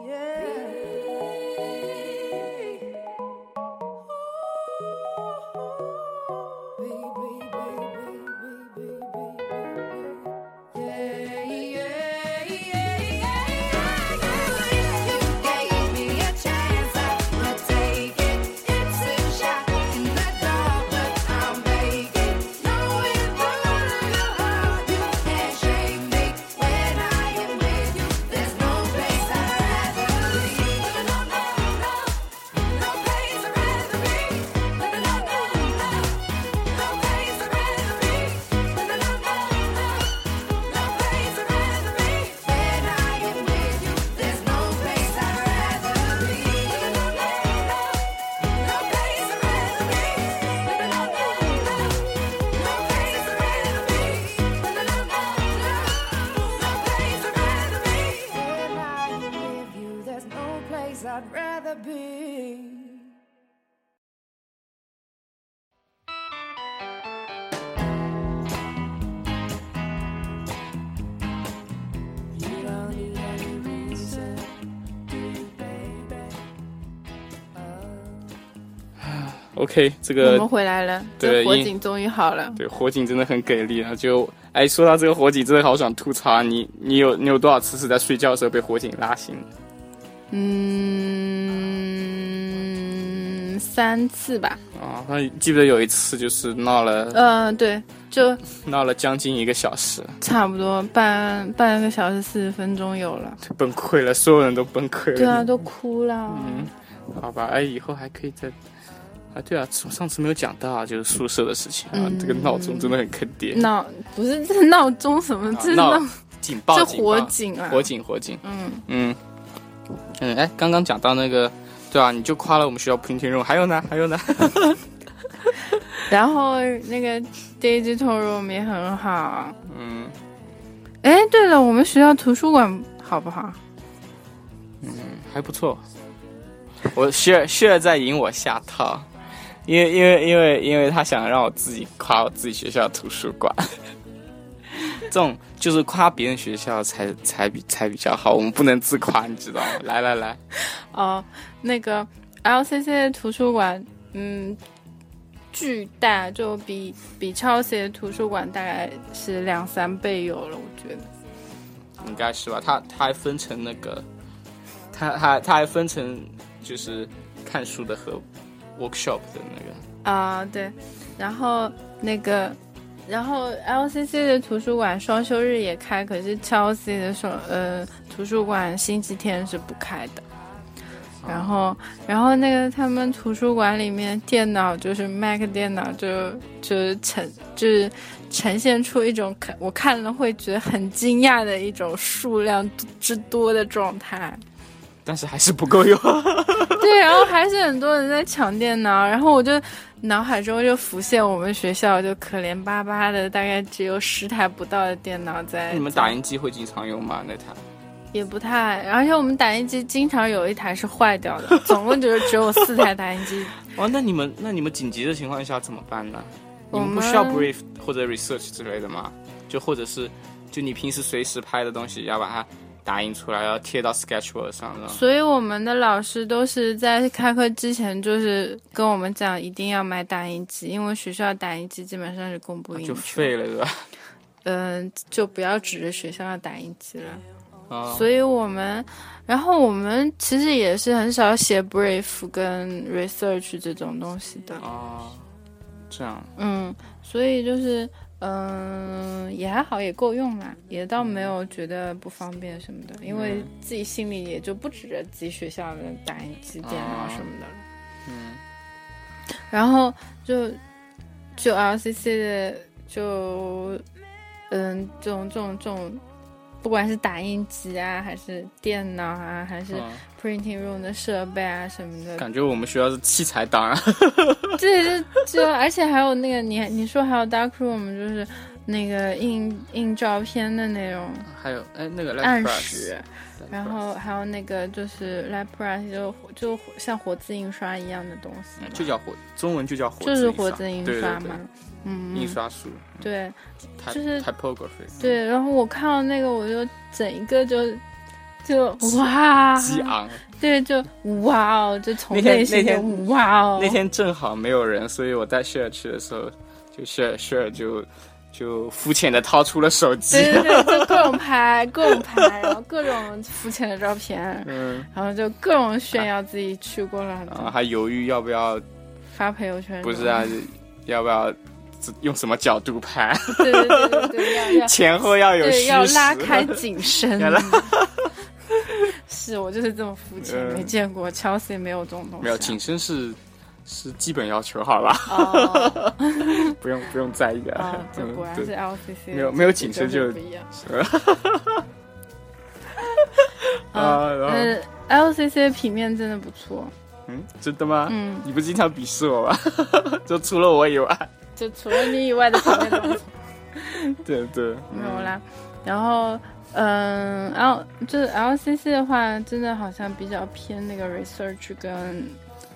Yeah. Be, be, be, be, be, be, be, be, be. Yeah, yeah, yeah, yeah, yeah. You gave me a chance, I would take it. It's a shot in the dark, but I'll make it. Knowing that your heart, you can't shake me when I am with you. There's no place I'd rather be. No, no, no, no place I'd rather be. No, no, no, no place I'd rather be. No, no, no, no. No place I'd rather be when I am with you. There's no place I'd rather be. No, no, no, no place I'd rather be. No, no, no, no, no place I'd rather be. No, no, no, no, no place I'd rather be when I am with you. There's no place I'd rather be.
？OK，这
我
个
们回来了，
呃对
这火
因
警终于好了。
对火警真的很给力啊！就哎，说到这个火警，真的好想吐槽啊你，你有你有多少次是在睡觉的时候被火警拉醒？
嗯，三次吧。
啊，那记不得有一次就是闹了、
嗯、对，就
闹了将近一个小时，
差不多半半个小时四十分钟有了。
崩溃了，所有人都崩溃了。
对啊，都哭了。
嗯好吧，哎，以后还可以再。啊，对啊，从上次没有讲到啊，就是宿舍的事情啊，
嗯
这个闹钟真的很坑爹。
闹不是这闹钟什么，
啊
这是
闹
闹
警报，
这
警报
火警啊
火警，火警。
嗯
嗯嗯，哎，刚刚讲到那个，对啊，你就夸了我们学校不听天用，还有呢，还有呢，
然后那个 digital room 也很好。
嗯，
哎，对了，我们学校图书馆好不好？
还不错。我雪雪在引我下套，因为因为因为因为他想让我自己夸我自己学校的图书馆， (laughs) 这种就是夸别人学校才才比才比较好，我们不能自夸，你知道吗？来来来，
哦，那个 LCC 的图书馆，嗯，巨大，就比比 Chelsea 的图书馆大概是两三倍有了，我觉得。
应该是吧？他他还分成那个，他他他还分成就是看书的和 workshop 的那个。
啊、对，然后那个，然后 LCC 的图书馆双休日也开，可是 Chelsea 的双呃图书馆星期天是不开的。然后，然后那个他们图书馆里面电脑就是 Mac 电脑就，就是呈就是呈现出一种看我看了会觉得很惊讶的一种数量之多的状态。
但是还是不够用。
对，然后还是很多人在抢电脑，然后我就脑海中就浮现我们学校就可怜巴巴的，大概只有十台不到的电脑在。
你们打印机会经常用吗？那台？
也不太，而且我们打印机经常有一台是坏掉的，总共就是只有四台打印机。 (laughs)
哦，那你们那你们紧急的情况下怎么办呢？你
我
们不需要
们
brief 或者 research 之类的吗？就或者是就你平时随时拍的东西，要把它打印出来，要贴到 Sketchbook 上，然后
所以我们的老师都是在开课之前就是跟我们讲一定要买打印机，因为学校打印机基本上是供不应
啊就
求。
废了，对吧？
嗯、就不要指着学校的打印机了。
啊、
所以我们，然后我们其实也是很少写 brief 跟 research 这种东西的，
哦，这样。
嗯，所以就是，嗯、也还好，也够用啦，也倒没有觉得不方便什么的，因为自己心里也就不指着自己学校的打印机、电脑什么的了，嗯，然后就就 LCC 的就，嗯，这种这种这种。不管是打印机啊，还是电脑啊，还是
嗯
printing room 的设备啊什么的，
感觉我们学校是器材党啊， (laughs)
这这这，而且还有那个你你说还有 dark room，就是那个印印照片的那种
还有哎那个 Life
暗
Plus，
识，
Life
然
Plus
后还有那个就是 Lepra，就就像活字印刷一样的东西嘛，
嗯就叫活，中文就叫活字
就
印刷，
是嗯活字印
对对
刷
对
嘛，嗯，
印
嗯
刷术，
对
它
就是
typography，
对，然后我看到那个我就整一个就就哇，
激昂。
对，就哇哦，就从
那天
内心
那
的
天
哇哦，
那天正好没有人，所以我带雪儿去的时候，就雪儿雪儿就就肤浅的掏出了手机，
对对对，就各种拍，各种拍，然后各种肤浅的照片，
嗯，
然后就各种炫
啊
耀自己去过了，
然后还犹豫要不要，
发朋友圈。
啊不是啊，
嗯
要不要用什么角度拍，
对对对对对，要要
前后 (laughs) 要有
对
虚
要
实
拉开景深
要拉。
是我就是这么肤浅，
嗯
没见过 Chelsea 没有这种东西啊。
没有紧身是是基本要求，好吧，
哦，
(laughs) 不用不用在意
哦
啊，
这
嗯
果然
对 (laughs)
是 LCC 的。
没有没有紧身
就
就
不一样。
啊，然后
嗯，LCC 平面真的不错，
嗯，真的吗？
嗯，
你不经常鄙视我吗？ (laughs) 就除了我以外，
就除了你以外的平面都不错。
对对，
没有啦。然后，嗯，L 就是 LCC 的话，真的好像比较偏那个 research 跟，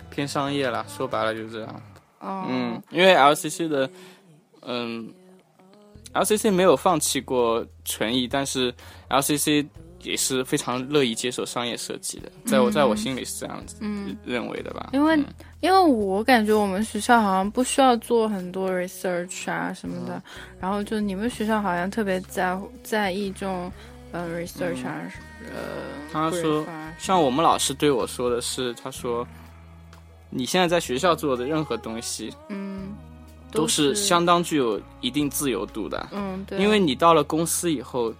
偏商业啦，说白了就是这样。
哦、
嗯，，因为 LCC 的，嗯，LCC 没有放弃过纯艺，但是 LCC 也是非常乐意接受商业设计的，在我、在我心里是这样子
嗯
认为的吧。
因为
嗯
因为我感觉我们学校好像不需要做很多 research 啊什么的，
嗯
然后就你们学校好像特别在乎在意这种，嗯，research 啊，呃，
嗯他说
brief 啊
像我们老师对我说的是，他说你现在在学校做的任何东西
嗯，
都
是
是相当具有一定自由度的，
嗯，对，
因为你到了公司以后，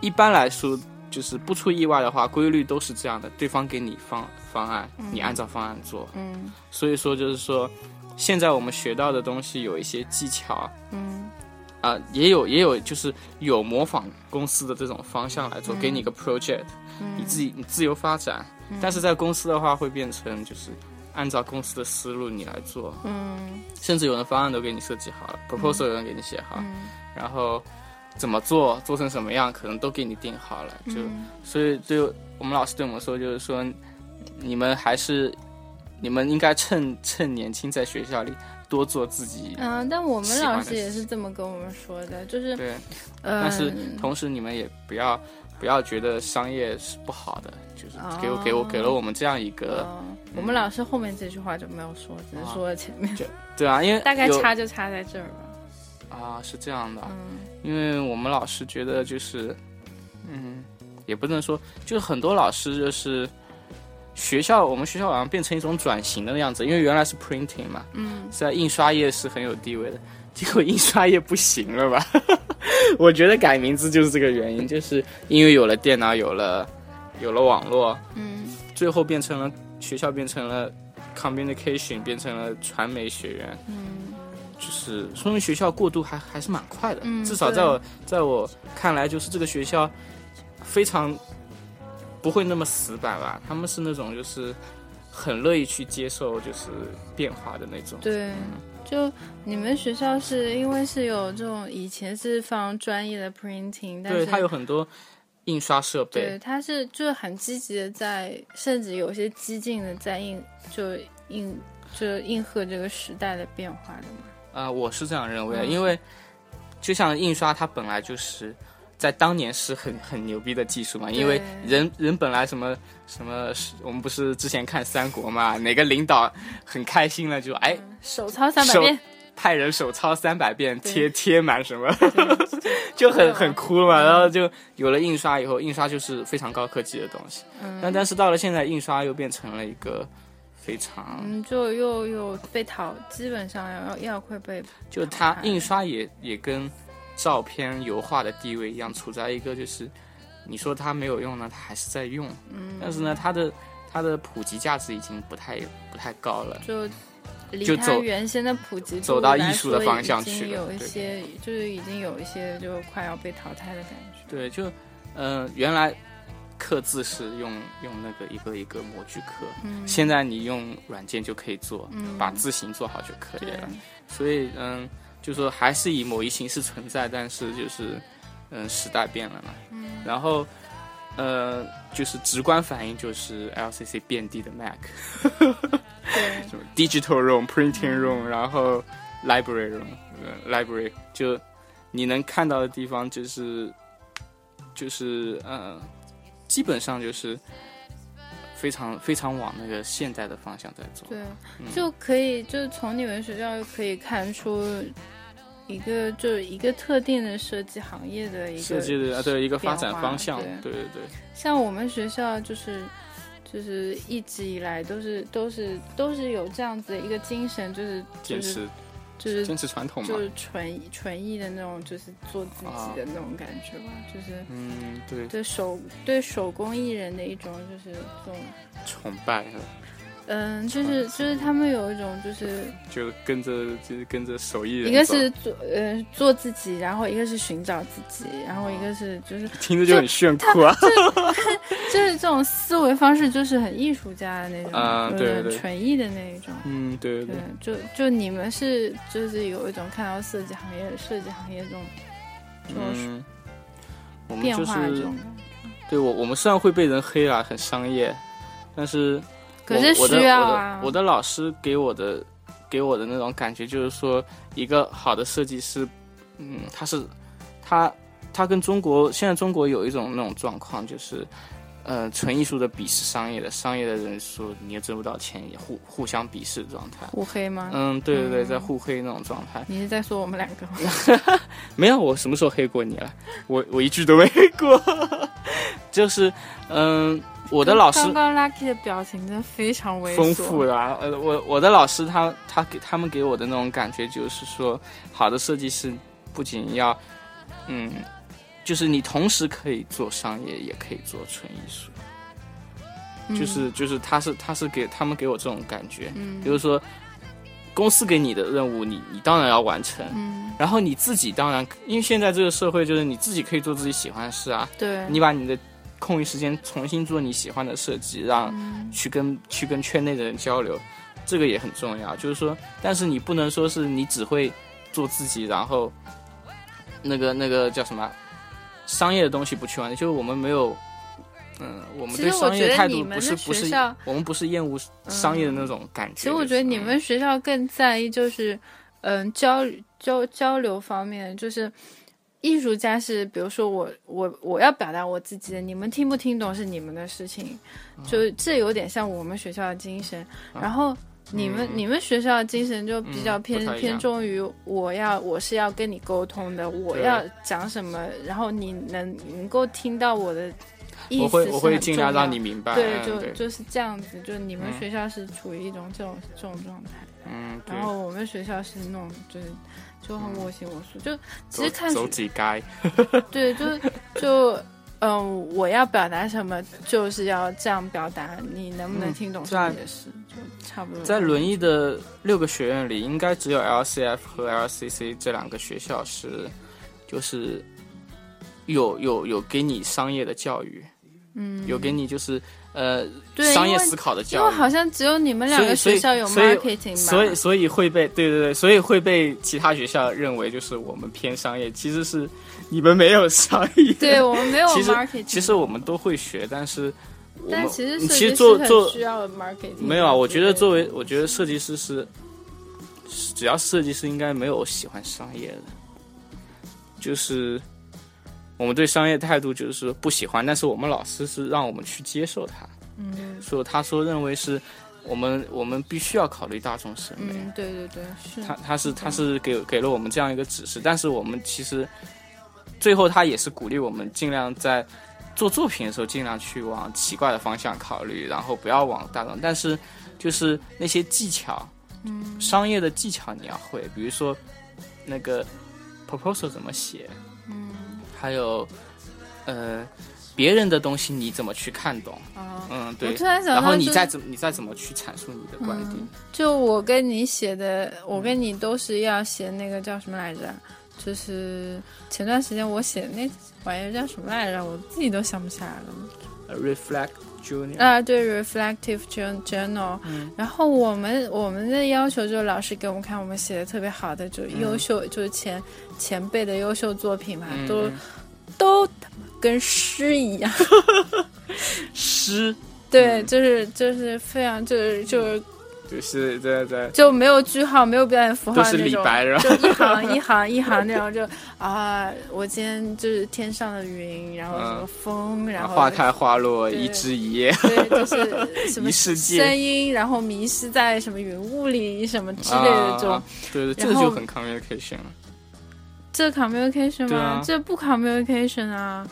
一般来说就是不出意外的话，规律都是这样的，对方给你方方案，你按照方案做。
嗯
所以说就是说，现在我们学到的东西有一些技巧啊、
嗯
也有也有就是有模仿公司的这种方向来
嗯
做，给你一个 project，、你自己你自由发展。但是在公司的话，会变成就是按照公司的思路你来做，
嗯
甚至有人方案都给你设计好了，proposal 有人给你写好，
嗯
然后怎么做，做成什么样，可能都给你定好了。
嗯
就、所以就我们老师对我们说，就是说你们还是你们应该趁趁年轻在学校里多做自己。
嗯、但我们
喜欢
老
的
师也是这么跟我们说的，就是
对，
嗯，
但是同时你们也不要不要觉得商业是不好的，就是
哦
给我、给我给了我们这样一个、
嗯，我们老师后面这句话就没有说，只是说了前
(laughs)
面，
对啊，因为
大概
有
差就差在这儿吧。
啊是这样的啊，
嗯
因为我们老师觉得就是，嗯，也不能说，就是很多老师就是学校，我们学校好像变成一种转型的样子，因为原来是 printing 嘛，
嗯，
在印刷业是很有地位的，结果印刷业不行了吧？ (laughs) 我觉得改名字就是这个原因，就是因为有了电脑，有了有了网络，
嗯
最后变成了学校变成了 communication，变成了传媒学院，
嗯
就是说明学校过渡还还是蛮快的，
嗯
至少在我在我看来，就是这个学校非常不会那么死板吧，他们是那种就是很乐意去接受就是变化的那种，
对，嗯就你们学校是因为是有这种以前是放专业的 printing，但
对，
是
它有很多印刷设
对
备，
它是就是很积极的在，甚至有些激进的在应就应就应和这个时代的变化的嘛。
啊、我是这样认为的，
嗯
因为就像印刷，它本来就是。在当年是很很牛逼的技术嘛，因为人人本来什么什么，我们不是之前看三国嘛，哪个领导很开心了就哎
手抄三百
手
遍，
派人手抄三百遍，
对
贴贴满什么， (laughs) 就很很酷嘛。然后就有了印刷以后，印刷就是非常高科技的东西。但但是到了现在，印刷又变成了一个非常，
嗯，就又又被淘，基本上要要会被
就它印刷也也跟照片、油画的地位一样，处在一个就是你说它没有用呢，它还是在用。嗯，但是呢，它的它的普及价值已经不太不太高了。
就离
就
它
走
原先的普及度
走到
来
艺术的
说
方
已
向
经
去了
有一
对
些就是已经有一些就快要被淘汰的感
(laughs)
觉。
对，就嗯、呃原来刻字是用用那个一个一个模具刻，现在你用软件就可以做，把字形做好就可以了。所以嗯、就说还是以某一形式存在，但是就是嗯时代变了嘛。然后呃就是直观反应就是 LCC 遍地的 Mac， (laughs)
对，
什么 digital room、printing room，然后 library room、呃、library 就你能看到的地方就是就是呃，基本上就是非常非常往那个现代的方向在走。
对，
嗯
就可以，就是从你们学校就可以看出一个，就是一个特定的设计行业的一个
设计的啊，对一个发展
变化
方向，
对
对对对，
像我们学校就是就是一直以来都是都是都是有这样子的一个精神，就是
坚
就
持
是就是
坚持传统嘛啊
就，是纯纯艺的那种，就是做自己的那种感觉吧，就是
嗯，对，
对手对手工艺人的一种就是这种。
崇拜，
嗯，就是就是他们有一种就是
就跟着就是跟着手艺人走，
一个是做呃做自己，然后一个是寻找自己，然后一
啊
个是就是
听着就很炫酷啊，
就是这种思维方式，就是很艺术家的那种，
啊
就是
对对对
很纯艺的那一种。
嗯，对对
对，就就你们是就是有一种看到设计行业设计行业这种
对，
这种
嗯，我们
变
嗯就
化这
是
种，
对我我们虽然会被人黑啦，很商业，但是
可是
我我的
需要
我
啊
的。我的老师给我的给我的那种感觉就是说，一个好的设计师，嗯，他是他他跟中国现在中国有一种那种状况，就是呃，纯艺术的鄙视商业的，商业的人说你也挣不到钱，也互互相鄙视的状态。
互黑吗？
嗯，对对对，在互黑那种状态。
你是在说我们两个吗？
没有，我什么时候黑过你了？我我一句都没黑过。 (laughs) 就是，嗯，我的老师
刚刚 Lucky 的表情真的非常猥琐，
丰富的、啊。呃，我我的老师他他给他们给我的那种感觉就是说，好的设计师不仅要，嗯，就是你同时可以做商业，也可以做纯艺术。
嗯
就是就是他是他是给他们给我这种感觉，
嗯
比如说公司给你的任务，你你当然要完成。
嗯，
然后你自己当然，因为现在这个社会就是你自己可以做自己喜欢的事啊，
对，
你把你的空余时间重新做你喜欢的设计，让
嗯
去跟去跟圈内的人交流，这个也很重要。就是说，但是你不能说是你只会做自己，然后那个那个叫什么商业的东西不去玩，就是我们没有。嗯，我们
其
对
实我
商
觉
业
得
态
你
度
们
不是
的
不
学
是
校，嗯
我们不是厌恶商业的那种感觉。
其实我觉得你
嗯
们学校更在意就是，嗯，交交交流方面，就是艺术家是，比如说我我我要表达我自己的，你们听不听懂是你们的事情，
嗯
就这有点像我们学校的精神。然后你们、你们学校的精神就比较
嗯
偏
不太一样
偏重于我要我是要跟你沟通的，我
对
要讲什么，然后你能能够听到我的意思
我会
是
我会
很
尽
重
量
要
让你明白。
对，就
对
就是这样子，就你们
嗯
学校是处于一种这种这种状态，
嗯，对嗯
然，后我们学校是那种就是就很我行我素，就其
走
实看
走
学
几街，
对就就嗯、我要表达什么就是要这样表达，你能不能
嗯
听懂是
在
你的事，就差不多。
在轮椅的六个学院里，应该只有 LCF 和 LCC 这两个学校是，就是有有有给你商业的教育，
嗯，
有给你就是呃
对
商业
因为
思考的
因为
教育。
好像只有你们两个
所以
学校有
所以
marketing 吧，
所以所以会被对对对，所以会被其他学校认为就是我们偏商业，其实是你们没有商业。
对我们没有
其实
marketing，
其实我们都会学，但是我们
但其实
其
设计
实
师
做
很
做
需要 marketing，
没有啊，我觉
之类
得
的
作为我觉得设计师是，是只要设计师应该没有喜欢商业的，就是我们对商业态度就是不喜欢，但是我们老师是让我们去接受它，
嗯
说他说认为是我们我们必须要考虑大众审美，
嗯，对对对，是
他他是他是给给了我们这样一个指示，但是我们其实最后他也是鼓励我们尽量在做作品的时候尽量去往奇怪的方向考虑，然后不要往大众。但是就是那些技巧，嗯，商业的技巧你要会，比如说那个 proposal 怎么写，嗯，还有呃别人的东西你怎么去看懂，
啊。
嗯，
我
对
突。然想到、就是，嗯
然后你再怎么你再怎么去阐述你的观点，
就我跟你写的，我
嗯
跟你都是要写那个叫什么来着？就是前段时间我写的那玩意儿叫什么来着？我自己都想不起来了。
呃 reflect Junior，
啊，对，reflective jour- journal，、然
嗯
后我们我们的要求就是老师给我们看我们写的特别好的，就是
嗯
优秀，就是前前辈的优秀作品嘛，
嗯
都都他妈跟诗一样， (laughs)
诗嗯
对，就是就是非常就是就是
就是在在
就没有句号，没有标点符号
都
那
是
种，
李白是吧？
就一行一
(laughs)
行一行那种，就啊，我今天就是天上的云，然后什么
嗯
风，然后
花开花落
对
一枝一叶，(laughs)
对，就是什么
一世界
声音，然后迷失在什么云雾里，什么之类的这种。
啊对对，这
然
个就
后
很 communication 了。
这 communication
对
吗？
啊
这不 communication 啊，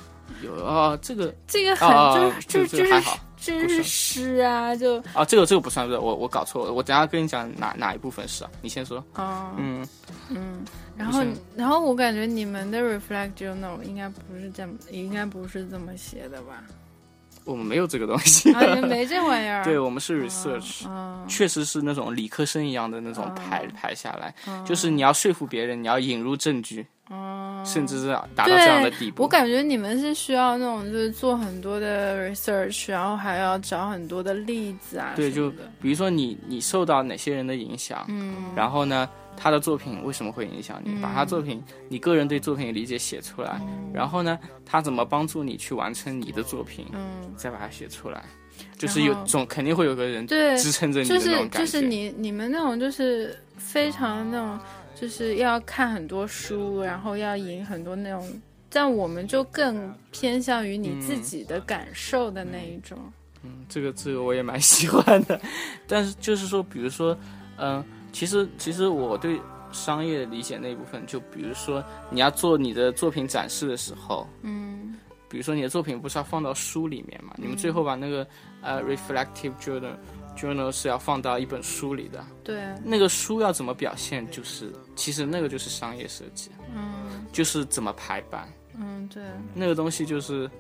有啊，这
(laughs)
个
这个很、
啊
就
这
是就
这还
是
好
这
不
是
是
诗啊，就
啊，这个这个不算，不是我我搞错了，我等一下跟你讲哪哪一部分是啊，你先说。
啊嗯
嗯，
然后
你先
然后我感觉你们的 reflect journal 应该不是这么，应该不是这么写的吧？
我们没有这个东西，
啊，你们没这玩意
(laughs)
儿。
对我们是 research，、
嗯，
确实是那种理科生一样的那
啊
种排、排下来，
嗯
就是你要说服别人，你要引入证据，
嗯
甚至是达到
对
这样的地步。
我感觉你们是需要那种就是做很多的 research，然后还要找很多的例子啊什么
对，
的。
就比如说你你受到哪些人的影响，
嗯，
然后呢，他的作品为什么会影响你？把他作品你个人对作品的理解写出来，然后呢，他怎么帮助你去完成你的作品，
嗯，
再把它写出来，就是有
然后
总肯定会有个人
对
支撑着你的
就
那
是
种感觉。
就是你你们那种就是非常那种就是要看很多书，然后要引很多那种，但我们就更偏向于你自己的感受的那一种。
嗯，这个这个我也蛮 (laughs) 喜欢的，但是就是说，比如说，嗯、其实其实我对商业理解那一部分，就比如说你要做你的作品展示的时候，
嗯
比如说你的作品不是要放到书里面嘛？你们最后把那个呃 reflective journal journal 是要放到一本书里的，
对，
那个书要怎么表现，就是其实那个就是商业设计，
嗯
就是怎么排版，
嗯，对，
那个东西就是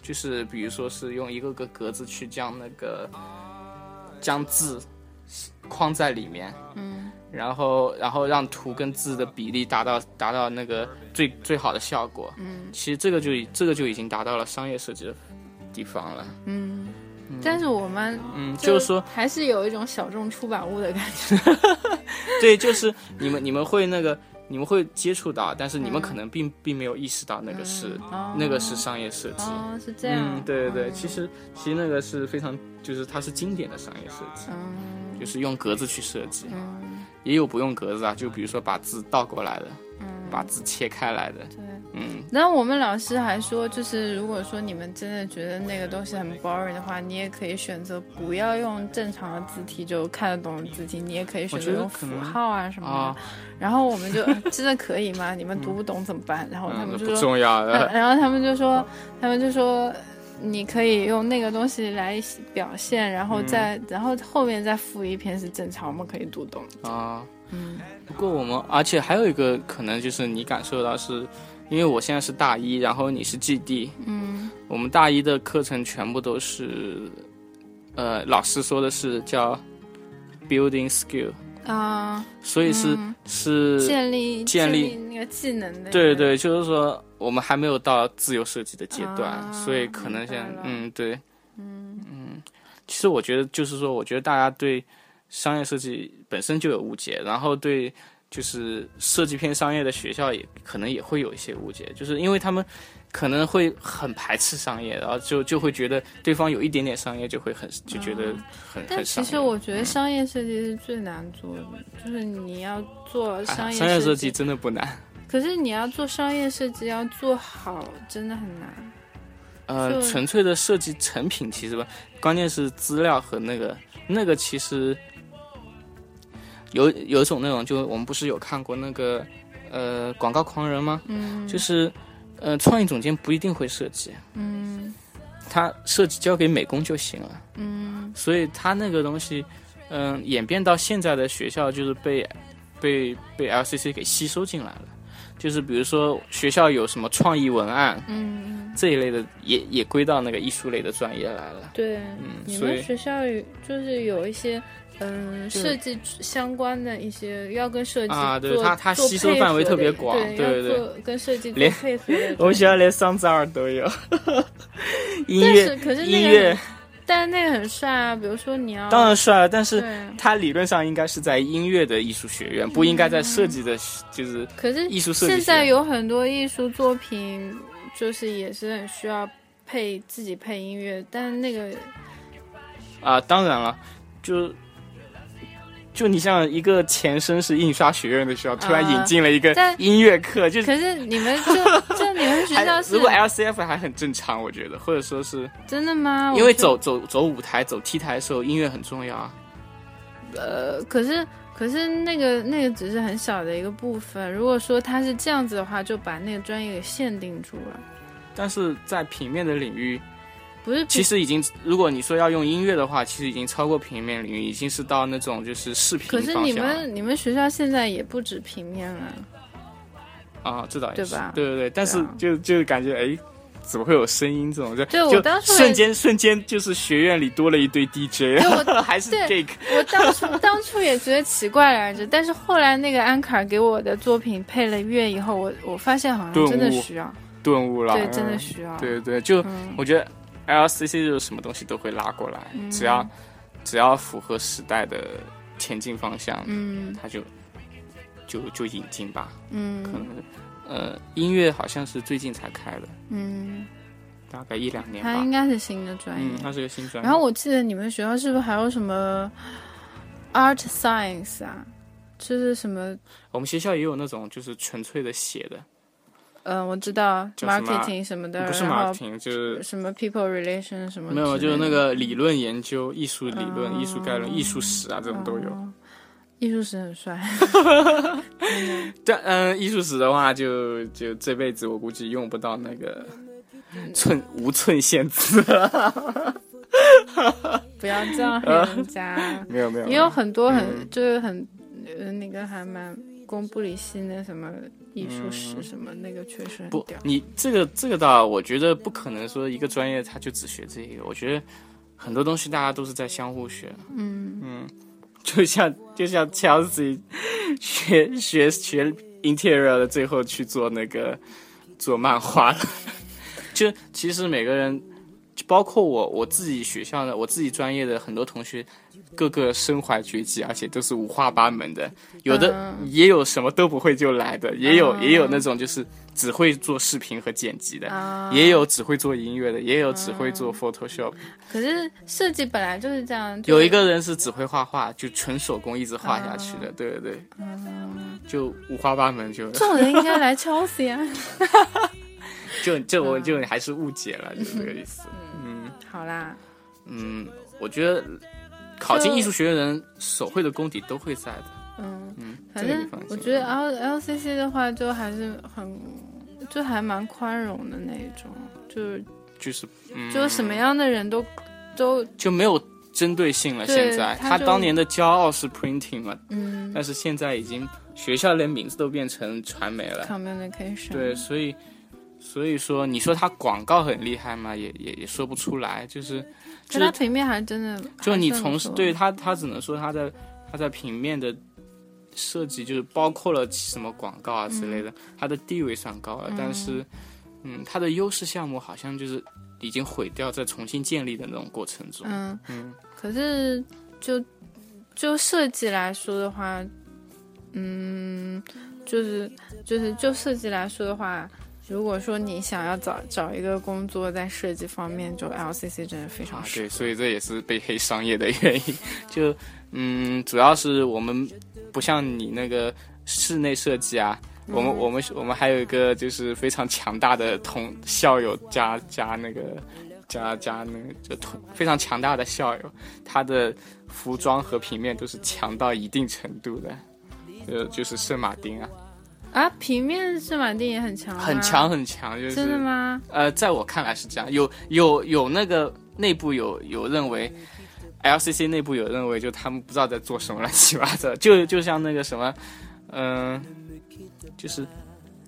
就是比如说是用一个个格子去将那个将字框在里面，
嗯
然后然后让图跟字的比例达到达到那个最最好的效果。
嗯
其实这个就已这个就已经达到了商业设计的地方了。
嗯。但是我们
嗯，就是说，
还是有一种小众出版物的感觉。
对，就是你们你们会那个你们会接触到，但是你们可能并并没有意识到那个 (laughs) 是、
哦
那个是商业设计。
哦，是这样。
嗯，对对对，
嗯
其实其实那个是非常，就是它是经典的商业设计，
嗯
就是用格子去设计，
嗯
也有不用格子啊，就比如说把字倒过来的，
嗯，
把字切开来的，
对。
嗯，
然后我们老师还说，就是如果说你们真的觉得那个东西很 boring 的话，你也可以选择不要用正常的字体就看得懂的字体，你也可以选择用
我觉
符
得可能
号啊什么的。
啊，
然后我们就、呃真的可以吗？你们读不懂怎么办？然后他
嗯，
们
这
就
不
说，
重
(laughs)
要
呃
的，
然后他们就说，他们就说。你可以用那个东西来表现，然后再，
嗯
然后后面再附一篇是正常，我们可以读懂的。
啊，
嗯
不过我们，而且还有一个可能就是你感受到是，因为我现在是大一，然后你是 GD，
嗯
我们大一的课程全部都是，呃，老师说的是叫 building skill，
啊、
所以是、
嗯
是
建立
建立
那个技能的一个。
对对，就是说我们还没有到自由设计的阶段，
啊
所以可能现在
明白了
嗯对，嗯其实我觉得就是说，我觉得大家对商业设计本身就有误解，然后对就是设计偏商业的学校也可能也会有一些误解，就是因为他们可能会很排斥商业，然后就就会觉得对方有一点点商业就会很就觉得很、
嗯但
很
其
商业。
实我觉得商业设计是最难做的，就是你要做
哎
商
呀
业
商业设
计
计，真的不难，
可是你要做商业设计要做好，真的很难。
呃，
就
纯粹的设计成品其实吧，关键是资料和那个那个其实有有一种那种，就我们不是有看过那个呃广告狂人吗？
嗯，
就是呃创意总监不一定会设计，
嗯
他设计交给美工就行了。
嗯
所以他那个东西，嗯、演变到现在的学校就是被被被 LCC 给吸收进来了。就是比如说学校有什么创意文案
嗯，
这一类的，也也归到那个艺术类的专业来了。
对，
嗯
你
所
们
以
学校有就是有一些。嗯，
就
设计相关的一些要跟设计
啊对
做
它它
做
吸收
配
范
合
围特
的
别广
对
对对
要做跟设计做
连
配合的这种。
(laughs) 我们学校连桑扎尔都有，音
但
乐
是可是那个哦
音乐
但是那个很帅啊，比如说你要
当然帅了，但是
对，
它理论上应该是在音乐的艺术学院，不应该在设计的，就是
可是
艺术设计
现在
学
有很多艺术作品，就是也是很需要配自己配音乐，但那
(laughs)
个
啊、当然了，就就你像一个前身是印刷学院的学校，突然
啊
引进了一个
但
音乐课，就是
可是你们
(laughs)
就就你们学
哎还
校是
如果 LCF 还很正常，我觉得，或者说是
真的吗？
因为
我觉得
走走走舞台、走 T 台的时候，音乐很重要啊。
呃，可是可是那个那个只是很小的一个部分。如果说他是这样子的话，就把那个专业给限定住了。
但是在平面的领域，
嗯不是，
其实已经，如果你说要用音乐的话，其实已经超过平面领域，已经是到那种就是视频
可
方
是
向
你
了
们你们学校现在也不止平面了，
啊，这倒也
对
是
吧
对对对，但
对
是
啊
就就感觉哎，怎么会有声音这种？就
对我
就
当时也
瞬间瞬间就是学院里多了一堆 DJ，
对
(laughs)
我
还是
对
Jake
我当初 (laughs) 当初也觉得奇怪来着，但是后来那个安卡给我的作品配了乐以后，我我发现好像
顿
真的
悟
需要，
顿悟了，
对，真的
嗯
需要，
对对，就、
嗯
我觉得 LCC 就是什么东西都会拉过来，只要只要符合时代的前进方向，
嗯
它就就就引进吧。可
嗯
能呃，音乐好像是最近才开的，
嗯，
大概一两年
它
吧
应。该是新的专业
嗯，。它是个新专业。
然后我记得你们学校是不是还有什么 art science 啊？就是什么，
我们学校也有那种就是纯粹的写的，
嗯、我知道
叫什么
marketing 什么的，
不是
然后
marketing，就是
什么 people relation 什么之类
没
的，
有，就是那个理论研究、艺术理论、艺术概论、艺术史啊，这种都有。
哦艺术史很帅，
但嗯，艺术史的话就，就这辈子我估计用不到那个
嗯
寸无寸限字。
不要
(laughs)
这样
呃
黑人家。
没有没有，
也有很多
嗯
很就是很呃那个还蛮公布里希那什么艺术史什么那个确实很
嗯不
屌，。
你这个这个倒，我觉得不可能说一个专业他就只学这一个。我觉得很多东西大家都是在相互学。
嗯
就像就像 Chelsea 学学学 interior 的，最后去做那个做漫画了。 (laughs) 就其实每个人，就包括我我自己学校的，我自己专业的很多同学，个个身怀绝技，而且都是五花八门的。有的
嗯
也有什么都不会就来的，也有也有那种就是只会做视频和剪辑的，
啊，嗯
也有只会做音乐的，也有只会做 Photoshop。
可是设计本来就是这样，就
有一个人是只会画画，就纯手工一直画下去
嗯
的，对对对，就五花八门就，
这
就
种人应该来 Chelsea 啊。
(laughs) 就
嗯
我就还是误解了，就这个意思。嗯
好啦，
嗯，我觉得考进
就
艺术学院的人手绘的功底都会在的，
嗯，
嗯，
反
这个
正
地方嗯
我
行
觉得啊 L LCC 的话就还是很就还蛮宽容的那一种，就是
就是嗯，
就是什么样的人都都
就没有针对性了。
对
现在
他
他
就
当年的骄傲是 printing 嘛，
嗯
但是现在已经学校连名字都变成传媒了，
communication
对，所以所以说，你说他广告很厉害嘛，也也也说不出来，就是
可
就
他
是
平面还真的
就你
还算
从
不
事
错
对他，他只能说他在他在平面的设计，就是包括了什么广告啊之类
嗯
的，他的地位算高了，但是嗯，他的优势项目好像就是已经毁掉，再重新建立的那种过程中，
嗯
嗯
可是就就设计来说的话，嗯，就是就是就设计来说的话，如果说你想要找找一个工作在设计方面，就 LCC 真的非常
啊，
适合。
对，所以这也是被黑商业的原因。就嗯，主要是我们不像你那个室内设计啊，我
嗯
们我们我们还有一个就是非常强大的同校友加加那个加加那个就同非常强大的校友，他的服装和平面都是强到一定程度的。呃，就是圣马丁啊，
啊，平面圣马丁也很强，啊
很强，很强，就是
真的吗？
呃，在我看来是这样，有有有那个内部有有认为，LCC 内部有认为，就他们不知道在做什么乱七八糟，就就像那个什么，嗯、就是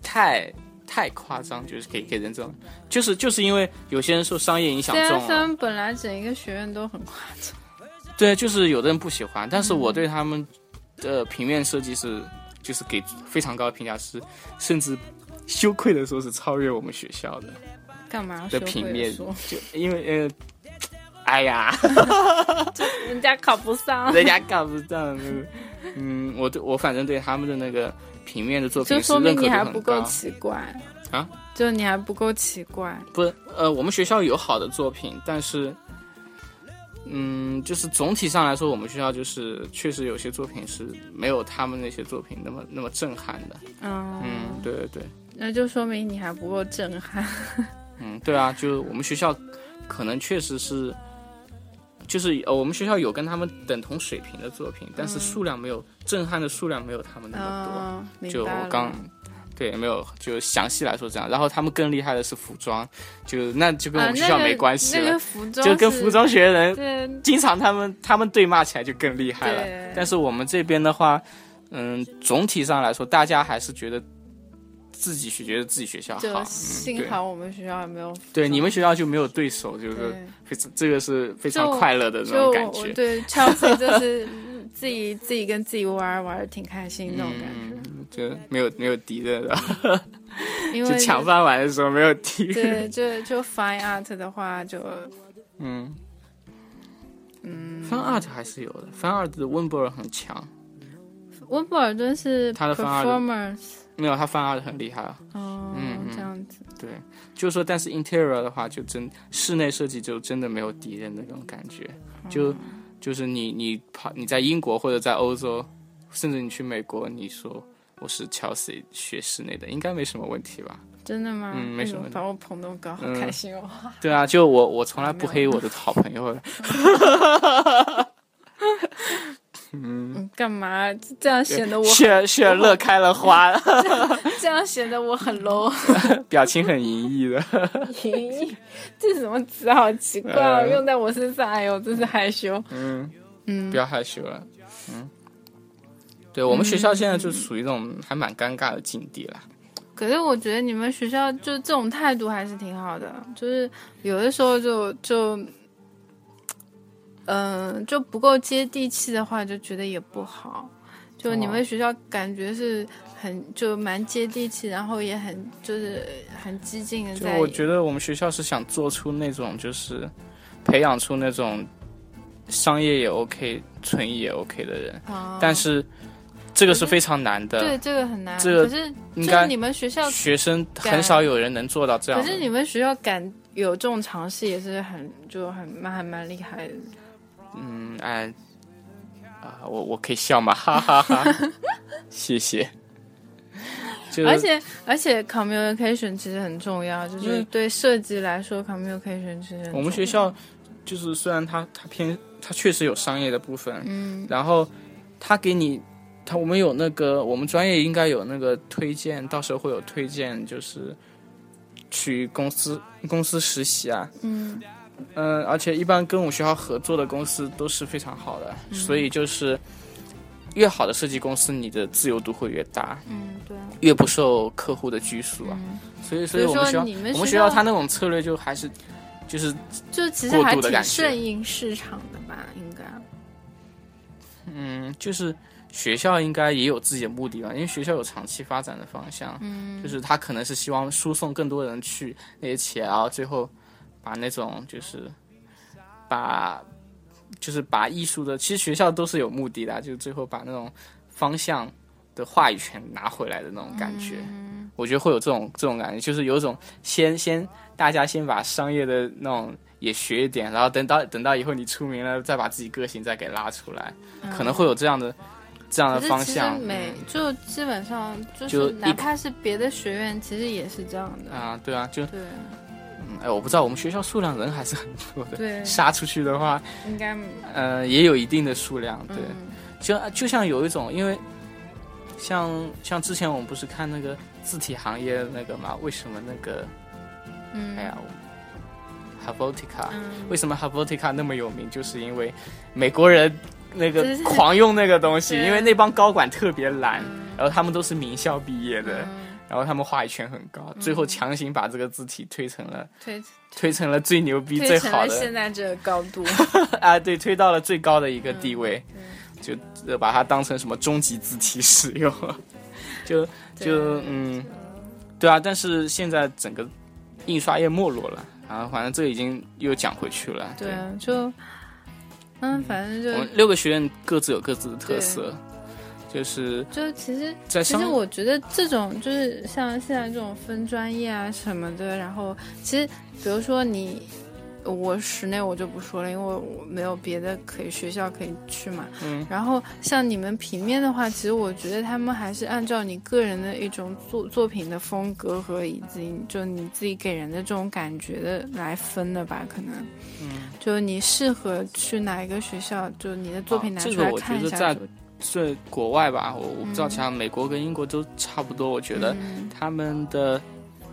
太太夸张，就是给给人这种，就是就是因为有些人受商业影响
虽然
重
啊
啊
虽
了，
然本来整一个学院都很夸张，
对，就是有的人不喜欢，但是我对他们的平面设计是就是给非常高的评价，是甚至羞愧的说是超越我们学校的。
干嘛要
的
啊学
平
会
面
说？
就因为呃，哎呀， (laughs)
人家考不上，
人家干不上。嗯，我对我反正对他们的那个平面的作品
就是说
认
明
可
你
度
还
很
不够
高
奇怪
啊，
就你还不够奇怪。
不，呃，我们学校有好的作品，但是，嗯，就是总体上来说，我们学校就是确实有些作品是没有他们那些作品那么那么震撼的。
嗯，
嗯，对对对，
那就说明你还不够震撼。
嗯，对啊，就我们学校可能确实是，就是呃，我们学校有跟他们等同水平的作品，但是数量没有震撼的数量没有他们那么多。
嗯，明
就
白
我
了
刚，对，没有，就详细来说这样。然后他们更厉害的是服装，就那就跟我
啊，
们学
那
校
个
没关系了，
那个服
(laughs)
装
就跟
是
服装学人
对
经常他们他们对骂起来就更厉害了
对。
但是我们这边的话，嗯，总体上来说，大家还是觉得自己学觉得自己学校好。
就
嗯
幸好我们学校也没有服
对对
装
你们学校就没有对手，就是
对
非常这个是非常
就
快乐的那
就
种感
我我
觉。 (laughs)
对 Chelsea 就是自己自己跟自己玩儿玩的挺开心那种感觉，
嗯，就没有没有敌人了， (laughs)
因
就
为
抢饭碗的时候没有敌人。
对，就就 Fine Art 的话就
嗯嗯，翻 art 还是有的，翻 art 的温布尔很强，
温布尔顿是
他的 Fine Art
performance，
没有他翻 art 很厉害啊。
哦
嗯嗯，
这样子，
对，就是说，但是 interior 的话，就真室内设计就真的没有敌人的那种感觉，
嗯
就就是你你跑你在英国或者在欧洲，甚至你去美国，你说我是 Chelsea 学室内的，应该没什么问题吧？
真的吗？
嗯没
哎
什
呦
么
把我捧那么高，好
嗯
开心哦。
对啊，就我我从来不黑我的好朋友的，
嗯，干嘛这样显得我
血血乐开了
(laughs)
花， (laughs)
这样显得我很 low？
表情很淫逸的。
这什么词好奇怪哦，
呃
用在我身上，哎呦，真是害羞。
嗯，
嗯
不要害羞了。嗯，对我们学校现在
嗯
就属于那种还蛮尴尬的境地了。
可是我觉得你们学校就这种态度还是挺好的，就是有的时候就就，嗯、就不够接地气的话，就觉得也不好。就你们学校感觉是很就蛮接地气，然后也很就是很激进的
就
在，
我觉得我们学校是想做出那种，就是培养出那种商业也 OK、纯艺也 OK 的人，
啊
但是这个是非常难
对
的，
这个很难。
这个
可是就
应
是
该
你们学校，
学生很
敢
少有人能做到这样
可
的。
是你们学校敢有这种尝试，也是很就很蛮还蛮厉害的。
嗯，哎，啊，我我可以笑吗？哈哈
(laughs)
哈，谢谢。就是
而且而且 communication 其实很重要，就
因为
是对设计来说，communication 其实很重要
嗯我们学校就是虽然它它偏它确实有商业的部分，
嗯
然后他给你，他我们有那个，我们专业应该有那个推荐，到时候会有推荐，就是去公司公司实习啊。
嗯
嗯，而且一般跟我们学校合作的公司都是非常好的，
嗯
所以就是越好的设计公司，你的自由度会越大，
嗯对啊，
越不受客户的拘束啊。所以，所以
所以
我们
嗯说
学校，
你们
我们
学
学校
校
它那种策略就还是就是
就其实
过
还
度的
挺
感觉
顺应市场的吧，应该
嗯，就是学校应该也有自己的目的吧，因为学校有长期发展的方向，嗯，就是他可能是希望输送更多人去那些企业，然后最后把那种就是把就是把艺术的，其实学校都是有目的的啊，就是最后把那种方向的话语权拿回来的那种感觉。
嗯
我觉得会有这种这种感觉，就是有一种先先大家先把商业的那种也学一点，然后等到等到以后你出名了，再把自己个性再给拉出来，可能会有这样的这样的
嗯可
方
是其实
向。嗯
每就基本上就
就是一
哪怕是别的学院，其实也是这样
嗯
的。
啊，对啊，就
对
嗯哎，我不知道我们学校数量人还是很多的，
对，
杀出去的话，
应该
呃，也有一定的数量，对。
嗯
就就像有一种，因为像像之前我们不是看那个字体行业的那个嘛，为什么那个、
嗯
哎呀 h a b o t i c a
嗯
为什么 h a b o t i c a 那么有名，就是因为美国人那个
对对对
狂用那个东西，
对
因为那帮高管特别懒，
嗯
然后他们都是名校毕业的，
嗯
然后他们话语权很高，最后强行把这个字体推成了
推
推成了最牛逼、最
推成
好
了
的
现在这个高度，
啊，对，推到了最高的一
嗯
个地位，就呃把它当成什么终极字体使用， (laughs) 就就
对
嗯，对啊，但是现在整个印刷业没落了，啊，反正这已经又讲回去了。
对，啊就嗯，反正
我们
就
六个学院各自有各自的特色，就是
就其实
在
其
商
实我觉得这种就是像现在这种分专业啊什么的，然后其实比如说你。我室内我就不说了，因为我没有别的可以学校可以去嘛。
嗯。
然后像你们平面的话，其实我觉得他们还是按照你个人的一种作作品的风格和以及就你自己给人的这种感觉的来分的吧，可能。
嗯，
就你适合去哪一个学校，就你的作品拿
啊这
出
个
来
我觉
看一
得
下就。
在这国外吧，我我不知道
嗯
其他美国跟英国都差不多，我觉得
嗯
他们的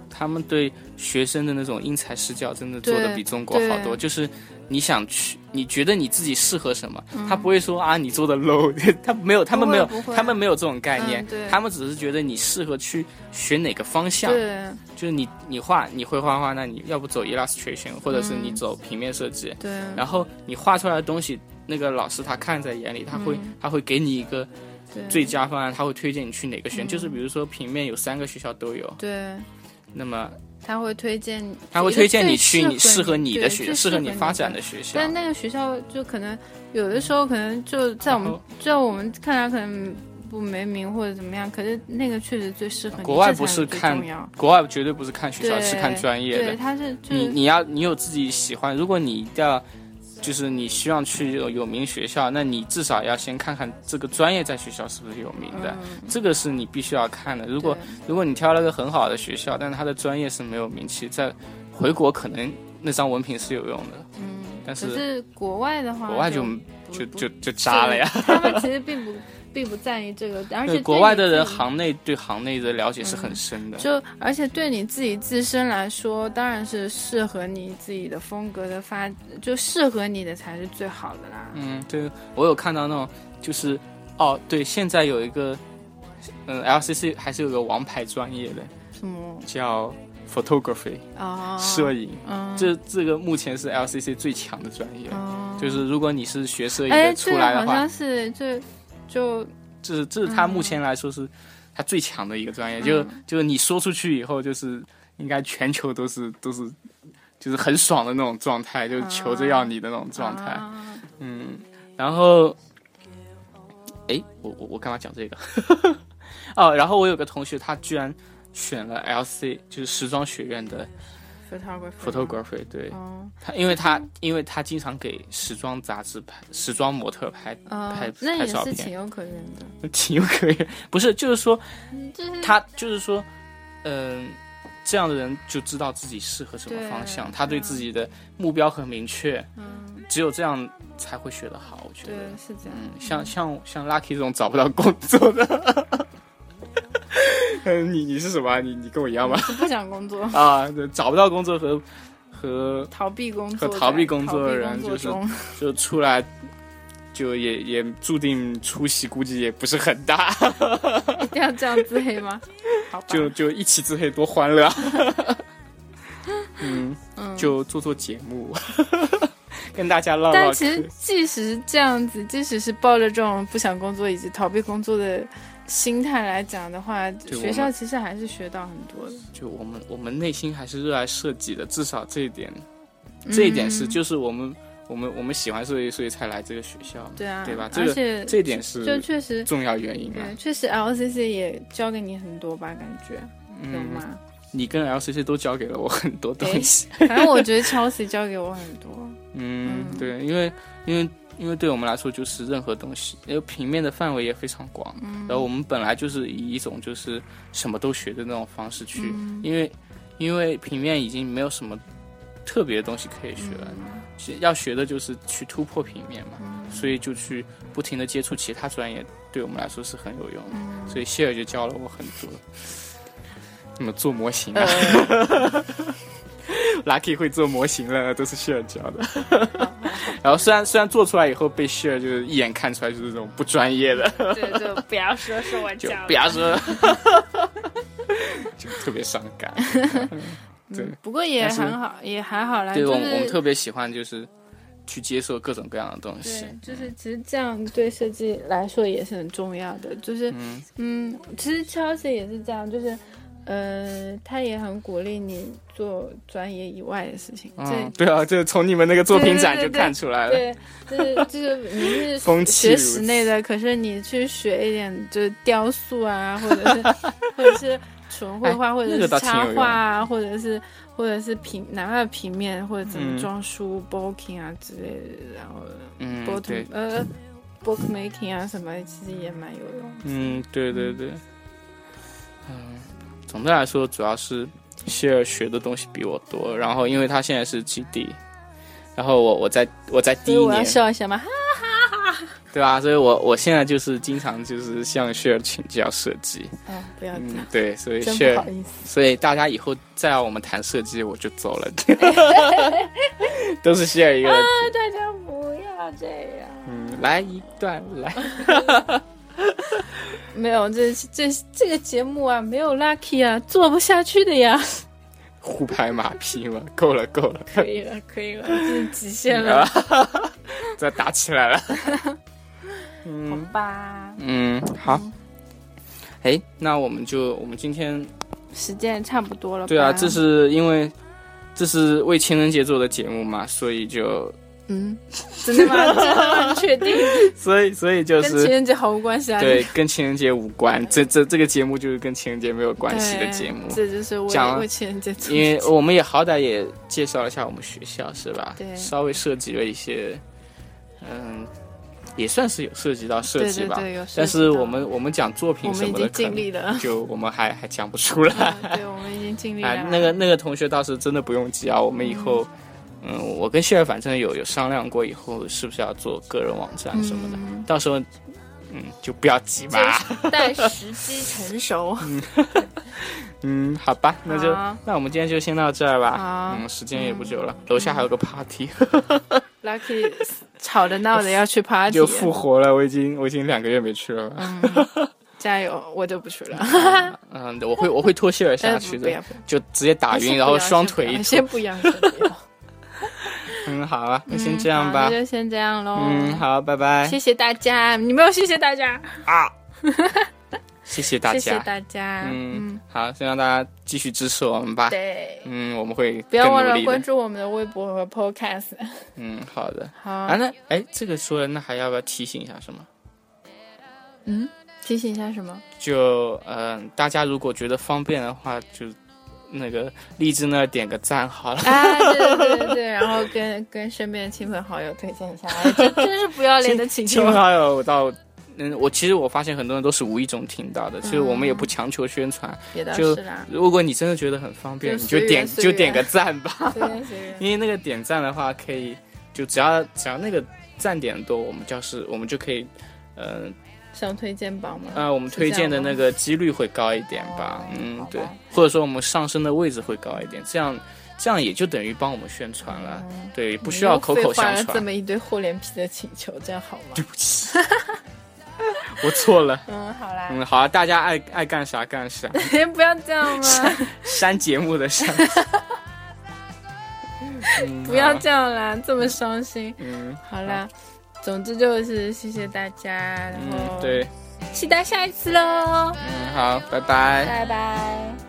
他们对学生的那种因材施教，真的做的
对
比中国好多。
对
就是你想去，你觉得你自己适合什么，
嗯
他不会说啊你做的 low，他 (laughs) 没有，他们没有
不会，
他们没有这种概念
嗯，对
他们只是觉得你适合去学哪个方向。
对
就是你你画你会画画，那你要不走 illustration，或者是
嗯
你走平面设计，
对，
然后你画出来的东西，那个老师他看在眼里，他会、
嗯
他会给你一个
对
最佳方案，他会推荐你去哪个学院。
嗯
就是比如说平面有三个学校都有，
对，
那么
他会推荐你，
他会推荐你
最
去你适合你的
对
学，
最
适
适
合
合
你
你
发展
的
的学校。
但那个学校就可能有的时候可能就在我
然
们
后
在我们看来可能不没名或者怎么样，可是那个确实最适合你，
国外
这才
不是
最
看
重要
国外绝对不是看学校，
对
是看专业
对，
的。
他是就
你
是
你要你有自己喜欢，如果你一定要。就是你希望去有有名学校，那你至少要先看看这个专业在学校是不是有名的，
嗯
这个是你必须要看的。如果
对
如果你挑了个很好的学校，但是他的专业是没有名气，在回国可能那张文凭是有用的，
嗯，
但是
可是国外的话，
国外就
不
就
不
就就渣了呀。
是他们其实并不并不在意这个，而且
对
对
国外的
你
人
自己嗯
行内对行内的了解是很深的，
就而且对你自己自身来说，当然是适合你自己的风格的发，就适合你的才是最好的啦。
嗯，对我有看到那种就是哦，对，现在有一个嗯 LCC 还是有个王牌专业的
什么
叫 photography
啊？
摄影，
嗯，
这这个目前是 LCC 最强的专业，
嗯
就是如果你是学摄影
哎，
的
这
出
个
来
好
的话
像，是就就
这是这是他目前来说是他最强的一个专业，就就是你说出去以后，就是应该全球都是都是就是很爽的那种状态，就是求着要你的那种状态，
啊
嗯，然后，哎，我我我干嘛讲这个？ (laughs) 哦，然后我有个同学，他居然选了 LC，就是时装学院的
photographer
photography，对
嗯
他，因为他因为他经常给时装杂志拍时装模特拍拍
嗯，那
拍
也
照
是情
片，
有可原
(laughs)
的，
情有可原。不是，就是说
嗯就是
他就是说，嗯、这样的人就知道自己适合什么
对
方向，他对自己的目标很明确，
嗯，
只有这样才会学得好。我觉
对
得，，
是这样。
嗯，像像像 Lucky 这种找不到工作的，嗯，你你是什么啊？你你跟我一
(laughs)
样吧？，
我不想工作
啊，对找不到工作和和
逃避工
和
作在，
逃
逃
避工作的人
避
就
工作
是
中 (laughs)
就出来。就也也注定出息，估计也不是很大，
一定要这样自黑
(laughs)
吗？好吧，
就就一起自黑多欢
(laughs)
乐啊！嗯，
嗯
就做做节目， (laughs) 跟大家唠唠
但其实
嗑。，
即使是这样子，即使是抱着这种不想工作以及逃避工作的心态来讲的话，
我
学
们
校其实还是学到很多的。
就我们我们内心还是热爱设计的，至少这一点，
嗯
这一点是就是我们我们我们喜欢设计，所以才来这个学校嘛，
对啊，
对吧？这
而
个
且
这一点
就是确实，
重要原因啊
对，。确实 LCC 也教给你很多吧，感觉有
嗯， (laughs)
吗？
你跟 LCC 都教给了我很多东西。
反正我觉得 Chelsea 教给我很多。
(laughs) 嗯，对，因为因为因为对我们来说，就是任何东西，因为平面的范围也非常广。然后我们本来就是以一种就是什么都学的那种方式去，因为因为平面已经没有什么特别的东西可以学了，其实要学的就是去突破平面嘛。所以就去不停的接触其他专业，对我们来说是很有用的。所以谢尔就教了我很多，怎么做模型啊、l u c k y 会做模型了，都是谢尔教的。然后虽然虽然做出来以后被谢尔就是一眼看出来就是这种不专业 (laughs) 的，
对对，不要说是我
就不要说， (laughs) 就特别伤 (laughs) 感。对，
不过也
但是
很好，也还好啦。
对
就
我们我们
是
特别喜欢就是去接受各种各样的东西
对，。就是其实这样对设计嗯来说也是很重要的。就是嗯其实 Chelsea 也是这样，就是呃，他也很鼓励你做专业以外的事情。
嗯，对啊，这从你们那个作品展
对
就
对对
看出来
这
了。
对，就是就是你
(laughs)
是
风气
学
如此
室内的，可是你去学一点就是雕塑啊，或
(laughs)
者是或者是纯绘画，或者
哎那个
是
倒挺有
插
用
画啊，或者是或者是平哪怕平面或者怎
嗯
么装书、bulking 啊之类的，然后
嗯，
book、
对，
呃 book making 啊什么，其实也蛮有用的。
嗯，对对对，嗯，总的来说，主要是希尔学的东西比我多，然后因为他现在是基地，然后我我在我在第
所以
一
我要
年，
笑一下嘛，哈
对吧？所以我我现在就是经常就是向希尔请教设计，
啊，不要这
嗯
样，，
对，所以
真
希
不
尔
好，意思。
所以大家以后再要我们谈设计，我就走了， (laughs) 都是希尔一个
啊
人，
(laughs) 大家不要这样。
嗯，来一段来，
没有，这这这个节目啊，没有 Lucky 啊，做不下去的
(laughs)
呀。
互拍马屁嘛，够了够
(laughs)
了，
可以了，可以了，这是极限了，
再打起来了。
好吧？
嗯，好。哎，那我们就我们今天
时间也差不多了吧。
对啊，这是因为这是为情人节做的节目嘛，所以就
嗯，真的吗？真的吗？你确定？
所以所以 (laughs) 就
跟情
是
人节毫无关系啊。 (laughs)
对跟情人节无关，这这这个节目就是跟情人节没有关
对，
系的节目，
这就是为
讲了
为情人节做的
因为我们也好歹也介绍了一下我们学校是吧？
对
稍微涉及了一些，嗯，也算是有涉及到设
对
计
对
吧。
对，有涉及
但是
到
我们我们讲作
我
品什
们已
么的，
经
可能。
尽力了
(laughs) 就我们还还讲不出
(laughs)
来。
嗯对，我们已经尽力了
啊，。那个那个同学倒是真的不用急啊，我们以后，嗯，我跟谢尔反正有有商量过，以后是不是要做个人网站什么的，到时候，嗯，就不要急嘛，
就待时机
(laughs)
成熟。
嗯，好吧，那就
好
那我们今天就先到这儿吧
好，
嗯，时间也不久了，楼下还有个
(laughs)
party，
Lucky 吵着闹着要去 party，
就复活了，我已经我已经两个月没去了，
嗯加油，我就不去了。
(laughs) 嗯，我会我会拖谢尔下
呃
去的
不 (laughs) 不要不，
就直接打
先
晕，
(laughs) 不
然后
要
双
先不
腿 (laughs)
要
一拖，
先不要，先不要
嗯，好啊，那先这样
好
吧
那，就先这样喽。
嗯，好，拜拜，啊
谢谢大家，你没有谢谢大家，
(laughs) 谢谢大
谢谢
家。
大家。
嗯，好，希望大家继续支持我们吧。
对，
嗯，我们会
不要忘
更努
了
力的
关。注我们的微博和 Podcast。
嗯，好的。
好，
啊，那哎，这个说了，那还要不要提醒一下什么？
嗯，提醒一下什么？
就嗯、大家如果觉得方便的话，就那个荔枝那儿点个赞好
(laughs)
了。
啊，对对对对对，然后跟跟身边的亲朋好友推荐一下，哎这 (laughs) 真是不要脸
(laughs)
的请
亲
求
朋
啊。
好友到。嗯，我其实我发现很多人都是无意中听到的，其实我们也不强求宣传。
也倒
就是
啦，
如果你真的觉得很方便，
就
你就
随缘
点
随
就点
缘
个赞吧。 (laughs)
随便随便。
因为那个点赞的话，可以就只要只要那个赞点多，我们就是我们就可以，呃
上推荐榜吗？
呃，我们推荐的那个几率会高一点吧，嗯，对，或者说我们上升的位置会高一点，这样这样也就等于帮我们宣传了，
嗯
对，不需要口口相
你又废话了这
传。
么一堆厚脸皮的请求，这样好啊吗？
(laughs) 我错了，
嗯，好啦，
嗯，好、啊，大家爱爱干啥干
(laughs)
啥，
不要
(laughs)
这样嘛，
啊删节目的
(laughs)
删，嗯
不要
好
这样啦，这么伤心。
嗯
好啦，总之就是谢谢大家，然
嗯，
后
对，
期待下一次喽，
嗯，好，拜拜。
拜拜。
Oh, Oh,